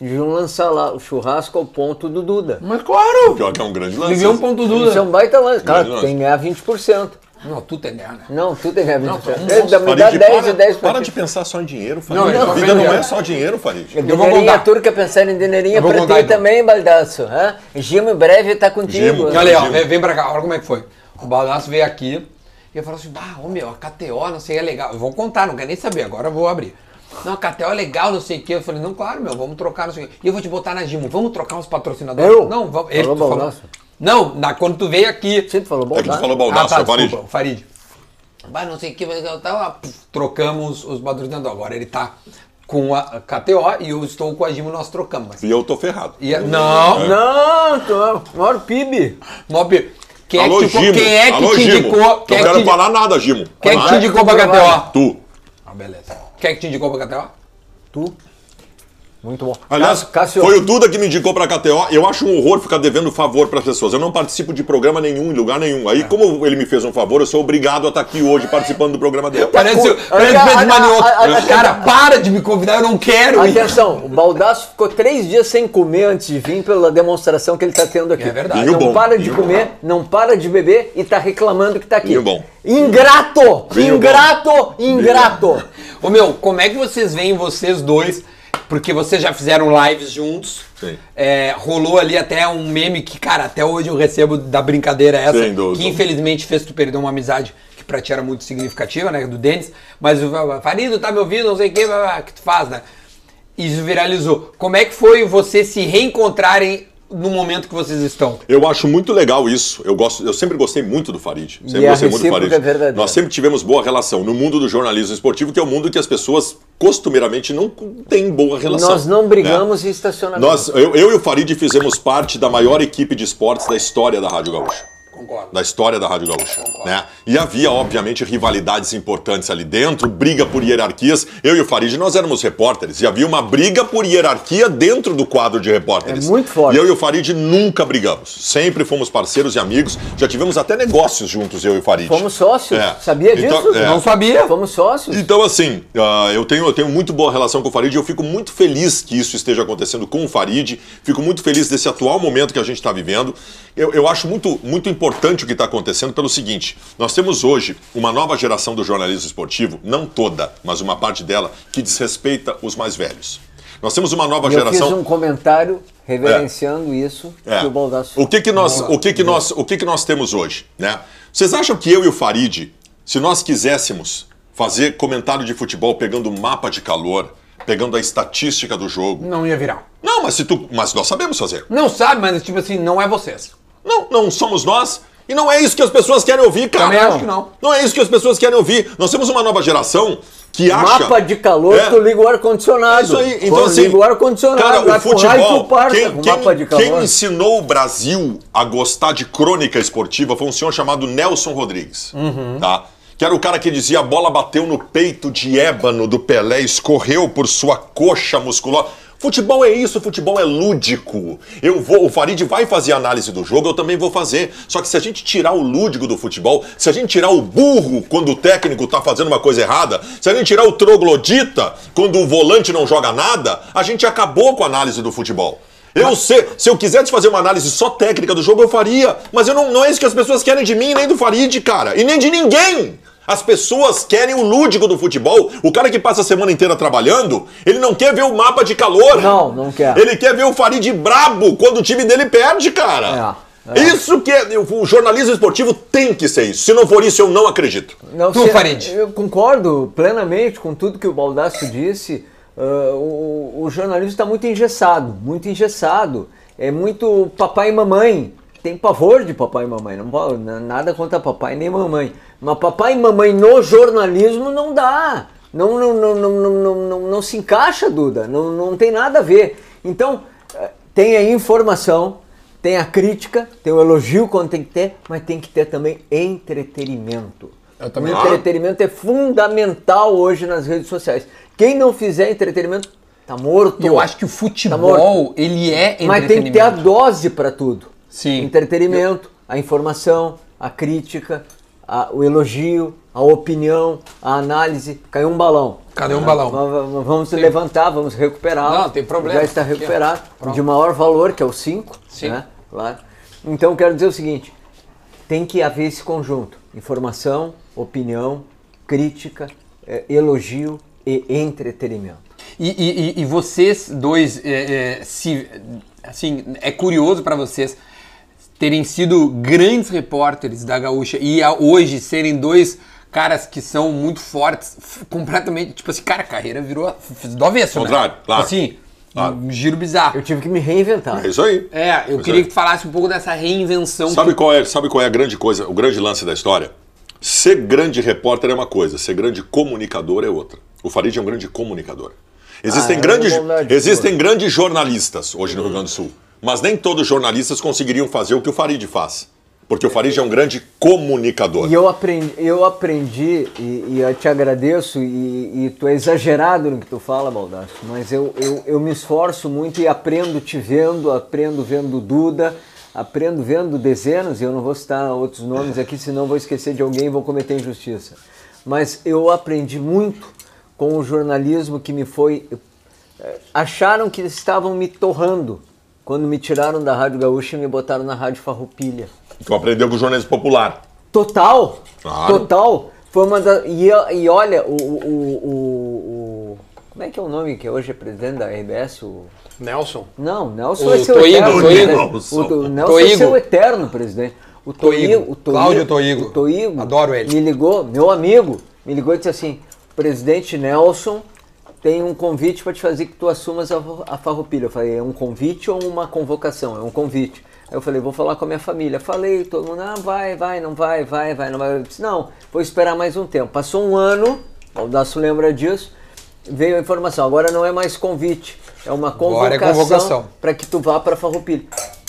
[SPEAKER 2] e vão lançar lá o churrasco ao ponto do Duda.
[SPEAKER 4] Mas claro!
[SPEAKER 1] Pior que é um grande lance.
[SPEAKER 4] Viver um ponto
[SPEAKER 2] Isso é
[SPEAKER 4] Duda.
[SPEAKER 2] um baita lance. Cara,
[SPEAKER 1] Grande
[SPEAKER 2] tu
[SPEAKER 1] lance.
[SPEAKER 2] tem que ganhar 20%.
[SPEAKER 4] Não, tu tem ideia, né?
[SPEAKER 2] Não, tu tem que ganhar 20%.
[SPEAKER 4] Não,
[SPEAKER 2] É, dá- Me dá
[SPEAKER 1] Farid,
[SPEAKER 2] 10 e 10%.
[SPEAKER 1] para de pensar só em dinheiro, Farid.
[SPEAKER 4] Não, eu tô
[SPEAKER 1] a vida
[SPEAKER 4] vendo,
[SPEAKER 1] não
[SPEAKER 4] cara.
[SPEAKER 1] é só dinheiro, Farid.
[SPEAKER 4] Eu vou
[SPEAKER 2] Dineirinha
[SPEAKER 4] contar.
[SPEAKER 2] turca, pensar em dinheirinha
[SPEAKER 4] Eu vou
[SPEAKER 2] pra
[SPEAKER 4] contar,
[SPEAKER 2] ti
[SPEAKER 4] então.
[SPEAKER 2] também, Baldaço. hã? Gimo em breve tá contigo.
[SPEAKER 1] Gimo.
[SPEAKER 4] E olha aí, ó,
[SPEAKER 1] Gil.
[SPEAKER 4] vem, vem pra cá, olha como é que foi. O Baldasso veio aqui e eu falo assim: bah, ô meu, a KTO, não sei, é legal. Eu vou contar, não quero nem saber, agora eu vou abrir. Não, a KTO é legal, não sei o quê. Eu falei, não, claro, meu, vamos trocar, não sei o quê. E eu vou te botar na Gimo, vamos trocar uns patrocinadores.
[SPEAKER 2] Eu?
[SPEAKER 4] Não, vamos.
[SPEAKER 2] Falou
[SPEAKER 4] tu falou.
[SPEAKER 2] Baldasso?
[SPEAKER 4] Não, na, quando tu veio aqui.
[SPEAKER 2] Sempre falou bom,
[SPEAKER 1] É que tu
[SPEAKER 2] tá?
[SPEAKER 1] falou baldaço,
[SPEAKER 4] ah, tá,
[SPEAKER 1] Farid.
[SPEAKER 4] desculpa, o Farid. Mas não sei o que, mas eu tava, puf, trocamos os patrocinadores. Agora ele tá com a KTO e eu estou com a Gimo, nós trocamos. Mas...
[SPEAKER 1] E eu tô ferrado.
[SPEAKER 4] E é a-
[SPEAKER 1] É.
[SPEAKER 4] Não,
[SPEAKER 2] Não, tu é o maior PIB.
[SPEAKER 4] Mob, quem
[SPEAKER 1] Alô,
[SPEAKER 4] é que,
[SPEAKER 1] Gimo.
[SPEAKER 4] te- quem é que
[SPEAKER 1] Alô,
[SPEAKER 4] te
[SPEAKER 1] Gimo.
[SPEAKER 4] indicou? Quem
[SPEAKER 1] Não
[SPEAKER 4] é que
[SPEAKER 1] quero
[SPEAKER 4] te,
[SPEAKER 1] falar nada, Gimo.
[SPEAKER 4] quem é que
[SPEAKER 1] Vai.
[SPEAKER 4] te indicou pra KTO?
[SPEAKER 1] Tu.
[SPEAKER 4] Ah, beleza. Quem é que te indicou pra KTO?
[SPEAKER 2] Tu? Muito bom.
[SPEAKER 1] Aliás,
[SPEAKER 2] Cássio- Cássio,
[SPEAKER 1] foi o Duda que me indicou pra KTO. Eu acho um horror ficar devendo favor pras pessoas. Eu não participo de programa nenhum, em lugar nenhum.
[SPEAKER 2] É.
[SPEAKER 1] Aí, como ele me fez um favor, eu sou obrigado a estar aqui hoje participando do programa dele.
[SPEAKER 4] Parece,
[SPEAKER 2] Olha,
[SPEAKER 4] parece
[SPEAKER 2] a-
[SPEAKER 4] Pedro
[SPEAKER 2] a-
[SPEAKER 4] Manioto.
[SPEAKER 2] a- a- a-
[SPEAKER 4] Cara, para de me convidar, eu não quero. ir.
[SPEAKER 2] Atenção, o Baldaço ficou três dias sem comer antes de vir pela demonstração que ele tá tendo aqui.
[SPEAKER 4] É verdade.
[SPEAKER 2] Não
[SPEAKER 1] Vinho bom,
[SPEAKER 2] para de
[SPEAKER 1] vinho
[SPEAKER 2] comer, não para de beber e tá reclamando que tá aqui.
[SPEAKER 1] Vinho bom.
[SPEAKER 2] Ingrato!
[SPEAKER 1] Vinho bom.
[SPEAKER 2] ingrato! Ingrato!
[SPEAKER 4] Ô meu, como é que vocês veem vocês dois? Porque vocês já fizeram lives juntos.
[SPEAKER 1] Sim.
[SPEAKER 4] É, rolou ali até um meme que, cara, até hoje eu recebo da brincadeira essa.
[SPEAKER 1] Sim, do-
[SPEAKER 4] que
[SPEAKER 1] do-
[SPEAKER 4] infelizmente fez tu perder uma amizade que pra ti era muito significativa, né? Do Denis. Mas o Farido tá me ouvindo, não sei o que, blá, blá, que tu faz, né? Isso viralizou. Como é que foi vocês se reencontrarem no momento que vocês estão?
[SPEAKER 1] Eu acho muito legal isso. Eu, gosto, eu sempre gostei muito do Farid. Sempre
[SPEAKER 2] E a
[SPEAKER 1] gostei muito do
[SPEAKER 2] recíproca
[SPEAKER 1] Farid.
[SPEAKER 2] é verdadeira.
[SPEAKER 1] Nós sempre tivemos boa relação no mundo do jornalismo esportivo, que é o um mundo que as pessoas costumeiramente não têm boa relação. Né?
[SPEAKER 2] Nós não brigamos em estacionamento.
[SPEAKER 1] É. Nós, eu, eu e o Farid fizemos parte da maior equipe de esportes da história da Rádio Gaúcha.
[SPEAKER 4] Concordo.
[SPEAKER 1] Da história da Rádio Gaúcha. Né? E havia, obviamente, rivalidades importantes ali dentro, briga por hierarquias. Eu e o Farid, nós éramos repórteres. E havia uma briga por hierarquia dentro do quadro de repórteres.
[SPEAKER 2] É muito forte.
[SPEAKER 1] E eu e o Farid nunca brigamos. Sempre fomos parceiros e amigos. Já tivemos até negócios juntos, eu e o Farid.
[SPEAKER 2] Fomos sócios.
[SPEAKER 1] É.
[SPEAKER 2] Sabia
[SPEAKER 1] Então,
[SPEAKER 2] disso?
[SPEAKER 1] é.
[SPEAKER 4] Não sabia?
[SPEAKER 2] Fomos sócios.
[SPEAKER 1] Então, assim, ah, eu, tenho, eu tenho muito boa relação com o Farid e eu fico muito feliz que isso esteja acontecendo com o Farid. Fico muito feliz desse atual momento que a gente está vivendo. Eu, eu acho muito, muito importante o que está acontecendo pelo seguinte: nós temos hoje uma nova geração do jornalismo esportivo, não toda, mas uma parte dela, que desrespeita os mais velhos. Nós temos uma nova
[SPEAKER 2] E eu fiz
[SPEAKER 1] geração.
[SPEAKER 2] um comentário reverenciando isso
[SPEAKER 1] É.
[SPEAKER 2] que o Baldasso
[SPEAKER 1] O que que nós, o que que nós, o que que nós temos hoje, né? Vocês acham que eu e o Farid, se nós quiséssemos fazer comentário de futebol pegando um mapa de calor, pegando a estatística do jogo.
[SPEAKER 4] Não ia virar.
[SPEAKER 1] Não, mas se tu. Mas nós sabemos fazer.
[SPEAKER 4] Não sabe, mas tipo assim, não é vocês.
[SPEAKER 1] Não, não somos nós. E não é isso que as pessoas querem ouvir, cara.
[SPEAKER 4] Também acho que não.
[SPEAKER 1] Não é isso que as pessoas querem ouvir. Nós temos uma nova geração que acha.
[SPEAKER 2] Mapa de calor,
[SPEAKER 1] É.
[SPEAKER 2] tu liga o ar-condicionado.
[SPEAKER 1] É isso aí. Então,
[SPEAKER 2] Tu
[SPEAKER 1] assim,
[SPEAKER 2] liga o ar-condicionado,
[SPEAKER 1] Cara,
[SPEAKER 2] vai
[SPEAKER 1] o
[SPEAKER 2] pro raio e
[SPEAKER 1] futebol.
[SPEAKER 2] pro parta
[SPEAKER 1] quem,
[SPEAKER 2] com
[SPEAKER 1] quem-
[SPEAKER 2] mapa de calor.
[SPEAKER 1] quem ensinou o Brasil a gostar de crônica esportiva foi um senhor chamado Nelson Rodrigues. Tá? Que era o cara que dizia a bola bateu no peito de ébano do Pelé, escorreu por sua coxa muscular. Futebol é isso, futebol é lúdico. Eu vou, o Farid vai fazer a análise do jogo, eu também vou fazer. Só que se a gente tirar o lúdico do futebol, se a gente tirar o burro quando o técnico tá fazendo uma coisa errada, se a gente tirar o troglodita quando o volante não joga nada, a gente acabou com a análise do futebol. Eu sei, se eu quisesse fazer uma análise só técnica do jogo, eu faria. Mas eu não, não é isso que as pessoas querem de mim, nem do Farid, cara. E nem de ninguém. As pessoas querem o lúdico do futebol. O cara que passa a semana inteira trabalhando, ele não quer ver o mapa de calor.
[SPEAKER 2] Não, é. não quer.
[SPEAKER 1] Ele quer ver o Farid brabo quando o time dele perde, cara.
[SPEAKER 2] É, é.
[SPEAKER 1] Isso que é- o jornalismo esportivo tem que ser isso. Se não for isso, eu não acredito.
[SPEAKER 2] Não,
[SPEAKER 4] Tu, Farid.
[SPEAKER 2] Eu concordo plenamente com tudo que o Baldasso disse. Ah, o, o jornalismo está muito engessado, muito engessado. É muito papai e mamãe. Tem pavor de papai e mamãe. Não, po- na- nada contra papai nem mamãe. Mas papai e mamãe no jornalismo não dá. Não, não, não, não, não, não, não, não se encaixa, Duda. Não, não tem nada a ver. Então, eh, tem a informação, tem a crítica, tem o elogio quando tem que ter, mas tem que ter também entretenimento.
[SPEAKER 4] Eu também
[SPEAKER 2] o
[SPEAKER 4] acho.
[SPEAKER 2] entretenimento é fundamental hoje nas redes sociais. Quem não fizer entretenimento tá morto.
[SPEAKER 4] E eu acho que o futebol, ele é entretenimento.
[SPEAKER 2] Mas tem que ter a dose para tudo.
[SPEAKER 4] Sim.
[SPEAKER 2] Entretenimento, a informação, a crítica, a- o elogio, a opinião, a análise. Caiu um balão.
[SPEAKER 4] Cadê um balão?
[SPEAKER 2] Nós Vamos, vamos levantar, vamos recuperar.
[SPEAKER 4] Não, tem problema.
[SPEAKER 2] Já está
[SPEAKER 4] Aqui, ó.
[SPEAKER 2] recuperado.
[SPEAKER 4] Pronto.
[SPEAKER 2] de maior valor, que é o 5.
[SPEAKER 4] Sim.
[SPEAKER 2] Né? Claro. Então, quero dizer o seguinte: tem que haver esse conjunto: informação, opinião, crítica, eh, elogio e entretenimento.
[SPEAKER 4] E, e- e- e vocês dois, é, é, se, assim, é curioso pra vocês terem sido grandes repórteres da Gaúcha e a- hoje serem dois caras que são muito fortes, f- completamente, tipo assim, cara, a carreira virou f- do avesso, né?
[SPEAKER 1] Contrário, claro.
[SPEAKER 4] Assim,
[SPEAKER 1] Claro.
[SPEAKER 4] um giro bizarro.
[SPEAKER 2] Eu tive que me reinventar.
[SPEAKER 1] É isso aí.
[SPEAKER 4] É, eu
[SPEAKER 1] Pois
[SPEAKER 4] queria
[SPEAKER 1] é.
[SPEAKER 4] que tu falasse um pouco dessa reinvenção.
[SPEAKER 1] Sabe qual, é, sabe qual é a grande coisa, o grande lance da história? Ser grande repórter é uma coisa, ser grande comunicador é outra. O Farid é um grande comunicador. Existem,
[SPEAKER 2] Ah, é
[SPEAKER 1] grandes,
[SPEAKER 2] uma verdade,
[SPEAKER 1] existem grandes jornalistas hoje no Rio Grande do Sul, mas nem todos os jornalistas conseguiriam fazer o que o Farid faz. Porque o Farid é um grande comunicador.
[SPEAKER 2] E eu aprendi, eu aprendi e, e eu te agradeço, e, e tu é exagerado no que tu fala, Baldasso, mas eu, eu, eu me esforço muito e aprendo te vendo, aprendo vendo Duda, aprendo vendo dezenas, e eu não vou citar outros nomes aqui, senão vou esquecer de alguém e vou cometer injustiça. Mas eu aprendi muito com o jornalismo que me foi. eh, Acharam que estavam me torrando quando me tiraram da Rádio Gaúcha e me botaram na Rádio Farroupilha.
[SPEAKER 1] Tu aprendeu com o jornalismo popular.
[SPEAKER 2] Total.
[SPEAKER 1] Claro.
[SPEAKER 2] Total. Foi uma da, e, e olha, o, o, o- o- Como é que é o nome que hoje é presidente da RBS? O,
[SPEAKER 4] Nelson.
[SPEAKER 2] não, Nelson
[SPEAKER 4] O
[SPEAKER 2] vai ser o
[SPEAKER 4] Toigo,
[SPEAKER 2] eterno.
[SPEAKER 4] o
[SPEAKER 2] presidente.
[SPEAKER 1] Toigo.
[SPEAKER 2] O, o Nelson vai
[SPEAKER 4] Toigo.
[SPEAKER 2] ser o eterno presidente. O
[SPEAKER 4] Toigo.
[SPEAKER 2] Toigo. o
[SPEAKER 4] Cláudio Toigo.
[SPEAKER 2] o Toigo
[SPEAKER 4] Adoro ele.
[SPEAKER 2] Me ligou, meu amigo, me ligou e disse assim: presidente Nelson tem um convite para te fazer que tu assumas a, fa- a farroupilha. Eu falei: é um convite ou uma convocação? É um convite. Aí eu falei, vou falar com a minha família. Falei, todo mundo, ah, vai, vai, não vai, vai, vai, não vai. Eu disse, não, vou esperar mais um tempo. Passou um ano, o Daço lembra disso, veio a informação. Agora não é mais convite, é uma
[SPEAKER 4] Agora é
[SPEAKER 2] convocação
[SPEAKER 4] convocação.
[SPEAKER 2] para que tu vá para Farroupilha.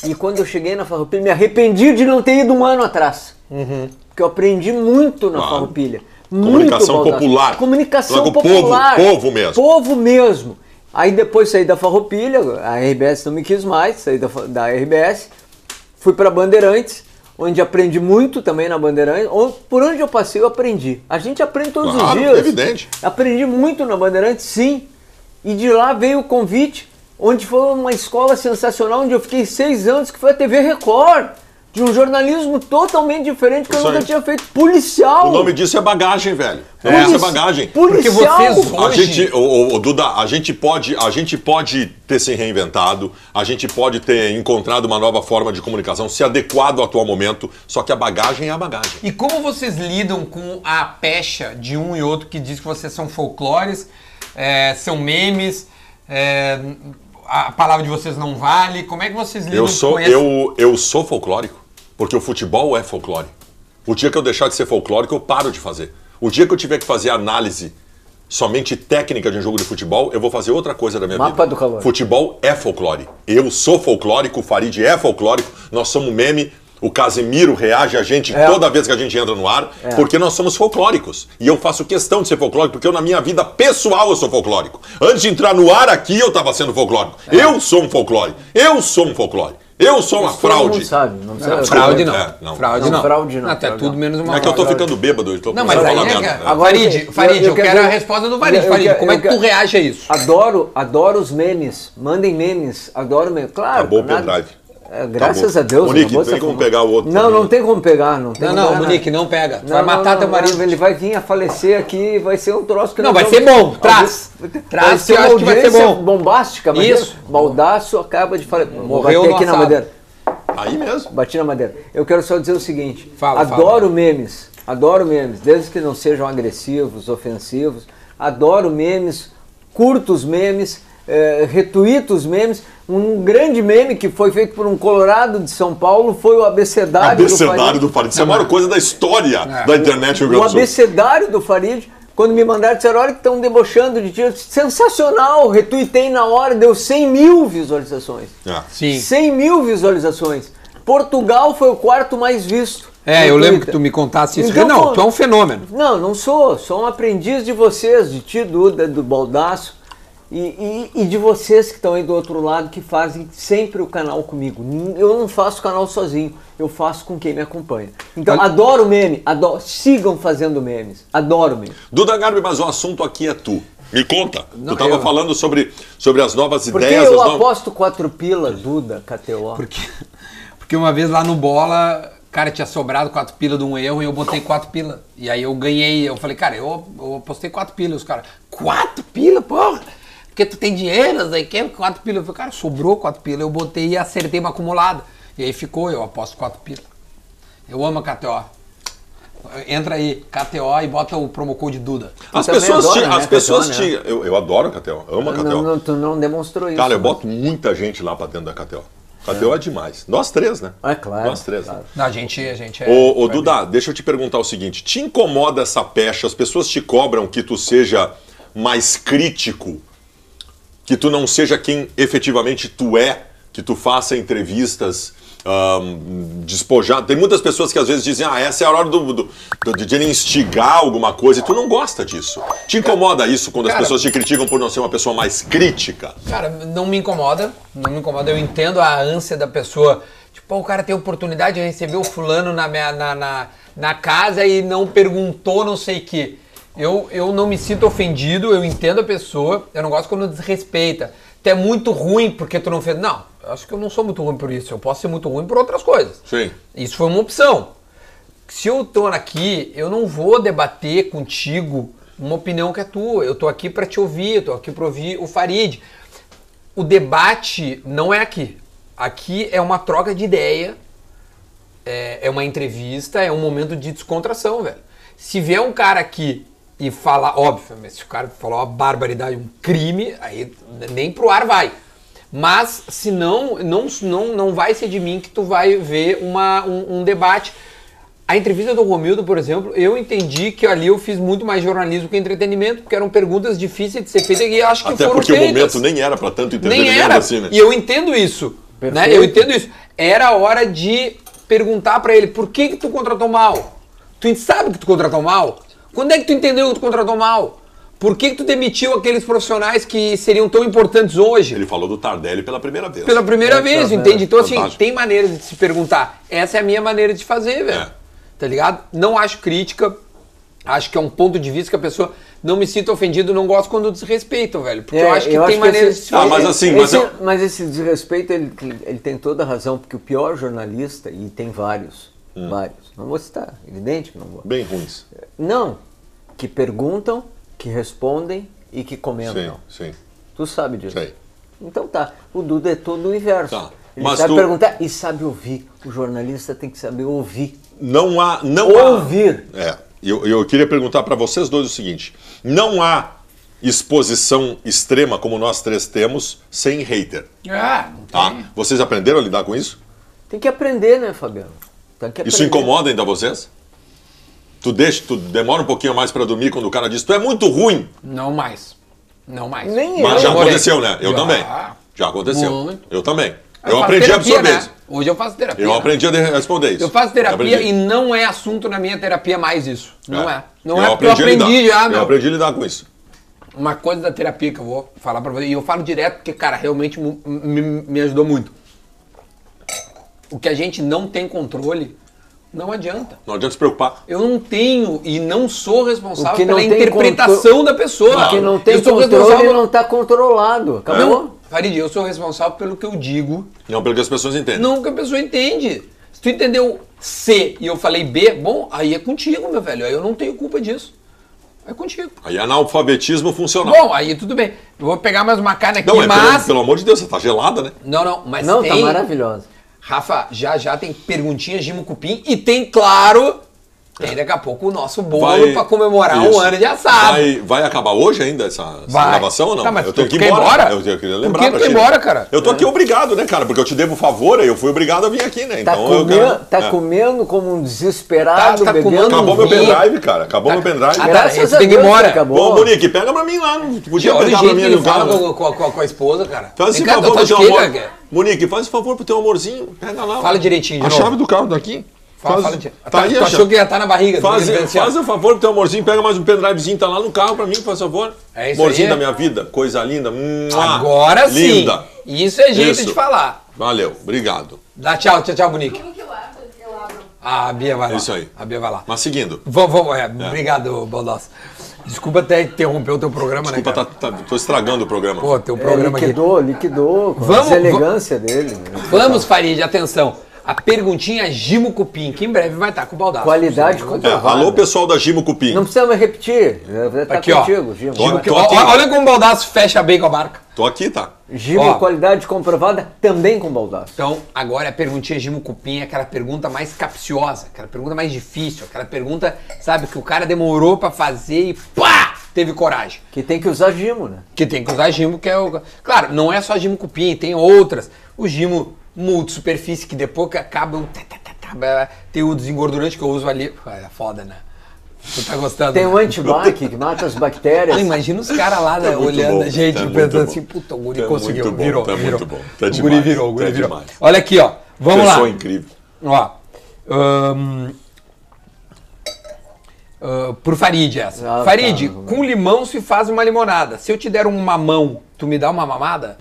[SPEAKER 2] E quando eu cheguei na Farroupilha, me arrependi de não ter ido um ano atrás. Porque eu aprendi muito na
[SPEAKER 1] Claro.
[SPEAKER 2] Farroupilha.
[SPEAKER 1] Ah, Comunicação
[SPEAKER 2] muito, Baldassi.
[SPEAKER 1] popular.
[SPEAKER 2] Comunicação
[SPEAKER 1] Lá com o povo,
[SPEAKER 2] popular.
[SPEAKER 1] povo mesmo.
[SPEAKER 2] Povo mesmo. Aí depois saí da Farroupilha, a RBS não me quis mais, saí da, fa- da RBS, fui para Bandeirantes, onde aprendi muito também na Bandeirantes. On- Por onde eu passei, eu aprendi. A gente aprende todos
[SPEAKER 1] Claro, é
[SPEAKER 2] os dias.
[SPEAKER 1] evidente.
[SPEAKER 2] Aprendi muito na Bandeirantes, sim. E de lá veio o convite, onde foi uma escola sensacional, onde eu fiquei seis anos, que foi a TV Record. De um jornalismo totalmente diferente que eu
[SPEAKER 1] Isso
[SPEAKER 2] nunca
[SPEAKER 1] aí.
[SPEAKER 2] tinha feito. Policial!
[SPEAKER 1] O nome disso é bagagem, velho. O nome
[SPEAKER 2] Polici-
[SPEAKER 1] disso é bagagem.
[SPEAKER 4] Porque
[SPEAKER 2] Policial!
[SPEAKER 4] vocês-
[SPEAKER 1] A
[SPEAKER 4] Hoje-
[SPEAKER 1] gente, o, Duda, a gente pode, a gente pode ter se reinventado, a gente pode ter encontrado uma nova forma de comunicação, se adequado ao atual momento, só que a bagagem é a bagagem.
[SPEAKER 4] E como vocês lidam com a pecha de um e outro que diz que vocês são folclores, é, são memes, é, a palavra de vocês não vale. Como é que vocês lidam
[SPEAKER 1] Eu sou,
[SPEAKER 4] com essa-
[SPEAKER 1] eu, eu sou folclórico, porque o futebol é folclore. O dia que eu deixar de ser folclórico, eu paro de fazer. O dia que eu tiver que fazer análise somente técnica de um jogo de futebol, eu vou fazer outra coisa da minha
[SPEAKER 2] Mapa
[SPEAKER 1] vida.
[SPEAKER 2] do calor.
[SPEAKER 1] Futebol é folclore. Eu sou folclórico, o Farid é folclórico, nós somos meme. O Casemiro reage a gente
[SPEAKER 2] É.
[SPEAKER 1] toda vez que a gente entra no ar, porque nós somos folclóricos. E eu faço questão de ser folclórico, porque eu, na minha vida pessoal, eu sou folclórico. Antes de entrar no ar aqui, eu estava sendo folclórico. Eu sou um folclórico. Eu sou um folclórico. Eu sou uma
[SPEAKER 2] Isso É. todo mundo
[SPEAKER 1] fraude.
[SPEAKER 2] sabe, não precisa-
[SPEAKER 4] Fraude não.
[SPEAKER 1] É, não.
[SPEAKER 4] Fraude
[SPEAKER 2] Não,
[SPEAKER 4] não.
[SPEAKER 2] fraude não,
[SPEAKER 4] Até
[SPEAKER 2] fraude
[SPEAKER 4] tudo
[SPEAKER 2] não.
[SPEAKER 4] menos uma
[SPEAKER 1] É que eu tô
[SPEAKER 4] fraude.
[SPEAKER 1] ficando bêbado, eu tô
[SPEAKER 4] Não, mas
[SPEAKER 1] começando a
[SPEAKER 4] aí
[SPEAKER 1] falar
[SPEAKER 4] é
[SPEAKER 1] merda.
[SPEAKER 4] que-
[SPEAKER 1] É.
[SPEAKER 2] Agora,
[SPEAKER 4] Farid,
[SPEAKER 2] eu-
[SPEAKER 4] Farid,
[SPEAKER 2] eu
[SPEAKER 4] eu quero
[SPEAKER 2] quero-
[SPEAKER 4] a resposta do Farid.
[SPEAKER 2] eu- eu
[SPEAKER 4] Farid,
[SPEAKER 2] quero-
[SPEAKER 4] como é
[SPEAKER 2] eu
[SPEAKER 4] que tu
[SPEAKER 2] quero- Ah,
[SPEAKER 4] reage a isso?
[SPEAKER 2] Adoro, adoro os memes. Mandem memes, adoro memes. Claro.
[SPEAKER 1] Acabou o
[SPEAKER 2] nada-
[SPEAKER 1] pendrive.
[SPEAKER 2] É, graças
[SPEAKER 1] Acabou.
[SPEAKER 2] a Deus.
[SPEAKER 1] Monique,
[SPEAKER 2] acabou
[SPEAKER 1] tem
[SPEAKER 2] essa
[SPEAKER 1] como
[SPEAKER 2] conversa.
[SPEAKER 1] pegar o outro
[SPEAKER 2] Não,
[SPEAKER 1] também. né?
[SPEAKER 2] não tem como pegar. Não, tem
[SPEAKER 4] Não,
[SPEAKER 2] como
[SPEAKER 4] não,
[SPEAKER 2] pegar,
[SPEAKER 4] Monique, não pega. Tu vai matar teu marido.
[SPEAKER 2] Ele vai vir a falecer aqui, vai ser um troço que
[SPEAKER 4] Não,
[SPEAKER 2] nós
[SPEAKER 4] vai ser bom, traz.
[SPEAKER 2] Alguém-
[SPEAKER 4] Traz,
[SPEAKER 2] vai ser
[SPEAKER 4] que eu
[SPEAKER 2] uma
[SPEAKER 4] acho que vai ser
[SPEAKER 2] audiência
[SPEAKER 4] bom.
[SPEAKER 2] bombástica, mas
[SPEAKER 4] Isso.
[SPEAKER 2] Baldaço acaba de falecer.
[SPEAKER 4] Morreu
[SPEAKER 2] Bati
[SPEAKER 4] no
[SPEAKER 2] aqui na
[SPEAKER 4] assado.
[SPEAKER 2] madeira.
[SPEAKER 1] Aí mesmo.
[SPEAKER 2] Bati na madeira. Eu quero só dizer o seguinte:
[SPEAKER 4] Fala,
[SPEAKER 2] adoro memes, adoro memes, desde que não sejam agressivos, ofensivos. Adoro memes, curto os memes, eh, retuito os memes. Um grande meme que foi feito por um colorado de São Paulo foi o abecedário,
[SPEAKER 1] Abecedário do
[SPEAKER 2] do
[SPEAKER 1] Farid.
[SPEAKER 2] Farid. É.
[SPEAKER 1] Isso é a maior coisa da história da internet do Rio
[SPEAKER 2] O
[SPEAKER 1] Grande do Sul.
[SPEAKER 2] abecedário do Farid, quando me mandaram, disseram: olha que estão debochando de ti. Eu disse, Sensacional! Retuitei na hora, deu 100 mil visualizações.
[SPEAKER 1] É.
[SPEAKER 4] Sim.
[SPEAKER 2] 100 mil visualizações. Portugal foi o quarto mais visto.
[SPEAKER 4] É,
[SPEAKER 2] no
[SPEAKER 4] eu lembro
[SPEAKER 2] Twitter.
[SPEAKER 4] que tu me contasse isso.
[SPEAKER 2] Então,
[SPEAKER 4] não,
[SPEAKER 2] pô,
[SPEAKER 4] tu é um fenômeno.
[SPEAKER 2] Não, não sou. Sou um aprendiz de vocês, de ti, Duda, do Baldaço. E, e- e de vocês que estão aí do outro lado, que fazem sempre o canal comigo. Nin- Eu não faço o canal sozinho, eu faço com quem me acompanha. Então,
[SPEAKER 4] Olha-
[SPEAKER 2] adoro meme, adoro, sigam fazendo memes. Adoro meme.
[SPEAKER 1] Duda Garbi, mas o assunto aqui é tu. Me conta.
[SPEAKER 4] Não,
[SPEAKER 1] tu tava
[SPEAKER 4] eu-
[SPEAKER 1] falando sobre, sobre as novas
[SPEAKER 2] Porque
[SPEAKER 1] ideias.
[SPEAKER 2] eu
[SPEAKER 1] as novas-
[SPEAKER 2] aposto quatro pila, Duda, KTO.
[SPEAKER 4] Porque, porque uma vez lá no bola, cara, tinha sobrado quatro pila de um erro e eu botei quatro pila. E aí eu ganhei. Eu falei, cara, eu, eu apostei quatro pila. Os caras, quatro pila, porra? Porque tu tem dinheiro, não sei o quê, quatro pila. Eu falei, cara, sobrou quatro pila. Eu botei e acertei uma acumulada. E aí ficou, eu aposto quatro pila. Eu amo a KTO. Entra aí, KTO e bota o promo code Duda.
[SPEAKER 1] As
[SPEAKER 2] também
[SPEAKER 1] pessoas
[SPEAKER 2] adora,
[SPEAKER 1] tinham.
[SPEAKER 2] né,
[SPEAKER 1] as pessoas
[SPEAKER 2] KTO, né?
[SPEAKER 1] tinham- Eu, eu adoro a KTO, amo a KTO.
[SPEAKER 2] Não, não, tu não demonstrou isso.
[SPEAKER 1] Cara, eu
[SPEAKER 2] né?
[SPEAKER 1] boto muita gente lá pra dentro da KTO. KTO é, demais. Nós três, né?
[SPEAKER 2] É claro,
[SPEAKER 1] Nós três.
[SPEAKER 2] claro.
[SPEAKER 4] Não, a gente, a gente é.
[SPEAKER 1] Ô, ô, Duda, deixa eu te perguntar o seguinte: te incomoda essa pecha? As pessoas te cobram que tu seja mais crítico, que tu não seja quem efetivamente tu é, que tu faça entrevistas ahm, despojado. Tem muitas pessoas que às vezes dizem, ah, essa é a hora do, do, do- de ele instigar alguma coisa e tu não gosta disso. Te incomoda isso quando
[SPEAKER 4] Cara-
[SPEAKER 1] as pessoas te criticam por não ser uma pessoa mais crítica?
[SPEAKER 4] Cara, não me incomoda, não me incomoda. Eu entendo a ânsia da pessoa. Tipo, "Pô, o cara tem oportunidade de receber o fulano na, minha, na, na, na casa e não perguntou não sei o quê. Eu, eu não me sinto ofendido, eu entendo a pessoa, eu não gosto quando desrespeita. Tu é muito ruim porque tu não fez. Não, eu acho que eu não sou muito ruim por isso, eu posso ser muito ruim por outras coisas.
[SPEAKER 1] Sim.
[SPEAKER 4] Isso foi uma opção. Se eu tô aqui, eu não vou debater contigo uma opinião que é tua. Eu tô aqui pra te ouvir, eu tô aqui pra ouvir o Farid. O debate não é aqui. Aqui é uma troca de ideia, é, é uma entrevista, é um momento de descontração, velho. Se vier um cara aqui e falar, óbvio, mas se o cara falar uma barbaridade, um crime, aí nem pro ar vai. Mas se não, não, não, não vai ser de mim que tu vai ver uma, um, um debate. A entrevista do Romildo, por exemplo, eu entendi que ali eu fiz muito mais jornalismo que entretenimento, porque eram perguntas difíceis de ser feitas e acho que
[SPEAKER 1] Até
[SPEAKER 4] foram
[SPEAKER 1] porque o
[SPEAKER 4] feitas.
[SPEAKER 1] momento nem era pra tanto
[SPEAKER 4] Nem
[SPEAKER 1] entretenimento
[SPEAKER 4] era.
[SPEAKER 1] assim, né?
[SPEAKER 4] E eu entendo isso. Né?
[SPEAKER 2] Perfeito.
[SPEAKER 4] Eu entendo isso. Era a hora de perguntar pra ele por que, que tu contratou mal. Tu sabe que tu contratou mal? Quando é que tu entendeu que tu contratou mal? Por que, que tu demitiu aqueles profissionais que seriam tão importantes hoje?
[SPEAKER 1] Ele falou do Tardelli pela primeira vez.
[SPEAKER 4] Pela primeira
[SPEAKER 2] É,
[SPEAKER 4] vez,
[SPEAKER 2] tá,
[SPEAKER 4] entende?
[SPEAKER 2] né?
[SPEAKER 4] Então, assim,
[SPEAKER 1] Fantástico.
[SPEAKER 4] tem maneiras de se perguntar. Essa é a minha maneira de fazer, velho.
[SPEAKER 1] É.
[SPEAKER 4] Tá ligado? Não acho crítica. Acho que é um ponto de vista que a pessoa não me sinto ofendido, não gosto quando desrespeitam, velho. Porque
[SPEAKER 2] É,
[SPEAKER 4] eu acho que tem
[SPEAKER 2] que esse-
[SPEAKER 4] maneiras
[SPEAKER 2] é
[SPEAKER 4] de se
[SPEAKER 1] Ah,
[SPEAKER 4] fazer.
[SPEAKER 1] mas assim, mas
[SPEAKER 2] esse,
[SPEAKER 1] eu-
[SPEAKER 2] mas esse desrespeito, ele, ele tem toda a razão, porque o pior jornalista, e tem vários,
[SPEAKER 1] Hum.
[SPEAKER 2] vários, não vou citar, evidente que não vou.
[SPEAKER 1] Bem ruins.
[SPEAKER 2] Não, que perguntam, que respondem e que comentam.
[SPEAKER 1] Sim, sim.
[SPEAKER 2] Tu sabe disso.
[SPEAKER 1] Sei.
[SPEAKER 2] Então tá, o Duda é todo o inverso.
[SPEAKER 1] Tá,
[SPEAKER 2] Ele
[SPEAKER 1] mas
[SPEAKER 2] sabe
[SPEAKER 1] tu-
[SPEAKER 2] perguntar e sabe ouvir. O jornalista tem que saber ouvir.
[SPEAKER 1] Não há. Não há-
[SPEAKER 2] Ouvir.
[SPEAKER 1] É. Eu, eu queria perguntar para vocês dois o seguinte: não há exposição extrema como nós três temos sem hater,
[SPEAKER 4] Ah, não tem.
[SPEAKER 1] tá? Vocês aprenderam a lidar com isso?
[SPEAKER 2] Tem que aprender, né, Fabiano? Tem que
[SPEAKER 1] Isso
[SPEAKER 2] aprender.
[SPEAKER 1] incomoda ainda vocês? Tu deixa, tu demora um pouquinho mais pra dormir quando o cara diz, tu é muito ruim.
[SPEAKER 4] Não mais. Não mais.
[SPEAKER 2] Nem eu.
[SPEAKER 1] Mas já
[SPEAKER 4] demorei.
[SPEAKER 1] aconteceu, né? Eu
[SPEAKER 4] Já.
[SPEAKER 1] também. Já aconteceu.
[SPEAKER 4] Muito.
[SPEAKER 1] Eu também.
[SPEAKER 4] Eu
[SPEAKER 1] Eu
[SPEAKER 4] faço
[SPEAKER 1] aprendi a
[SPEAKER 4] terapia,
[SPEAKER 1] absorver
[SPEAKER 4] né?
[SPEAKER 1] isso.
[SPEAKER 4] Hoje eu faço terapia.
[SPEAKER 1] Eu
[SPEAKER 4] né?
[SPEAKER 1] aprendi a de- responder isso.
[SPEAKER 4] Eu faço terapia
[SPEAKER 1] Aprendi.
[SPEAKER 4] e não é assunto na minha terapia mais isso. Não é. Não é porque eu
[SPEAKER 1] a lidar.
[SPEAKER 4] aprendi já,
[SPEAKER 1] Eu
[SPEAKER 4] meu.
[SPEAKER 1] aprendi a lidar com isso.
[SPEAKER 4] Uma coisa da terapia que eu vou falar pra você, e eu falo direto porque, cara, realmente mu- me, me ajudou muito. O que a gente não tem controle, não adianta.
[SPEAKER 1] Não adianta se preocupar.
[SPEAKER 4] Eu não tenho e não sou responsável
[SPEAKER 2] O que não
[SPEAKER 4] pela
[SPEAKER 2] tem
[SPEAKER 4] interpretação
[SPEAKER 2] contro-
[SPEAKER 4] da pessoa.
[SPEAKER 2] Porque não
[SPEAKER 4] eu
[SPEAKER 2] tem
[SPEAKER 4] sou
[SPEAKER 2] controle e
[SPEAKER 4] responsável.
[SPEAKER 2] não tá controlado. Acabou?
[SPEAKER 4] Não, Farid, eu sou responsável pelo que eu digo,
[SPEAKER 1] Não pelo que as pessoas entendem.
[SPEAKER 4] não o que a pessoa entende. Se tu entendeu C e eu falei B, bom, aí é contigo, meu velho. Aí eu não tenho culpa disso. É contigo.
[SPEAKER 1] Aí é analfabetismo funcional.
[SPEAKER 4] Bom, aí tudo bem. Eu vou pegar mais uma carne aqui,
[SPEAKER 1] não, é
[SPEAKER 4] mas.
[SPEAKER 1] pelo, pelo amor de Deus, você tá gelada, né?
[SPEAKER 4] Não, não, mas
[SPEAKER 2] Não,
[SPEAKER 4] tem.
[SPEAKER 2] tá maravilhoso.
[SPEAKER 4] Rafa, já já tem perguntinha Gimo Cupim e tem, claro, tem daqui a pouco o nosso bolo
[SPEAKER 1] Vai-
[SPEAKER 4] pra comemorar
[SPEAKER 1] Isso.
[SPEAKER 4] um ano de assado.
[SPEAKER 1] Vai, vai acabar hoje ainda essa, essa
[SPEAKER 4] Vai.
[SPEAKER 1] gravação ou não?
[SPEAKER 4] Tá, mas
[SPEAKER 1] eu tenho
[SPEAKER 4] tu
[SPEAKER 1] que ir
[SPEAKER 4] quer ir
[SPEAKER 1] embora.
[SPEAKER 4] embora?
[SPEAKER 1] Eu tenho que
[SPEAKER 4] Por
[SPEAKER 1] lembrar pra
[SPEAKER 4] que tu quer ir
[SPEAKER 1] ti, né?
[SPEAKER 4] embora, cara? É.
[SPEAKER 1] Eu tô aqui obrigado, né, cara? Porque eu te devo favor, aí eu fui obrigado a vir aqui, né?
[SPEAKER 2] Tá,
[SPEAKER 1] Então eu
[SPEAKER 2] comendo,
[SPEAKER 1] quero.
[SPEAKER 2] tá
[SPEAKER 1] é.
[SPEAKER 2] comendo como um desesperado,
[SPEAKER 4] Tá- tá
[SPEAKER 2] bebendo. um
[SPEAKER 4] comendo
[SPEAKER 1] Acabou meu
[SPEAKER 4] vinho.
[SPEAKER 1] pendrive, cara. Acabou meu pendrive.
[SPEAKER 4] Ah, tá.
[SPEAKER 2] Graças
[SPEAKER 4] Esse
[SPEAKER 2] a
[SPEAKER 4] tem que ir
[SPEAKER 2] Deus né,
[SPEAKER 4] embora.
[SPEAKER 2] acabou.
[SPEAKER 1] Bom, Monique, pega pra mim lá. não- tu Podia
[SPEAKER 4] Olha o
[SPEAKER 1] pegar pra
[SPEAKER 4] jeito
[SPEAKER 1] mim
[SPEAKER 4] que
[SPEAKER 1] ali
[SPEAKER 4] ele
[SPEAKER 1] no
[SPEAKER 4] fala
[SPEAKER 1] carro.
[SPEAKER 4] com, com- com- com a esposa, cara.
[SPEAKER 1] Faz esse
[SPEAKER 4] Vem cá,
[SPEAKER 1] favor
[SPEAKER 4] tu tá
[SPEAKER 1] pro
[SPEAKER 4] de
[SPEAKER 1] teu
[SPEAKER 4] quê,
[SPEAKER 1] um amor.
[SPEAKER 4] cara?
[SPEAKER 1] Monique, faz esse favor pro teu amorzinho. Pega lá.
[SPEAKER 4] Fala direitinho de
[SPEAKER 1] A
[SPEAKER 4] novo.
[SPEAKER 1] chave do carro daqui.
[SPEAKER 4] Fala, fala de...
[SPEAKER 1] Tá aí
[SPEAKER 4] tu
[SPEAKER 1] a
[SPEAKER 4] achou que
[SPEAKER 1] chave.
[SPEAKER 4] ia estar na barriga. tu
[SPEAKER 1] É, Faz,
[SPEAKER 4] fica pensando
[SPEAKER 1] faz
[SPEAKER 4] assim, ó.
[SPEAKER 1] o favor pro teu amorzinho, pega mais um pendrivezinho, tá lá no carro pra mim, faz favor.
[SPEAKER 4] É isso
[SPEAKER 1] amorzinho
[SPEAKER 4] aí.
[SPEAKER 1] da minha vida, coisa linda. Mua.
[SPEAKER 4] Agora sim.
[SPEAKER 1] Linda.
[SPEAKER 4] Isso é jeito
[SPEAKER 1] Isso.
[SPEAKER 4] de falar.
[SPEAKER 1] Valeu, obrigado.
[SPEAKER 4] Dá tchau, tchau, tchau, Bonique.
[SPEAKER 6] Como que eu abro? Eu abro.
[SPEAKER 4] Ah, a Bia vai lá.
[SPEAKER 1] É Isso aí.
[SPEAKER 4] A Bia vai lá.
[SPEAKER 1] Mas seguindo,
[SPEAKER 4] Vamos, vamos, é, Obrigado, Baldasso. Desculpa até interromper o teu programa,
[SPEAKER 1] desculpa,
[SPEAKER 4] né, cara?
[SPEAKER 1] tá, tá- tô estragando o programa.
[SPEAKER 4] Pô, teu
[SPEAKER 2] É,
[SPEAKER 4] programa aqui.
[SPEAKER 2] liquidou, liquidou. Com
[SPEAKER 4] Vamos-
[SPEAKER 2] a elegância dele. né?
[SPEAKER 1] é
[SPEAKER 4] Vamos, Farid, atenção. A perguntinha é Gimo Cupim, que em breve vai estar com o Baldasso.
[SPEAKER 2] Qualidade
[SPEAKER 1] É,
[SPEAKER 2] comprovada.
[SPEAKER 1] alô, pessoal da Gimo Cupim.
[SPEAKER 2] Não precisa mais repetir. Já Tá
[SPEAKER 4] Aqui, ó.
[SPEAKER 2] contigo, Gimo.
[SPEAKER 1] Tô-
[SPEAKER 4] Porque
[SPEAKER 1] tô
[SPEAKER 4] ó-
[SPEAKER 1] aqui.
[SPEAKER 4] ó- olha como o Baldasso fecha bem com a barca.
[SPEAKER 1] Tô aqui, tá?
[SPEAKER 2] Gimo,
[SPEAKER 4] Ó.
[SPEAKER 2] qualidade comprovada também com baldaço.
[SPEAKER 4] Então, agora a perguntinha Gimo Cupim é aquela pergunta mais capciosa, aquela pergunta mais difícil, aquela pergunta, sabe, que o cara demorou pra fazer e pá! Teve coragem.
[SPEAKER 2] Que tem que usar Gimo, né?
[SPEAKER 4] Que tem que usar Gimo, que é o. Claro, não é só Gimo Cupim, tem outras. O Gimo multisuperfície, que depois que acaba. o tá, tá, tá, tá, blá, blá. Tem o desengordurante que eu uso ali. Ah, É foda, né? Tu tá gostando?
[SPEAKER 2] Tem
[SPEAKER 4] né?
[SPEAKER 2] o antibac que mata as
[SPEAKER 4] Ah,
[SPEAKER 2] bactérias.
[SPEAKER 4] imagina os caras lá né,
[SPEAKER 1] É muito
[SPEAKER 4] olhando
[SPEAKER 1] bom,
[SPEAKER 4] a gente,
[SPEAKER 1] é muito
[SPEAKER 4] pensando
[SPEAKER 1] bom.
[SPEAKER 4] assim, puta, o guri
[SPEAKER 1] É
[SPEAKER 4] conseguiu,
[SPEAKER 1] muito bom,
[SPEAKER 4] virou,
[SPEAKER 1] é
[SPEAKER 4] virou.
[SPEAKER 1] muito bom, tá
[SPEAKER 4] o guri
[SPEAKER 1] demais,
[SPEAKER 4] virou, o guri
[SPEAKER 1] tá
[SPEAKER 4] virou.
[SPEAKER 1] demais.
[SPEAKER 4] Olha aqui, ó, vamos
[SPEAKER 1] Pessoa
[SPEAKER 4] lá.
[SPEAKER 1] incrível.
[SPEAKER 4] Ó, ahn, ah, pro Farid essa.
[SPEAKER 2] Ah,
[SPEAKER 4] Farid,
[SPEAKER 2] tá.
[SPEAKER 4] com limão se faz uma limonada. Se eu te der um mamão, tu me dá uma mamada?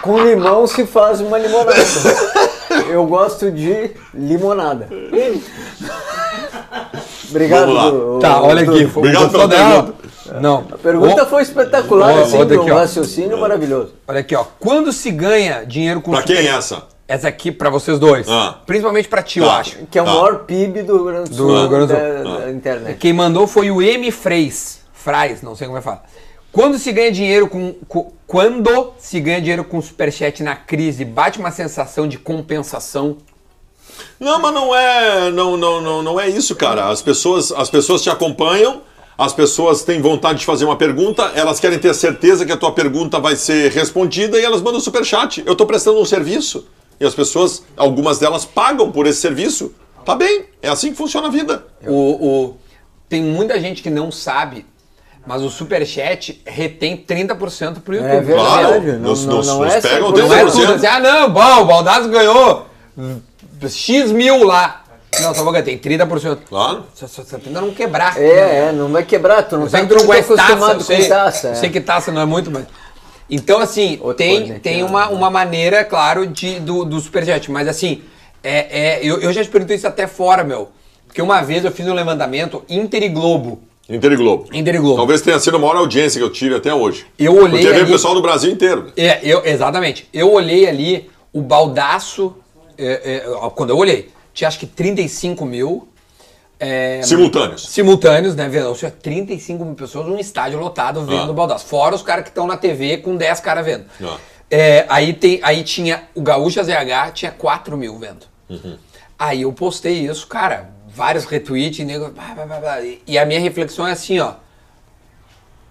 [SPEAKER 2] Com limão se faz uma limonada. Eu gosto de limonada. Obrigado.
[SPEAKER 1] Vamos lá.
[SPEAKER 2] o-
[SPEAKER 4] tá, olha
[SPEAKER 2] o-
[SPEAKER 4] aqui. foi-
[SPEAKER 1] Obrigado pela
[SPEAKER 4] gostou dela? Não.
[SPEAKER 2] A pergunta
[SPEAKER 4] Ô,
[SPEAKER 2] foi espetacular,
[SPEAKER 4] Ó,
[SPEAKER 2] assim,
[SPEAKER 4] ó, daqui,
[SPEAKER 2] um
[SPEAKER 4] ó.
[SPEAKER 2] raciocínio maravilhoso.
[SPEAKER 4] Olha aqui, ó. Quando se ganha dinheiro com
[SPEAKER 1] Pra
[SPEAKER 4] super-
[SPEAKER 1] quem é essa?
[SPEAKER 4] Essa aqui pra vocês dois.
[SPEAKER 1] Ah.
[SPEAKER 4] Principalmente pra ti, eu
[SPEAKER 1] Tá.
[SPEAKER 4] acho.
[SPEAKER 2] Que é o
[SPEAKER 1] Tá.
[SPEAKER 2] maior PIB do Rio Grande do Sul,
[SPEAKER 4] Rio Grande do Ah.
[SPEAKER 2] da,
[SPEAKER 1] Sul.
[SPEAKER 2] da internet.
[SPEAKER 4] Quem mandou foi o M. Freis. Frais, não sei como é que fala. Quando se ganha dinheiro com, co- Quando se ganha dinheiro com superchat na crise, bate uma sensação de compensação.
[SPEAKER 1] Não, mas não é, não, não, não, não é isso, cara. As pessoas, as pessoas te acompanham, as pessoas têm vontade de fazer uma pergunta, elas querem ter certeza que a tua pergunta vai ser respondida e elas mandam superchat. Eu tô prestando um serviço e as pessoas, algumas delas pagam por esse serviço. Tá bem, é assim que funciona a vida.
[SPEAKER 4] O, o- tem muita gente que não sabe, mas o superchat retém 30% pro YouTube.
[SPEAKER 2] É verdade.
[SPEAKER 1] Claro,
[SPEAKER 2] não,
[SPEAKER 1] nos-
[SPEAKER 2] não,
[SPEAKER 1] nos-
[SPEAKER 2] não
[SPEAKER 1] nos
[SPEAKER 2] é essa
[SPEAKER 1] pegam
[SPEAKER 2] coisa.
[SPEAKER 4] Não é tudo
[SPEAKER 1] 30%.
[SPEAKER 4] assim, ah não, bom, o Baldassi ganhou X mil lá. Não, só vou ganhar, tem 30%.
[SPEAKER 1] Claro.
[SPEAKER 4] Só, só, só tenta não quebrar.
[SPEAKER 2] É, é, não vai quebrar, tu não
[SPEAKER 4] Eu sei
[SPEAKER 2] tá
[SPEAKER 4] que tu não
[SPEAKER 2] muito
[SPEAKER 4] conhece é taça,
[SPEAKER 2] acostumado
[SPEAKER 4] eu sei,
[SPEAKER 2] com taça.
[SPEAKER 4] eu
[SPEAKER 2] é.
[SPEAKER 4] sei que taça não é muito, mas... Então, assim,
[SPEAKER 2] Outra coisa,
[SPEAKER 4] tem,
[SPEAKER 2] né,
[SPEAKER 4] tem
[SPEAKER 2] que é-
[SPEAKER 4] uma, uma maneira, claro, de, do, do superchat, mas assim, é, é, eu, eu já experimentei isso até fora, meu. Porque uma vez eu fiz um levantamento Inter e Globo.
[SPEAKER 1] Inter e Globo.
[SPEAKER 4] Inter e Globo.
[SPEAKER 1] Talvez tenha sido a maior audiência que eu tive até hoje.
[SPEAKER 4] Eu olhei
[SPEAKER 1] Porque veio
[SPEAKER 4] ali-
[SPEAKER 1] o pessoal do Brasil inteiro.
[SPEAKER 4] É, eu, exatamente. Eu olhei ali o baldaço, é, é, ó, quando eu olhei, tinha acho que 35 mil é,
[SPEAKER 1] Simultâneos.
[SPEAKER 4] simultâneos, né, vendo? Ou seja, 35 mil pessoas num estádio lotado vendo
[SPEAKER 1] Ah.
[SPEAKER 4] o baldaço. Fora os caras que estão na TV com 10 caras vendo.
[SPEAKER 1] Ah.
[SPEAKER 4] É, aí, tem, aí tinha o Gaúcha ZH, tinha 4 mil vendo.
[SPEAKER 1] Uhum.
[SPEAKER 4] Aí eu postei isso, cara, vários retweets, nego, blá, blá, blá, blá. E- e a minha reflexão é assim, ó.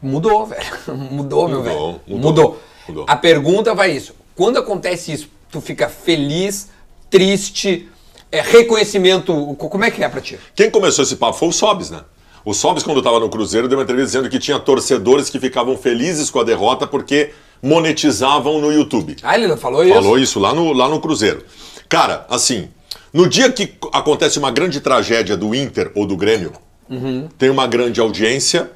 [SPEAKER 4] Mudou, velho. Mudou, meu velho.
[SPEAKER 1] Mudou, mudou.
[SPEAKER 4] Mudou.
[SPEAKER 1] Mudou.
[SPEAKER 4] A pergunta vai isso. Quando acontece isso, tu fica feliz, triste, é, reconhecimento. co- Como é que é pra ti?
[SPEAKER 1] Quem começou esse papo foi o Sobs, né? O Sobs, quando estava no Cruzeiro, deu uma entrevista dizendo que tinha torcedores que ficavam felizes com a derrota porque monetizavam no YouTube.
[SPEAKER 4] Ah, ele não falou isso?
[SPEAKER 1] Falou isso lá no, lá no Cruzeiro. Cara, assim, no dia que acontece uma grande tragédia do Inter ou do Grêmio, tem uma grande audiência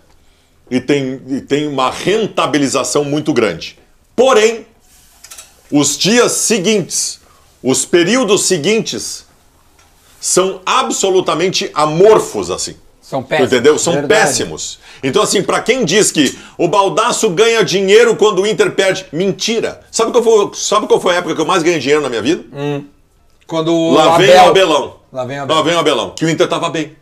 [SPEAKER 1] e tem, e tem uma rentabilização muito grande. Porém, os dias seguintes, os períodos seguintes, são absolutamente amorfos, assim.
[SPEAKER 4] São
[SPEAKER 1] Tu
[SPEAKER 4] péssimos.
[SPEAKER 1] Entendeu? São
[SPEAKER 2] Verdade.
[SPEAKER 1] péssimos. Então, assim, pra quem diz que o Baldaço ganha dinheiro quando o Inter perde, mentira. Sabe qual foi, sabe qual foi a época que eu mais ganhei dinheiro na minha vida?
[SPEAKER 4] Quando Hum. o
[SPEAKER 1] Lá
[SPEAKER 4] Abel...
[SPEAKER 1] vem o Abelão.
[SPEAKER 4] Lá vem o Abelão.
[SPEAKER 1] Lá vem o Abelão. Que o Inter tava bem.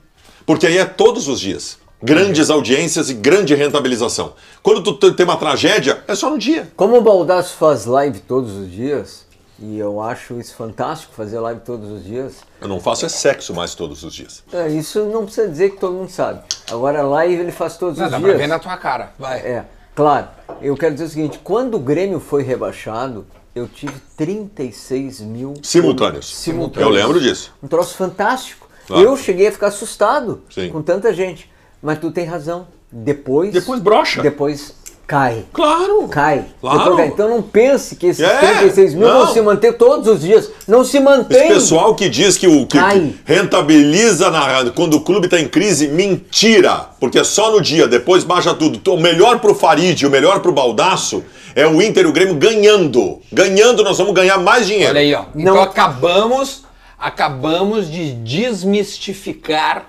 [SPEAKER 1] Porque aí é todos os dias.
[SPEAKER 4] Uhum.
[SPEAKER 1] Grandes audiências e grande rentabilização. Quando tu te- tem uma tragédia, é só um dia.
[SPEAKER 2] Como o Baldasso faz live todos os dias, e eu acho isso fantástico fazer live todos os dias,
[SPEAKER 1] Eu não faço é sexo mais todos os dias.
[SPEAKER 2] é, isso não precisa dizer que todo mundo sabe. Agora, live ele faz todos
[SPEAKER 4] Não,
[SPEAKER 2] os
[SPEAKER 4] dá pra
[SPEAKER 2] dias.
[SPEAKER 4] ver na tua cara. Vai.
[SPEAKER 2] É, claro. Eu quero dizer o seguinte: quando o Grêmio foi rebaixado, eu tive 36 mil
[SPEAKER 1] Simultâneos.
[SPEAKER 2] Simultâneos.
[SPEAKER 1] Eu lembro disso.
[SPEAKER 2] Um troço fantástico.
[SPEAKER 1] Claro.
[SPEAKER 2] Eu cheguei a ficar assustado
[SPEAKER 1] Sim.
[SPEAKER 2] com tanta gente. Mas tu tem razão. Depois.
[SPEAKER 1] Depois brocha.
[SPEAKER 2] Depois cai.
[SPEAKER 1] Claro.
[SPEAKER 2] Cai.
[SPEAKER 1] Claro.
[SPEAKER 2] Depois cai. Então não pense que esses
[SPEAKER 1] É,
[SPEAKER 2] 36 mil
[SPEAKER 1] não.
[SPEAKER 2] vão se manter todos os dias. Não se
[SPEAKER 1] Esse
[SPEAKER 2] mantém.
[SPEAKER 1] pessoal que diz que o que
[SPEAKER 2] Cai.
[SPEAKER 1] rentabiliza na- quando o clube está em crise, mentira. Porque é só no dia, depois baixa tudo. Então, O melhor pro Farid, o melhor pro Baldaço é o Inter e o Grêmio ganhando. Ganhando, nós vamos ganhar mais dinheiro. É,
[SPEAKER 4] Olha aí, ó. Então
[SPEAKER 2] Não.
[SPEAKER 4] acabamos, acabamos de desmistificar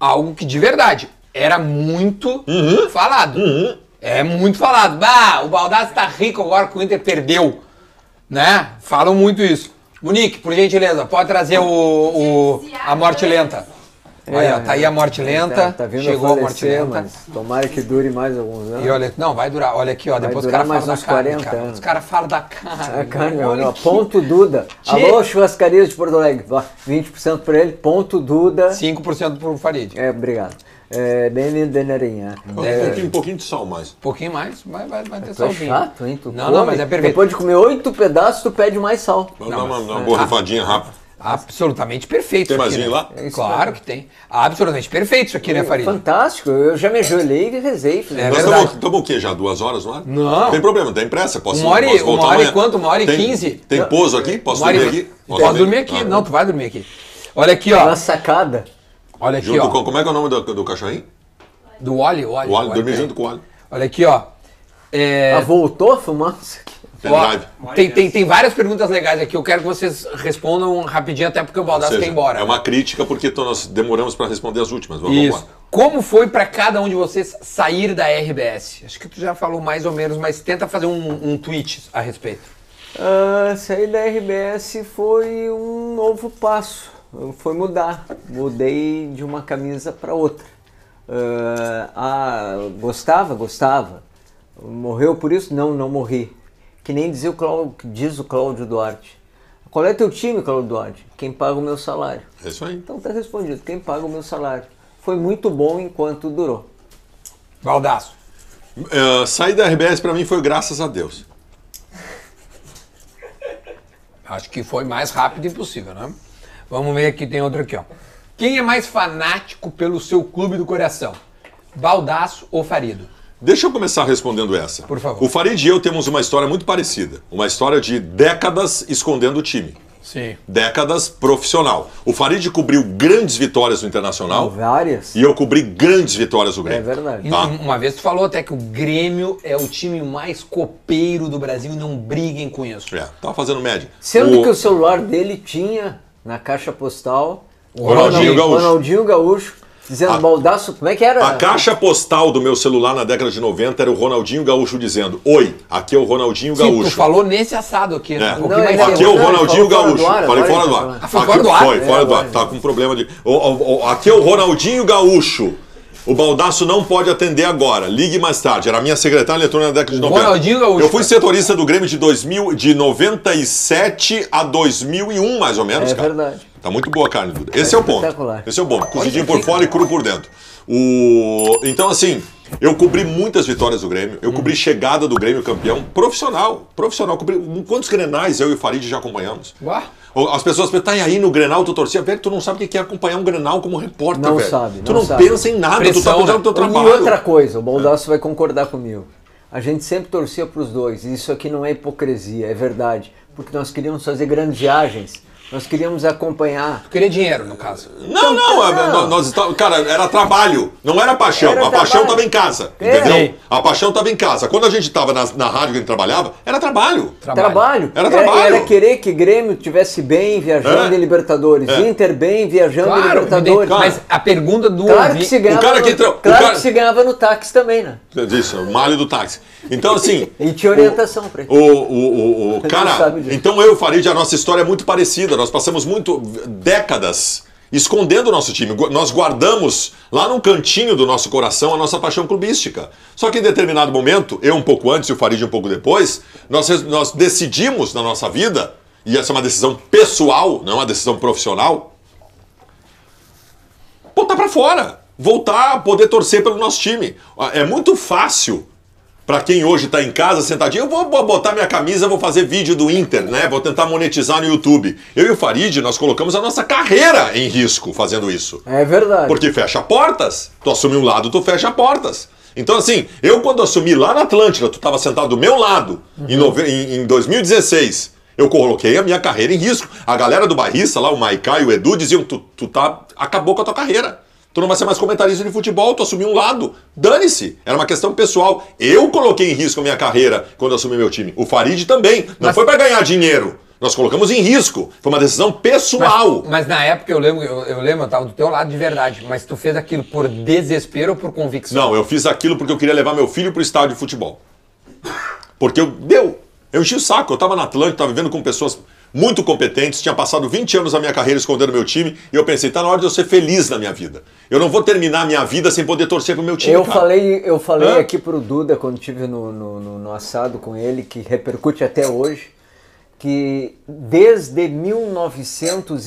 [SPEAKER 4] algo que de verdade era muito
[SPEAKER 2] Uhum.
[SPEAKER 4] falado. É muito falado. Bah, o Baldassi tá rico agora que o Inter perdeu. Né? Falam muito isso. Monique, por gentileza, pode trazer o, o- a morte lenta. Aí, ó, tá aí a morte lenta.
[SPEAKER 2] Tá, tá vindo
[SPEAKER 4] chegou a morte
[SPEAKER 2] falecer,
[SPEAKER 4] lenta.
[SPEAKER 2] mas tomara que dure mais alguns anos.
[SPEAKER 4] E olha, não, vai durar. Olha aqui, ó. Depois os
[SPEAKER 2] durar
[SPEAKER 4] caras
[SPEAKER 2] mais
[SPEAKER 4] falam da
[SPEAKER 2] uns
[SPEAKER 4] carne,
[SPEAKER 2] 40
[SPEAKER 4] cara.
[SPEAKER 2] anos.
[SPEAKER 4] Os caras falam da
[SPEAKER 2] Ah,
[SPEAKER 4] carne.
[SPEAKER 2] carne,
[SPEAKER 4] Olha
[SPEAKER 2] olha,
[SPEAKER 4] que-
[SPEAKER 2] ponto Duda.
[SPEAKER 4] Tchê.
[SPEAKER 2] Alô, churrascarias de Porto Alegre. Vá, 20% pra ele, ponto Duda.
[SPEAKER 4] 5% pro Farid. Um
[SPEAKER 2] É, obrigado. É, Bem-vindo, Denarinha.
[SPEAKER 1] Um, pouquinho, um pouquinho de sal mais.
[SPEAKER 4] Um pouquinho mais, vai, vai, vai ter
[SPEAKER 2] Tu é
[SPEAKER 4] salzinho.
[SPEAKER 2] chato, hein? Tu
[SPEAKER 4] não,
[SPEAKER 2] come.
[SPEAKER 4] não, mas é perfeito.
[SPEAKER 2] Depois de comer oito pedaços, tu pede mais sal.
[SPEAKER 1] Vamos dar uma, uma
[SPEAKER 4] é
[SPEAKER 1] borrifadinha rápida.
[SPEAKER 4] Absolutamente perfeito.
[SPEAKER 1] Tem
[SPEAKER 4] isso
[SPEAKER 1] mais
[SPEAKER 4] aqui,
[SPEAKER 1] vinho
[SPEAKER 4] né?
[SPEAKER 1] lá?
[SPEAKER 4] É isso Claro que tem. Absolutamente perfeito isso aqui,
[SPEAKER 2] É
[SPEAKER 4] né, Farid?
[SPEAKER 2] Fantástico, eu já me ajoelhei e rezei. fiz um-
[SPEAKER 4] É
[SPEAKER 1] Nós
[SPEAKER 4] verdade.
[SPEAKER 1] estamos estamos o quê já? Duas horas, não é?
[SPEAKER 4] Não.
[SPEAKER 1] Tem problema, tem pressa. Posso,
[SPEAKER 4] Uma hora e-
[SPEAKER 1] posso voltar
[SPEAKER 4] uma hora e
[SPEAKER 1] amanhã.
[SPEAKER 4] quanto? Uma hora e
[SPEAKER 1] Tem-
[SPEAKER 4] 15?
[SPEAKER 1] Tem pouso aqui? Posso
[SPEAKER 4] Mari-
[SPEAKER 1] dormir aqui?
[SPEAKER 4] Pode dormir aqui.
[SPEAKER 1] Ah,
[SPEAKER 4] Não, tu vai dormir aqui. Olha aqui, ó.
[SPEAKER 2] Na sacada.
[SPEAKER 4] Olha aqui,
[SPEAKER 1] Junto
[SPEAKER 4] ó.
[SPEAKER 1] com, como é que é o nome do, do cachorrinho?
[SPEAKER 4] Do óleo, óleo.
[SPEAKER 1] O Alho, dormir
[SPEAKER 4] é.
[SPEAKER 1] junto com o Alho.
[SPEAKER 4] Olha aqui, ó. É,
[SPEAKER 2] Ah, voltou a fumaça?
[SPEAKER 1] Pendrive.
[SPEAKER 4] ó, tem, tem, tem várias perguntas legais aqui. Eu quero que vocês respondam rapidinho, até porque o
[SPEAKER 1] Ou
[SPEAKER 4] Baldassi
[SPEAKER 1] seja,
[SPEAKER 4] quer ir embora.
[SPEAKER 1] É uma crítica porque to- nós demoramos para responder as últimas. Vamos
[SPEAKER 4] Isso.
[SPEAKER 1] embora.
[SPEAKER 4] Como foi pra cada um de vocês sair da RBS? Acho que tu já falou mais ou menos, mas tenta fazer um, um tweet a respeito.
[SPEAKER 2] Ah, sair da RBS foi um novo passo, foi mudar. Mudei de uma camisa para outra. Ah, ah, gostava, gostava. Morreu por isso? Não, não morri. Que nem dizia o Cláudio, diz o Cláudio Duarte. Qual é teu time, Cláudio Duarte? Quem paga o meu salário?
[SPEAKER 1] É isso aí.
[SPEAKER 2] Então tá respondido, quem paga o meu salário. Foi muito bom enquanto durou.
[SPEAKER 4] Baldaço.
[SPEAKER 1] É, sair da RBS para mim foi graças a Deus.
[SPEAKER 4] Acho que foi mais rápido impossível, né? Vamos ver aqui, tem outro aqui, ó. Quem é mais fanático pelo seu clube do coração? Baldaço ou Farido?
[SPEAKER 1] Deixa eu começar respondendo essa.
[SPEAKER 4] Por favor.
[SPEAKER 1] O Farid e eu temos uma história muito parecida. Uma história de décadas escondendo o time.
[SPEAKER 4] Sim.
[SPEAKER 1] Décadas profissional. O Farid cobriu grandes vitórias no Internacional
[SPEAKER 2] Várias?
[SPEAKER 1] e eu cobri grandes vitórias do Grêmio.
[SPEAKER 2] É verdade.
[SPEAKER 1] Tá?
[SPEAKER 4] um, Uma vez tu falou até que o Grêmio é o time mais copeiro do Brasil e não briguem com isso.
[SPEAKER 1] É, tava fazendo média.
[SPEAKER 2] Sendo
[SPEAKER 1] O-
[SPEAKER 2] que o celular dele tinha na caixa postal o
[SPEAKER 1] Ronaldinho
[SPEAKER 2] Ronald-
[SPEAKER 1] Gaúcho.
[SPEAKER 2] Ronaldinho Gaúcho dizendo
[SPEAKER 1] A-
[SPEAKER 2] baldaço, como é que era?
[SPEAKER 1] A caixa postal do meu celular na década de 90 era o Ronaldinho Gaúcho dizendo: Oi, aqui é o Ronaldinho
[SPEAKER 4] Sim, tu
[SPEAKER 1] Gaúcho.
[SPEAKER 4] falou nesse assado aqui,
[SPEAKER 1] É.
[SPEAKER 4] né? Um pouquinho
[SPEAKER 2] Não,
[SPEAKER 4] mais
[SPEAKER 2] ele-
[SPEAKER 4] cedo.
[SPEAKER 1] Aqui é o
[SPEAKER 2] Não, ele
[SPEAKER 1] Ronaldinho
[SPEAKER 2] falou fora
[SPEAKER 1] Gaúcho.
[SPEAKER 2] do ar,
[SPEAKER 1] Falei
[SPEAKER 2] agora
[SPEAKER 1] fora do
[SPEAKER 2] ele tá
[SPEAKER 1] ar.
[SPEAKER 2] falando.
[SPEAKER 4] Ah, foi fora do ar?
[SPEAKER 1] Foi, fora
[SPEAKER 2] É,
[SPEAKER 1] do ar.
[SPEAKER 2] agora
[SPEAKER 1] Tá com problema de. Ô, ô, ô, Aqui é o Ronaldinho Gaúcho. O Baldaço não pode atender agora. Ligue mais tarde. Era a minha secretária eletrônica na década de 90.
[SPEAKER 4] Ronaldinho Gaúcho,
[SPEAKER 1] Eu fui
[SPEAKER 4] cara.
[SPEAKER 1] setorista do Grêmio de, 2000, de 97 a 2001, mais ou menos,
[SPEAKER 2] É
[SPEAKER 1] cara.
[SPEAKER 2] verdade.
[SPEAKER 1] Tá muito boa a carne, Duda. Esse é, o ponto.
[SPEAKER 2] espetacular.
[SPEAKER 1] Esse é o ponto. Cozidinho por fora e cru por dentro. O... Então, assim, Eu cobri muitas vitórias do Grêmio. Eu
[SPEAKER 2] Uhum.
[SPEAKER 1] cobri chegada do Grêmio campeão profissional. Profissional. Cobri quantos grenais eu e o Farid já acompanhamos?
[SPEAKER 7] Uá.
[SPEAKER 1] Ou As pessoas perguntam, tá aí no Grenal, tu torcia, velho, tu não sabe o que que é acompanhar um Grenal como repórter,
[SPEAKER 2] Não
[SPEAKER 1] velho.
[SPEAKER 2] sabe,
[SPEAKER 1] tu
[SPEAKER 2] não
[SPEAKER 1] não,
[SPEAKER 2] sabe.
[SPEAKER 1] pensa em nada, tu
[SPEAKER 7] Pressão,
[SPEAKER 1] tá pensando
[SPEAKER 7] né?
[SPEAKER 1] no teu
[SPEAKER 2] E
[SPEAKER 1] trabalho.
[SPEAKER 2] outra coisa, o
[SPEAKER 1] É.
[SPEAKER 2] Baldasso vai concordar comigo. A gente sempre torcia para os dois, e isso aqui não é hipocrisia, é verdade. Porque nós queríamos fazer grandes viagens, nós queríamos acompanhar.
[SPEAKER 7] Eu
[SPEAKER 4] é
[SPEAKER 7] queria dinheiro, no caso.
[SPEAKER 1] Não,
[SPEAKER 2] Então,
[SPEAKER 1] não, é- nó- nós estávamos. Cara, era trabalho, não era paixão.
[SPEAKER 2] tá, Era
[SPEAKER 1] a paixão
[SPEAKER 2] trabalho.
[SPEAKER 1] estava em casa,
[SPEAKER 2] É.
[SPEAKER 1] entendeu?
[SPEAKER 2] Sim.
[SPEAKER 1] A paixão estava em casa. Quando a gente estava na, na rádio que a gente trabalhava, era trabalho.
[SPEAKER 2] Trabalho. É,
[SPEAKER 1] Era trabalho.
[SPEAKER 2] Era querer que Grêmio tivesse bem viajando
[SPEAKER 1] É.
[SPEAKER 2] em Libertadores,
[SPEAKER 1] É.
[SPEAKER 2] Inter bem viajando em
[SPEAKER 7] Claro,
[SPEAKER 2] Libertadores.
[SPEAKER 7] mas a pergunta do
[SPEAKER 2] tá Claro que
[SPEAKER 7] ouvi-
[SPEAKER 2] se ganhava,
[SPEAKER 1] cara que
[SPEAKER 2] no,
[SPEAKER 1] entrou- o
[SPEAKER 2] claro
[SPEAKER 1] cara-
[SPEAKER 2] que se ganhava no táxi também, né?
[SPEAKER 1] Isso, o malho do táxi. Então, assim.
[SPEAKER 2] E tinha orientação pra ele.
[SPEAKER 1] O, o, o, o- cara,
[SPEAKER 2] sabe disso.
[SPEAKER 1] então eu e o Farid, a nossa história é muito parecida. Nós passamos muito décadas escondendo o nosso time. Gu- Nós guardamos lá num cantinho do nosso coração a nossa paixão clubística. Só que em determinado momento, eu um pouco antes e o Farid um pouco depois, nós, res- nós decidimos na nossa vida, e essa é uma decisão pessoal, não é uma decisão profissional, botar pra fora, voltar a poder torcer pelo nosso time. Ah, É muito fácil pra quem hoje tá em casa sentadinho, eu vou bo- botar minha camisa, vou fazer vídeo do Inter, né? Vou tentar monetizar no YouTube. Eu e o Farid, nós colocamos a nossa carreira em risco fazendo isso.
[SPEAKER 2] É verdade.
[SPEAKER 1] Porque fecha portas. Tu assume um lado, tu fecha portas. Então, assim, eu quando assumi lá na Atlântida, tu estava sentado do meu lado, em, nove- em- em 2016, eu coloquei a minha carreira em risco. A galera do Barrista, lá, o Maiká e o Edu, diziam: tu, tu tá, acabou com a tua carreira. Tu não vai ser mais comentarista de futebol, tu assumiu um lado. Dane-se. Era uma questão pessoal. Eu coloquei em risco a minha carreira quando eu assumi meu time. O Farid também. Não foi para ganhar dinheiro. Nós colocamos em risco. Foi uma decisão pessoal.
[SPEAKER 7] Mas, mas na época eu lembro, eu, eu lembro, eu tava do teu lado de verdade, mas tu fez aquilo por desespero ou por convicção?
[SPEAKER 1] Não, eu fiz aquilo porque eu queria levar meu filho pro estádio de futebol. Porque eu deu. Eu enchi o saco, eu tava na Atlântica, tava vivendo com pessoas muito competentes, tinha passado 20 anos da minha carreira escondendo meu time, e eu pensei, tá na hora de eu ser feliz na minha vida. Eu não vou terminar a minha vida sem poder torcer pro meu time,
[SPEAKER 2] Eu
[SPEAKER 1] cara.
[SPEAKER 2] falei, eu falei
[SPEAKER 1] Hã?
[SPEAKER 2] aqui pro Duda quando tive no, no, no- no assado com ele, que repercute até hoje, que desde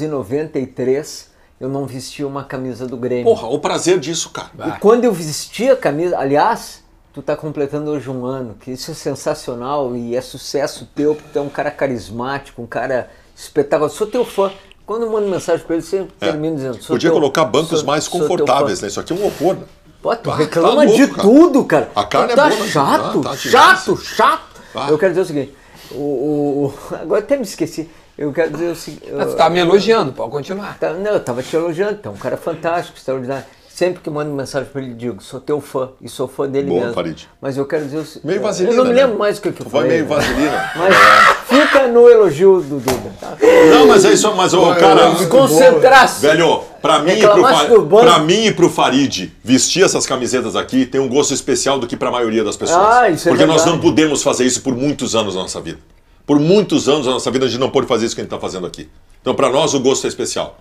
[SPEAKER 2] 1993 eu não vestia uma camisa do Grêmio.
[SPEAKER 1] Porra, o prazer disso, cara.
[SPEAKER 2] E quando eu vestia a camisa, aliás, tu tá completando hoje um ano, que isso é sensacional e é sucesso teu, porque tu é um cara carismático, um cara espetacular. Sou teu fã. Quando eu mando mensagem pra ele, eu sempre termino dizendo.
[SPEAKER 1] É.
[SPEAKER 2] Sou
[SPEAKER 1] Podia
[SPEAKER 2] teu-
[SPEAKER 1] colocar bancos
[SPEAKER 2] sou-
[SPEAKER 1] mais
[SPEAKER 2] sou teu fã.
[SPEAKER 1] confortáveis, né? Isso aqui é um horror. né?
[SPEAKER 2] Pô, tu
[SPEAKER 1] Ah,
[SPEAKER 2] reclama
[SPEAKER 1] tá louco,
[SPEAKER 2] de
[SPEAKER 1] cara.
[SPEAKER 2] tudo, cara.
[SPEAKER 1] A carne
[SPEAKER 2] Tu
[SPEAKER 1] é
[SPEAKER 2] tá
[SPEAKER 1] boa, mas-
[SPEAKER 2] chato,
[SPEAKER 1] Ah, tá demais.
[SPEAKER 2] chato, chato.
[SPEAKER 1] Ah.
[SPEAKER 2] Eu quero dizer o seguinte, o, o- o- agora até me esqueci. Eu quero dizer o seguinte.
[SPEAKER 7] Ah, tu
[SPEAKER 1] tá.
[SPEAKER 7] tava me elogiando, pode continuar.
[SPEAKER 2] Tá- não, eu tava te elogiando, tá um cara fantástico, extraordinário. Sempre que mando mensagem pra ele, digo, sou teu fã e sou fã dele
[SPEAKER 1] Boa,
[SPEAKER 2] mesmo.
[SPEAKER 1] Farid.
[SPEAKER 2] Mas eu quero dizer o seguinte.
[SPEAKER 1] Meio vaselina,
[SPEAKER 2] Eu não me
[SPEAKER 1] né?
[SPEAKER 2] lembro mais o que, que eu
[SPEAKER 1] Vai
[SPEAKER 2] falei.
[SPEAKER 1] meio É.
[SPEAKER 2] né?
[SPEAKER 1] vaselina.
[SPEAKER 2] Mas fica no elogio do Duda. Tá?
[SPEAKER 1] Não, mas é isso, mas o cara.
[SPEAKER 2] Desconcentrasse.
[SPEAKER 1] Velho, pra mim, e pro
[SPEAKER 2] Reclamasse
[SPEAKER 1] Fa-
[SPEAKER 2] do banco.
[SPEAKER 1] pra mim e pro Farid, vestir essas camisetas aqui tem um gosto especial do que pra maioria das pessoas.
[SPEAKER 2] Ah, isso é
[SPEAKER 1] Porque nós
[SPEAKER 2] verdade.
[SPEAKER 1] não pudemos fazer isso por muitos anos na nossa vida. Por muitos anos na nossa vida a gente não pôde fazer isso que a gente tá fazendo aqui. Então pra nós o gosto é especial.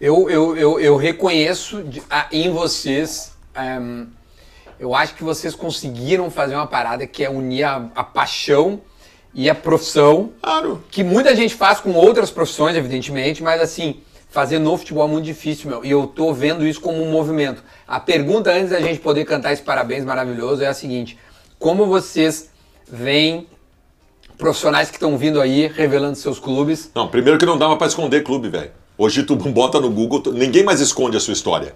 [SPEAKER 7] Eu, eu, eu, eu reconheço de- a- em vocês. ehm, eu acho que vocês conseguiram fazer uma parada que é unir a, a paixão e a profissão.
[SPEAKER 1] Claro.
[SPEAKER 7] Que muita gente faz com outras profissões, evidentemente, mas assim, fazer no futebol é muito difícil, meu. E eu tô vendo isso como um movimento. A pergunta antes da gente poder cantar esse parabéns maravilhoso é a seguinte: como vocês veem profissionais que estão vindo aí revelando seus clubes?
[SPEAKER 1] Não, primeiro que não dava pra esconder clube, velho. Hoje tu bota no Google, tu- ninguém mais esconde a sua história.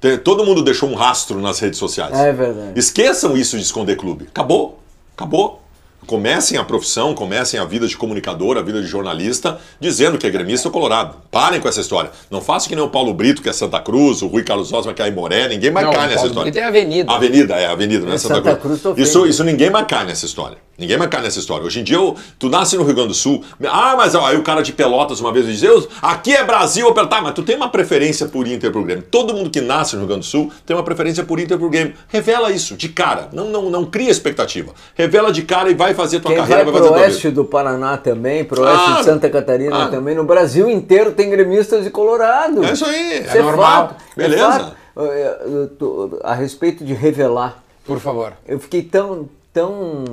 [SPEAKER 1] Tem- Todo mundo deixou um rastro nas redes sociais.
[SPEAKER 2] É verdade.
[SPEAKER 1] Esqueçam isso de esconder clube. Acabou. Acabou. Comecem a profissão, comecem a vida de comunicador, a vida de jornalista, dizendo que é gremista ou colorado. Parem com essa história. Não façam que nem o Paulo Brito, que é Santa Cruz, o Rui Carlos Osma, que é Aimoré, ninguém mais
[SPEAKER 7] Não,
[SPEAKER 1] cai
[SPEAKER 7] o
[SPEAKER 1] nessa
[SPEAKER 7] Paulo
[SPEAKER 1] história.
[SPEAKER 7] Brito é Avenida.
[SPEAKER 1] Avenida, é, Avenida, não é
[SPEAKER 2] É
[SPEAKER 1] Santa,
[SPEAKER 2] Santa
[SPEAKER 1] Cruz.
[SPEAKER 2] Cruz, tô
[SPEAKER 1] isso,
[SPEAKER 2] vendo.
[SPEAKER 1] isso ninguém mais cai nessa história. Ninguém mais cai nessa história. Hoje em dia, eu- tu nasce no Rio Grande do Sul, ah, mas ó, aí o cara de Pelotas uma vez me diz, eu, aqui é Brasil, eu, pergunto, tá, mas tu tem uma preferência por Inter pro Grêmio. Todo mundo que nasce no Rio Grande do Sul tem uma preferência por Inter pro Grêmio. Revela isso de cara, não, não, não cria expectativa. Revela de cara e vai fazer tua
[SPEAKER 2] Quem
[SPEAKER 1] carreira,
[SPEAKER 2] vai
[SPEAKER 1] vai,
[SPEAKER 2] pro
[SPEAKER 1] fazer tua
[SPEAKER 2] oeste
[SPEAKER 1] vida.
[SPEAKER 2] do Paraná também, pro oeste
[SPEAKER 1] Claro,
[SPEAKER 2] de Santa Catarina
[SPEAKER 1] claro.
[SPEAKER 2] também, no Brasil inteiro tem gremistas de Colorado.
[SPEAKER 1] ah. É isso aí, é
[SPEAKER 2] Isso
[SPEAKER 1] normal.
[SPEAKER 2] fato, é
[SPEAKER 1] Beleza.
[SPEAKER 2] fato. Eu- eu tô- A respeito de revelar,
[SPEAKER 7] Por favor.
[SPEAKER 2] eu fiquei tão, tão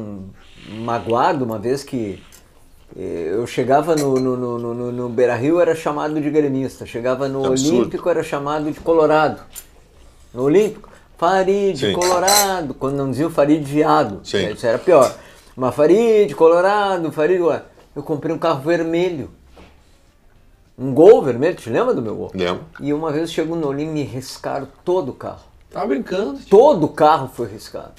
[SPEAKER 2] magoado uma vez que eh, eu chegava no, no, no, no- no, no Beira Rio era chamado de gremista, chegava no
[SPEAKER 1] Absurdo.
[SPEAKER 2] Olímpico era chamado de Colorado. No Olímpico. Farid,
[SPEAKER 1] Sim.
[SPEAKER 2] Colorado, quando não dizia o Farid viado.
[SPEAKER 1] Sim.
[SPEAKER 2] Isso era pior. Mas Farid, Colorado, Farid, Colorado. Eu comprei um carro vermelho. Um gol vermelho, te lembra do meu gol?
[SPEAKER 1] Lembro.
[SPEAKER 2] E uma vez chegou no Olim e me riscaram todo o carro.
[SPEAKER 4] Tava brincando. tio.
[SPEAKER 2] Todo o carro foi riscado.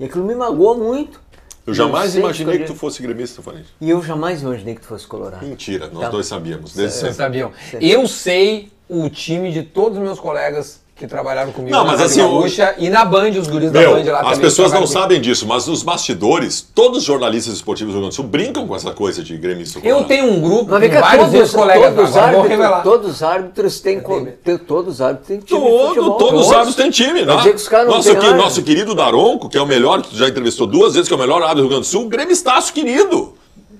[SPEAKER 2] E aquilo me magoou muito.
[SPEAKER 1] Eu jamais
[SPEAKER 2] sei
[SPEAKER 1] imaginei que
[SPEAKER 2] escolher.
[SPEAKER 1] tu fosse gremista, Farid.
[SPEAKER 2] E eu jamais imaginei que tu fosse colorado.
[SPEAKER 1] Mentira, nós
[SPEAKER 2] Tá.
[SPEAKER 1] dois sabíamos, desde
[SPEAKER 4] Vocês
[SPEAKER 1] sempre.
[SPEAKER 4] sabiam. Eu sei o time de todos os meus colegas que trabalharam comigo
[SPEAKER 1] Não,
[SPEAKER 4] na
[SPEAKER 1] mas assim,
[SPEAKER 4] Rádio
[SPEAKER 1] o-
[SPEAKER 4] Gaúcha e na Band, os guris da
[SPEAKER 1] Meu,
[SPEAKER 4] Band lá
[SPEAKER 1] as
[SPEAKER 4] também
[SPEAKER 1] pessoas não
[SPEAKER 2] tá
[SPEAKER 4] trabalham comigo.
[SPEAKER 1] sabem disso, mas nos bastidores, todos os jornalistas esportivos do Rio Grande do Sul brincam com essa coisa de gremista.
[SPEAKER 4] Eu
[SPEAKER 1] colorado.
[SPEAKER 4] tenho um grupo
[SPEAKER 2] Mas
[SPEAKER 4] com
[SPEAKER 2] vem cá,
[SPEAKER 4] vários meus
[SPEAKER 2] todos,
[SPEAKER 4] colegas
[SPEAKER 2] todos, os
[SPEAKER 4] agora, não vou
[SPEAKER 2] árbitros,
[SPEAKER 4] revelar.
[SPEAKER 2] todos os árbitros
[SPEAKER 4] É,
[SPEAKER 2] têm. co- têm- Todos os árbitros têm time. de
[SPEAKER 1] Todo,
[SPEAKER 2] futebol.
[SPEAKER 1] todos os árbitros têm time, né?
[SPEAKER 2] dizer que os caras não
[SPEAKER 1] Nosso,
[SPEAKER 2] têm
[SPEAKER 1] que-
[SPEAKER 2] árbitro.
[SPEAKER 1] nosso querido Daronco, que é o melhor, que tu já entrevistou duas vezes, que é o melhor árbitro do Rio Grande do Sul, um gremistaço querido.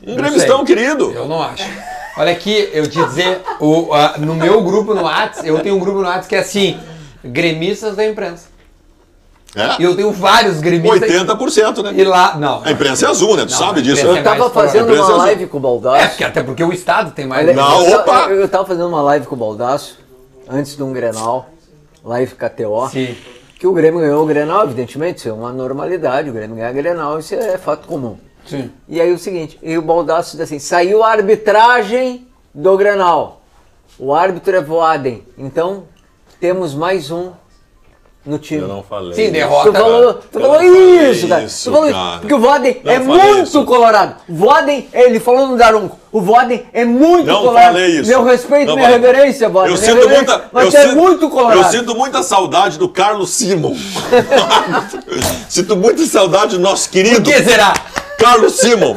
[SPEAKER 1] Um gremistão querido.
[SPEAKER 4] Eu não acho. Olha aqui, eu te dizer, o- a- no meu grupo no Whats, eu tenho um grupo no Whats que é assim, gremistas da imprensa. E
[SPEAKER 1] É?
[SPEAKER 4] eu tenho vários gremistas.
[SPEAKER 1] 80%, né?
[SPEAKER 4] E lá, não.
[SPEAKER 1] A imprensa é azul, né? Tu
[SPEAKER 4] Não,
[SPEAKER 1] sabe
[SPEAKER 4] a
[SPEAKER 1] disso,
[SPEAKER 4] imprensa
[SPEAKER 1] né?
[SPEAKER 4] é
[SPEAKER 2] Eu tava
[SPEAKER 4] mais colorado.
[SPEAKER 2] fazendo
[SPEAKER 1] Empresas-
[SPEAKER 2] uma live com o
[SPEAKER 4] É,
[SPEAKER 2] Baldaço.
[SPEAKER 4] porque até porque o Estado tem mais.
[SPEAKER 2] Olha,
[SPEAKER 1] Não,
[SPEAKER 2] eu ta-
[SPEAKER 1] Ah, opa!
[SPEAKER 2] Eu, eu tava fazendo uma live com o Baldaço, antes de um Grenal, live KTO.
[SPEAKER 4] Sim.
[SPEAKER 2] Que o Grêmio ganhou o Grenal, evidentemente, isso é uma normalidade, o Grêmio ganhar Grenal, isso é fato comum.
[SPEAKER 4] Sim.
[SPEAKER 2] E aí o seguinte, e o Baldaço diz assim, saiu a arbitragem do Grenal. O árbitro é Voaden. Então, temos mais um no time.
[SPEAKER 1] Eu não falei.
[SPEAKER 4] Sim, derrota. né?
[SPEAKER 2] Tu falou, tu
[SPEAKER 1] Eu
[SPEAKER 2] falou
[SPEAKER 1] não falei
[SPEAKER 2] isso, cara.
[SPEAKER 1] isso,
[SPEAKER 2] tu falou
[SPEAKER 1] cara.
[SPEAKER 2] isso. Porque o Voaden
[SPEAKER 1] Não
[SPEAKER 2] é
[SPEAKER 1] falei
[SPEAKER 2] muito
[SPEAKER 1] isso.
[SPEAKER 2] colorado. Voaden, ele falou no Daronco. O Voaden é muito
[SPEAKER 1] Não
[SPEAKER 2] colorado.
[SPEAKER 1] falei isso.
[SPEAKER 2] Meu respeito,
[SPEAKER 1] Não
[SPEAKER 2] minha
[SPEAKER 1] falei.
[SPEAKER 2] reverência, Voaden.
[SPEAKER 1] Eu
[SPEAKER 2] minha
[SPEAKER 1] sinto
[SPEAKER 2] reverência,
[SPEAKER 1] muita.
[SPEAKER 2] Mas
[SPEAKER 1] eu
[SPEAKER 2] tu é
[SPEAKER 1] sinto-
[SPEAKER 2] muito colorado.
[SPEAKER 1] Eu sinto muita saudade do Carlos Simon. sinto muita saudade do nosso querido
[SPEAKER 4] O que será?
[SPEAKER 1] Carlos Simon.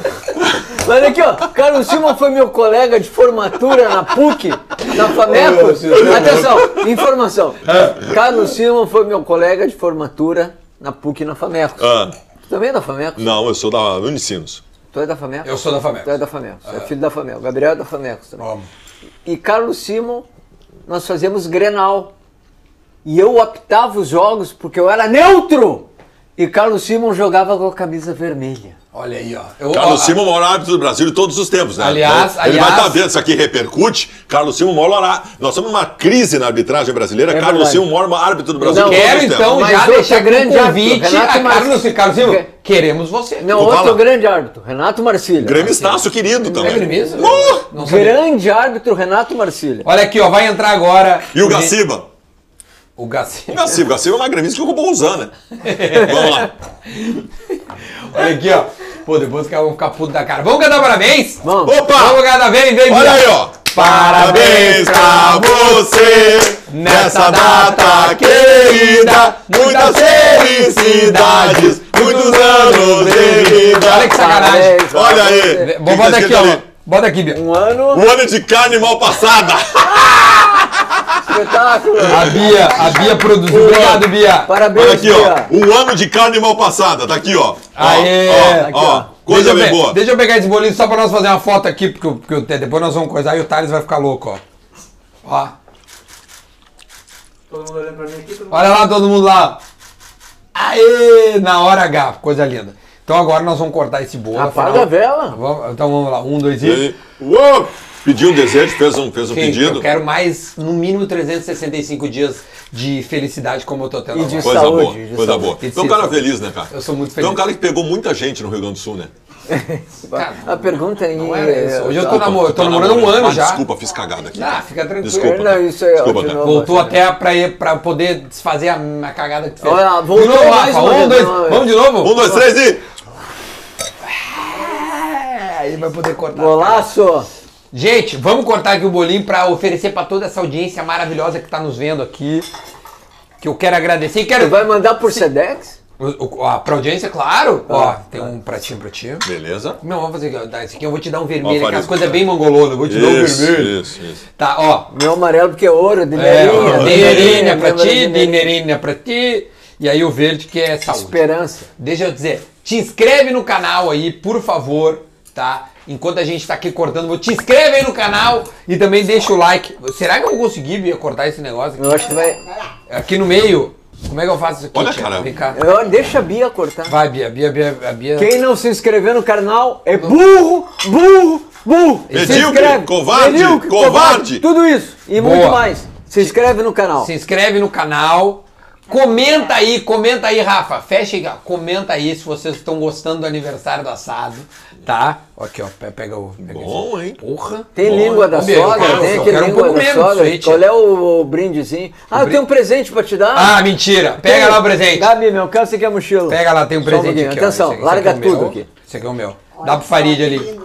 [SPEAKER 2] Olha aqui, ó. Carlos Simon foi meu colega de formatura na PUC, na FAMECO. Atenção, informação.
[SPEAKER 4] É.
[SPEAKER 2] Carlos Simon foi meu colega de formatura na PUC e na FAMECO.
[SPEAKER 1] Ah,
[SPEAKER 2] Tu também é da FAMECO?
[SPEAKER 1] não, eu sou da Unicinos.
[SPEAKER 2] Tu é da FAMECO?
[SPEAKER 4] Eu sou da Fameco.
[SPEAKER 2] Tu é da Fameco, tu é filho da Fameco. Gabriel é da Fameco também. E Carlos Simon, nós fazemos Grenal. E eu optava os jogos porque eu era neutro. E Carlos Simon jogava com a camisa vermelha.
[SPEAKER 4] Olha aí, ó. Eu,
[SPEAKER 1] Carlos
[SPEAKER 4] ó,
[SPEAKER 1] Simon, o maior árbitro do Brasil de todos os tempos, né?
[SPEAKER 4] Aliás,
[SPEAKER 1] Então, Ele
[SPEAKER 4] aliás-
[SPEAKER 1] vai estar vendo, isso aqui repercute. Carlos Simon, o maior árbitro. Nós estamos numa crise na arbitragem brasileira. Carlos
[SPEAKER 2] verdade.
[SPEAKER 1] Simon, o maior árbitro do Brasil
[SPEAKER 2] Não,
[SPEAKER 1] de todos
[SPEAKER 4] É Quero
[SPEAKER 1] os tempos.
[SPEAKER 4] então
[SPEAKER 2] Mas
[SPEAKER 4] já
[SPEAKER 2] outro
[SPEAKER 4] deixar grande
[SPEAKER 2] grande
[SPEAKER 4] um
[SPEAKER 2] árbitro,
[SPEAKER 4] convite
[SPEAKER 2] Renato
[SPEAKER 4] a
[SPEAKER 2] Mar-
[SPEAKER 4] Carlos e Carlos Simon,
[SPEAKER 2] Que-
[SPEAKER 4] queremos você.
[SPEAKER 2] Não,
[SPEAKER 1] Vou
[SPEAKER 2] outro
[SPEAKER 1] falar.
[SPEAKER 2] grande árbitro, Renato Marcília.
[SPEAKER 1] Gremistaço querido
[SPEAKER 4] É
[SPEAKER 1] também.
[SPEAKER 4] gremista?
[SPEAKER 1] Uh!
[SPEAKER 4] Não sabia.
[SPEAKER 2] Grande árbitro Renato Marcília.
[SPEAKER 4] Olha aqui, ó, vai entrar agora.
[SPEAKER 1] E o Gaciba?
[SPEAKER 4] O Gaci.
[SPEAKER 1] O Gaciba, o Gaciba é uma gremista que ocupou uns anos, né? Vamos lá.
[SPEAKER 4] Olha aqui, ó. Pô, depois os caras vão ficar puto da cara. Vamos cantar parabéns?
[SPEAKER 2] Vamos.
[SPEAKER 1] Opa!
[SPEAKER 4] Vamos cantar, vem, vem,
[SPEAKER 1] Olha
[SPEAKER 4] vem.
[SPEAKER 1] aí, ó.
[SPEAKER 4] Parabéns pra
[SPEAKER 1] você
[SPEAKER 4] nessa data querida. Muitas felicidades, muitos anos de vida. Olha que sacanagem.
[SPEAKER 2] Parabéns,
[SPEAKER 1] Olha aí.
[SPEAKER 2] parabéns.
[SPEAKER 1] O que
[SPEAKER 4] Bom,
[SPEAKER 1] que tá
[SPEAKER 4] bota aqui,
[SPEAKER 1] escrito
[SPEAKER 4] ó.
[SPEAKER 1] ali?
[SPEAKER 4] Bota aqui, Bia.
[SPEAKER 2] Um ano
[SPEAKER 1] O ano de carne mal passada.
[SPEAKER 2] espetáculo.
[SPEAKER 4] A Bia, a Bia produziu. Obrigado, Bia.
[SPEAKER 2] Parabéns,
[SPEAKER 1] Olha aqui, ó.
[SPEAKER 2] Bia.
[SPEAKER 1] Um ano de carne mal passada. Tá aqui, ó. Ó,
[SPEAKER 4] Aê. tá
[SPEAKER 1] Ó,
[SPEAKER 4] Aqui,
[SPEAKER 1] ó. Coisa
[SPEAKER 4] deixa, eu
[SPEAKER 1] bem
[SPEAKER 4] pe-
[SPEAKER 1] boa.
[SPEAKER 4] deixa eu pegar esse bolinho só pra nós fazer uma foto aqui, porque, o- porque o- depois nós vamos coisar e o Thales vai ficar louco, ó. Ó.
[SPEAKER 8] Todo mundo olhando pra mim aqui, todo mundo...
[SPEAKER 4] Olha lá todo mundo lá. Aê! Na hora H, coisa linda. Então agora nós vamos cortar esse bolo.
[SPEAKER 2] Apaga a vela.
[SPEAKER 4] Vamos- então vamos lá, um, dois
[SPEAKER 1] E
[SPEAKER 4] e...
[SPEAKER 1] aí, uou, Pediu um desejo, fez um, fez um
[SPEAKER 4] Sim,
[SPEAKER 1] pedido.
[SPEAKER 4] Eu quero mais, no mínimo, 365 dias de felicidade como eu tô tendo
[SPEAKER 2] E
[SPEAKER 4] agora.
[SPEAKER 2] de
[SPEAKER 1] Coisa
[SPEAKER 2] saúde,
[SPEAKER 1] boa,
[SPEAKER 2] de
[SPEAKER 1] coisa
[SPEAKER 2] saúde.
[SPEAKER 1] boa.
[SPEAKER 4] E de
[SPEAKER 1] Então, um cara
[SPEAKER 4] saúde.
[SPEAKER 1] feliz, né, cara?
[SPEAKER 4] Eu sou muito
[SPEAKER 1] Então, um
[SPEAKER 4] feliz.
[SPEAKER 1] cara que pegou muita gente no Rio Grande do Sul, né?
[SPEAKER 2] A pergunta aí.
[SPEAKER 4] Não era isso. Hoje eu
[SPEAKER 2] Tá.
[SPEAKER 4] tô, namor-
[SPEAKER 1] Tu
[SPEAKER 4] tô
[SPEAKER 1] tá
[SPEAKER 4] namorando um ano
[SPEAKER 1] Ah,
[SPEAKER 4] já.
[SPEAKER 1] Desculpa, fiz cagada aqui.
[SPEAKER 4] Ah, fica tranquilo.
[SPEAKER 1] Desculpa.
[SPEAKER 2] Não, isso aí, ó,
[SPEAKER 1] Desculpa,
[SPEAKER 2] de
[SPEAKER 1] cara.
[SPEAKER 2] novo.
[SPEAKER 4] Voltou até pra, ir, pra poder desfazer a, a cagada que tu fez.
[SPEAKER 2] Olha lá, voltou
[SPEAKER 4] de novo,
[SPEAKER 2] mais
[SPEAKER 4] Rafa.
[SPEAKER 2] uma vez,
[SPEAKER 4] Um, dois,
[SPEAKER 2] não, é.
[SPEAKER 4] vamos de novo?
[SPEAKER 1] Um, dois, três e...
[SPEAKER 4] É, aí vai poder cortar.
[SPEAKER 2] Golaço.
[SPEAKER 4] Gente, vamos cortar aqui o bolinho pra oferecer pra toda essa audiência maravilhosa que tá nos vendo aqui. Que eu quero agradecer e
[SPEAKER 2] Tu
[SPEAKER 4] quero.
[SPEAKER 2] vai mandar por Sedex?
[SPEAKER 4] O, o, ó, pra audiência, claro. ó,
[SPEAKER 2] Ah.
[SPEAKER 4] tem um pratinho pra ti.
[SPEAKER 1] Beleza.
[SPEAKER 4] Não, vamos fazer aqui, ó, esse aqui eu vou te dar um vermelho,
[SPEAKER 1] Ó,
[SPEAKER 4] aquelas
[SPEAKER 1] Farid.
[SPEAKER 4] coisas bem mongolonas, eu vou te dar um
[SPEAKER 1] Isso,
[SPEAKER 4] vermelho.
[SPEAKER 1] isso, isso.
[SPEAKER 4] Tá, ó.
[SPEAKER 2] Meu amarelo porque é ouro,
[SPEAKER 4] É,
[SPEAKER 2] dinheirinha.
[SPEAKER 4] ó,
[SPEAKER 2] dinheirinha,
[SPEAKER 4] dinheirinha pra ti,
[SPEAKER 2] dinheirinha.
[SPEAKER 4] dinheirinha pra ti. E aí o verde que é saúde.
[SPEAKER 2] Esperança.
[SPEAKER 4] Deixa eu dizer, te inscreve no canal aí, por favor, tá? Enquanto a gente tá aqui cortando, vou te inscreve aí no canal e também deixa o like. Será que eu vou conseguir Bia, cortar esse negócio
[SPEAKER 2] Eu acho que vai.
[SPEAKER 4] aqui? Aqui no meio, como é que eu faço isso aqui?
[SPEAKER 1] Olha,
[SPEAKER 4] tia?
[SPEAKER 1] cara.
[SPEAKER 4] Vem cá.
[SPEAKER 2] Eu- Deixa a Bia cortar.
[SPEAKER 4] Vai, Bia, Bia, Bia, Bia. Bia.
[SPEAKER 2] Quem não se inscrever no canal é burro, burro, burro.
[SPEAKER 1] Medíocre,
[SPEAKER 2] se inscreve.
[SPEAKER 1] covarde, covarde.
[SPEAKER 2] Tudo isso e
[SPEAKER 4] Boa.
[SPEAKER 2] muito mais. Se inscreve no canal.
[SPEAKER 4] Se inscreve no canal, Comenta aí, comenta aí, Rafa. Fecha aí, comenta aí se vocês estão gostando do aniversário do assado, tá? Aqui, ó, pe- pega o. Pega
[SPEAKER 1] Bom, hein?
[SPEAKER 4] Porra.
[SPEAKER 2] Tem língua da
[SPEAKER 4] Ô, meu, eu
[SPEAKER 2] sogra,
[SPEAKER 4] quero-
[SPEAKER 2] tem
[SPEAKER 4] eu
[SPEAKER 2] aquele
[SPEAKER 4] quero um
[SPEAKER 2] língua
[SPEAKER 4] pouco
[SPEAKER 2] da
[SPEAKER 4] menos,
[SPEAKER 2] sogra.
[SPEAKER 4] gente.
[SPEAKER 2] Qual é o, o brindezinho? Ah, eu tenho um presente pra te dar.
[SPEAKER 4] Ah, mentira. Pega lá o presente.
[SPEAKER 2] Gabi, meu, calça aqui a mochila.
[SPEAKER 4] Pega lá, tem um
[SPEAKER 2] Só
[SPEAKER 4] presente
[SPEAKER 2] pouquinho.
[SPEAKER 4] aqui. ó.
[SPEAKER 2] Atenção,
[SPEAKER 4] Esse aqui- esse
[SPEAKER 2] larga
[SPEAKER 4] aqui é o
[SPEAKER 2] tudo
[SPEAKER 4] meu.
[SPEAKER 2] aqui.
[SPEAKER 4] Esse aqui é o meu. Dá pro Farid ali.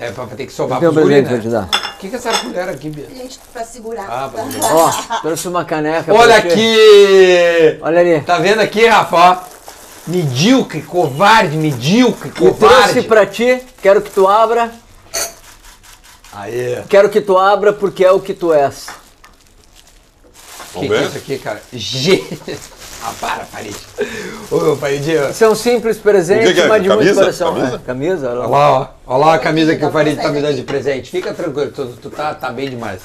[SPEAKER 4] É, pra pra ter que sobrar
[SPEAKER 2] Tem um
[SPEAKER 4] pros guri,
[SPEAKER 2] presente
[SPEAKER 4] né?
[SPEAKER 2] pra te dar.
[SPEAKER 4] O que que é essa mulher aqui, Bia?
[SPEAKER 7] Gente, pra segurar.
[SPEAKER 4] Ah, pra segurar.
[SPEAKER 2] Ó, trouxe uma caneca.
[SPEAKER 4] Olha
[SPEAKER 2] pra ti.
[SPEAKER 4] aqui!
[SPEAKER 2] Olha ali.
[SPEAKER 4] Tá vendo aqui, Rafa? Ó. Medíocre, covarde, medíocre,
[SPEAKER 2] Eu trouxe
[SPEAKER 4] covarde.
[SPEAKER 2] pra ti, quero que tu abra,
[SPEAKER 4] Aê.
[SPEAKER 2] quero que tu abra porque é o que tu és.
[SPEAKER 4] O
[SPEAKER 1] Vamos
[SPEAKER 4] que, que é isso
[SPEAKER 1] ver?
[SPEAKER 4] aqui, cara? G. Ah, para, Farid. Ô, meu Farid, ó.
[SPEAKER 2] Isso é um simples presente,
[SPEAKER 1] O que que é?
[SPEAKER 2] mas de muito
[SPEAKER 1] Camisa?
[SPEAKER 2] coração.
[SPEAKER 1] Camisa?
[SPEAKER 2] É, camisa? olha
[SPEAKER 4] Olha
[SPEAKER 2] lá.
[SPEAKER 4] lá, ó. Olha lá a camisa que o Farid tá me dando de presente. Fica tranquilo, tu, tu tá, tá bem demais.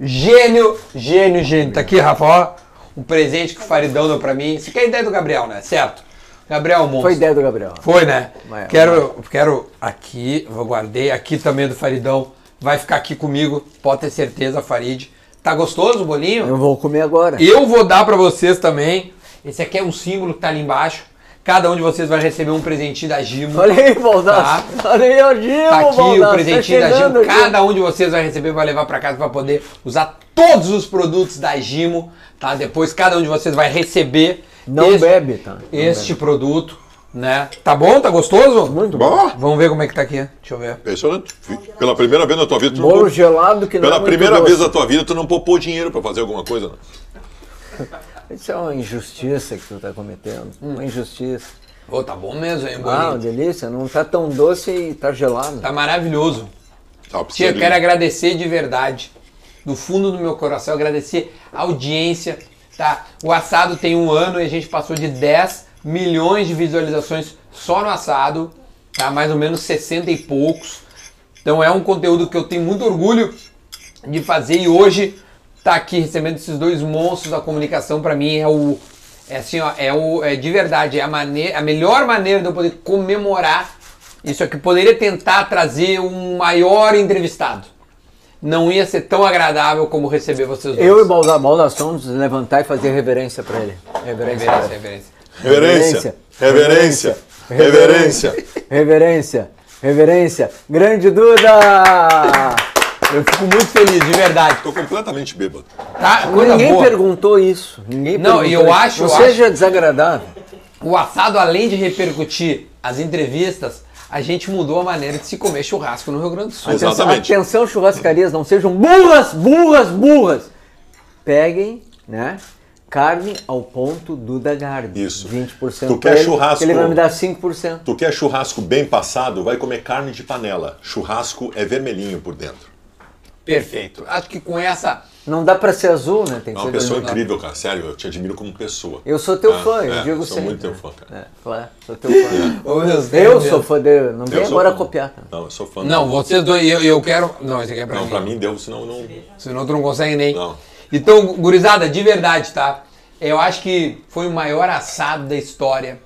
[SPEAKER 4] Gênio, gênio, gênio. Tá aqui, Rafa, ó. Um presente que o Faridão deu pra mim. Isso aqui é a ideia do Gabriel, né? Certo? Gabriel é um monstro.
[SPEAKER 2] Foi ideia é. do Gabriel.
[SPEAKER 4] Foi, né?
[SPEAKER 2] Vai,
[SPEAKER 4] quero, quero aqui, vou guardei aqui também do Faridão. Vai ficar aqui comigo, pode ter certeza, Farid. Tá gostoso o bolinho?
[SPEAKER 2] Eu vou comer agora.
[SPEAKER 4] Eu vou dar pra vocês também. Esse aqui é um símbolo que tá ali embaixo. Cada um de vocês vai receber um presentinho da Gimo.
[SPEAKER 2] Olha aí, Baldassio. Olha aí, ó, Gil,
[SPEAKER 4] Tá aqui
[SPEAKER 2] Baldassio,
[SPEAKER 4] o presentinho
[SPEAKER 2] tá
[SPEAKER 4] da
[SPEAKER 2] chegando,
[SPEAKER 4] Gimo.
[SPEAKER 2] Gil.
[SPEAKER 4] Cada um de vocês vai receber, vai levar pra casa pra poder usar todos os produtos da Gimo, tá? Depois cada um de vocês vai receber
[SPEAKER 2] Não
[SPEAKER 4] este,
[SPEAKER 2] bebe, tá? Não
[SPEAKER 4] este produto, né? Tá bom? Tá gostoso?
[SPEAKER 2] Muito bom.
[SPEAKER 1] Bom,
[SPEAKER 4] Vamos ver como é que tá aqui. Deixa eu ver.
[SPEAKER 1] impressionante. Pela primeira vez na tua vida, tu
[SPEAKER 2] Bolo
[SPEAKER 1] não...
[SPEAKER 2] gelado que não é
[SPEAKER 1] Pela
[SPEAKER 2] muito
[SPEAKER 1] primeira
[SPEAKER 2] doce.
[SPEAKER 1] vez na tua vida, tu não poupou dinheiro pra fazer alguma coisa, né?
[SPEAKER 2] Isso é uma injustiça que tu tá cometendo. Uma injustiça.
[SPEAKER 4] Ô, tá bom mesmo, hein,
[SPEAKER 2] Ah, uma
[SPEAKER 4] bolinho?
[SPEAKER 2] delícia. Não tá tão doce e tá gelado.
[SPEAKER 4] Tá maravilhoso.
[SPEAKER 1] Tá,
[SPEAKER 4] Tia,
[SPEAKER 1] precisa
[SPEAKER 4] eu quero
[SPEAKER 1] de-
[SPEAKER 4] agradecer de verdade, do fundo do meu coração, agradecer a audiência, tá? O assado tem um ano e a gente passou de 10 milhões de visualizações só no assado, tá? Mais ou menos 60 e poucos. Então é um conteúdo que eu tenho muito orgulho de fazer e hoje tá aqui recebendo esses dois monstros da comunicação pra mim é o é assim ó, é o é de verdade, é a maneira, a melhor maneira de eu poder comemorar isso aqui poderia tentar trazer um maior entrevistado. Não ia ser tão agradável como receber vocês dois.
[SPEAKER 2] Eu e Balda, Baldassio vamos levantar e fazer reverência pra ele. Reverência.
[SPEAKER 4] reverência, reverência.
[SPEAKER 1] Reverência. Reverência.
[SPEAKER 2] Reverência.
[SPEAKER 1] Reverência.
[SPEAKER 2] Reverência. Reverência. Grande Duda!
[SPEAKER 4] Eu fico muito feliz, de verdade.
[SPEAKER 1] Tô completamente bêbado.
[SPEAKER 4] Tá? Coisa
[SPEAKER 2] Ninguém
[SPEAKER 4] boa.
[SPEAKER 2] perguntou isso. Ninguém
[SPEAKER 4] Não,
[SPEAKER 2] perguntou
[SPEAKER 4] e eu
[SPEAKER 2] isso.
[SPEAKER 4] acho-
[SPEAKER 2] Não
[SPEAKER 4] eu
[SPEAKER 2] seja desagradável.
[SPEAKER 4] O assado, além de repercutir as entrevistas, a gente mudou a maneira de se comer churrasco no Rio Grande do Sul.
[SPEAKER 1] Exato. Exatamente.
[SPEAKER 2] Atenção, churrascarias, não sejam burras, burras, burras. Peguem, né? Carne ao ponto do da Garbi.
[SPEAKER 1] Isso.
[SPEAKER 2] 20%
[SPEAKER 1] Tu
[SPEAKER 2] pra
[SPEAKER 1] quer
[SPEAKER 2] ele,
[SPEAKER 1] churrasco?
[SPEAKER 2] Ele vai me dar 5%.
[SPEAKER 1] Tu quer churrasco bem passado, vai comer carne de panela. Churrasco é vermelhinho por dentro.
[SPEAKER 4] Perfeito. Acho que com essa.
[SPEAKER 2] Não dá pra ser azul, né? Tem
[SPEAKER 1] É
[SPEAKER 2] que
[SPEAKER 1] uma
[SPEAKER 2] ser
[SPEAKER 1] pessoa
[SPEAKER 2] vermelho.
[SPEAKER 1] incrível, cara. Sério, eu te admiro como pessoa.
[SPEAKER 2] Eu sou teu
[SPEAKER 1] Ah,
[SPEAKER 2] fã, eu
[SPEAKER 1] é,
[SPEAKER 2] digo
[SPEAKER 1] sou
[SPEAKER 2] sempre.
[SPEAKER 1] muito teu fã, cara. É.
[SPEAKER 2] É, claro, sou teu fã.
[SPEAKER 4] Ô, meu Deus.
[SPEAKER 2] Eu sou fã dele, não vem
[SPEAKER 1] Eu sou
[SPEAKER 2] agora
[SPEAKER 1] fã.
[SPEAKER 2] copiar. tá? cara.
[SPEAKER 1] Não, eu sou fã.
[SPEAKER 4] Não, vocês dois, eu, eu quero. Não, esse aqui é pra
[SPEAKER 1] Não,
[SPEAKER 4] mim.
[SPEAKER 1] pra mim deu, senão eu não.
[SPEAKER 4] Senão tu não consegue nem.
[SPEAKER 1] Não.
[SPEAKER 4] Então, gurizada, de verdade, tá? Eu acho que foi o maior assado da história.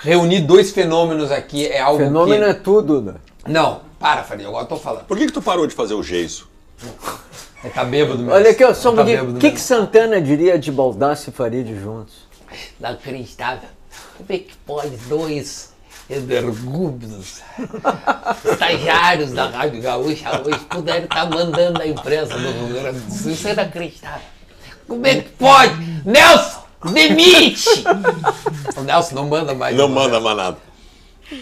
[SPEAKER 4] Reunir dois fenômenos aqui é algo
[SPEAKER 2] Fenômeno é
[SPEAKER 4] que...
[SPEAKER 2] tudo, Duda.
[SPEAKER 4] Não, para, Farid, agora eu tô falando.
[SPEAKER 1] Por que, que tu parou de fazer o geiso?
[SPEAKER 4] Ele tá bêbado mesmo.
[SPEAKER 2] Olha aqui, ó, só
[SPEAKER 4] Ele
[SPEAKER 2] um
[SPEAKER 4] tá
[SPEAKER 2] pouquinho.
[SPEAKER 4] bêbado
[SPEAKER 2] O que, que
[SPEAKER 4] mesmo.
[SPEAKER 2] Santana diria de Baldassio e Farid juntos?
[SPEAKER 4] Inacreditável. Como é que pode dois energúmenos estagiários da Rádio Gaúcha hoje puderem estar mandando a imprensa do Rio Grande do Sul? Isso é inacreditável. Como é que pode? Nelson, demite! o Nelson não manda mais.
[SPEAKER 1] Não manda mais nada.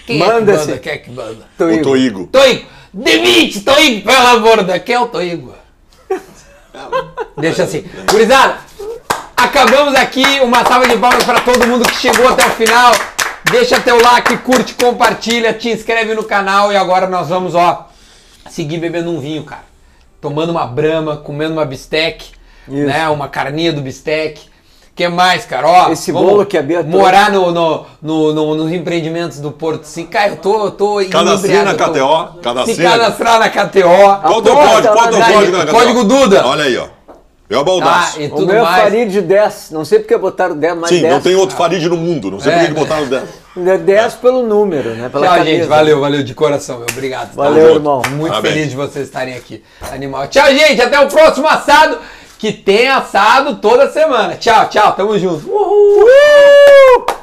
[SPEAKER 4] Quem é que
[SPEAKER 2] Manda-se.
[SPEAKER 4] manda? Quem é que manda?
[SPEAKER 1] O Toigo.
[SPEAKER 4] Toigo, demite, Toigo, pelo amor da... Quem é o Toigo? Deixa assim. Gurizada, acabamos aqui. Uma salva de palmas para todo mundo que chegou até o final. Deixa teu like, curte, compartilha, te inscreve no canal e agora nós vamos, ó, seguir bebendo um vinho, cara. Tomando uma brama, comendo uma bistec, né? Uma carninha do bistec. que mais, cara? Ó,
[SPEAKER 2] Esse
[SPEAKER 4] vamos
[SPEAKER 2] bolo que a Bia trouxe.
[SPEAKER 4] Morar no, no, no- no- nos empreendimentos do Porto Seco. Cara, eu tô, eu tô
[SPEAKER 1] Cadastrinha na
[SPEAKER 4] inebriado, eu tô-
[SPEAKER 1] KTO.
[SPEAKER 4] se
[SPEAKER 1] Cadastrinha.
[SPEAKER 4] cadastrar na KTO.
[SPEAKER 1] Qual o teu
[SPEAKER 2] Aposta
[SPEAKER 1] código? Qual o teu
[SPEAKER 2] lá na-
[SPEAKER 1] código? na
[SPEAKER 4] Código
[SPEAKER 1] KTO?
[SPEAKER 4] Duda.
[SPEAKER 1] Olha aí, ó. É o
[SPEAKER 4] Tá,
[SPEAKER 1] baldaço.
[SPEAKER 4] e
[SPEAKER 2] O
[SPEAKER 4] tudo
[SPEAKER 2] meu é
[SPEAKER 4] mais.
[SPEAKER 2] Farid 10. Não sei porque botaram 10 mais
[SPEAKER 1] Sim,
[SPEAKER 2] 10.
[SPEAKER 1] não tem outro Farid no mundo. Não sei
[SPEAKER 4] É.
[SPEAKER 1] por que que botaram dentro.
[SPEAKER 2] 10 pelo número, né? Pela
[SPEAKER 4] Tchau,
[SPEAKER 2] camisa.
[SPEAKER 4] gente. Valeu, valeu de coração. meu. Obrigado.
[SPEAKER 2] Valeu,
[SPEAKER 1] junto.
[SPEAKER 2] irmão.
[SPEAKER 4] Muito
[SPEAKER 1] Parabéns.
[SPEAKER 4] feliz de vocês estarem aqui. Animal. Tchau, gente. Até o próximo assado. que tem assado toda semana. Tchau, tchau, tamo junto. Uhul!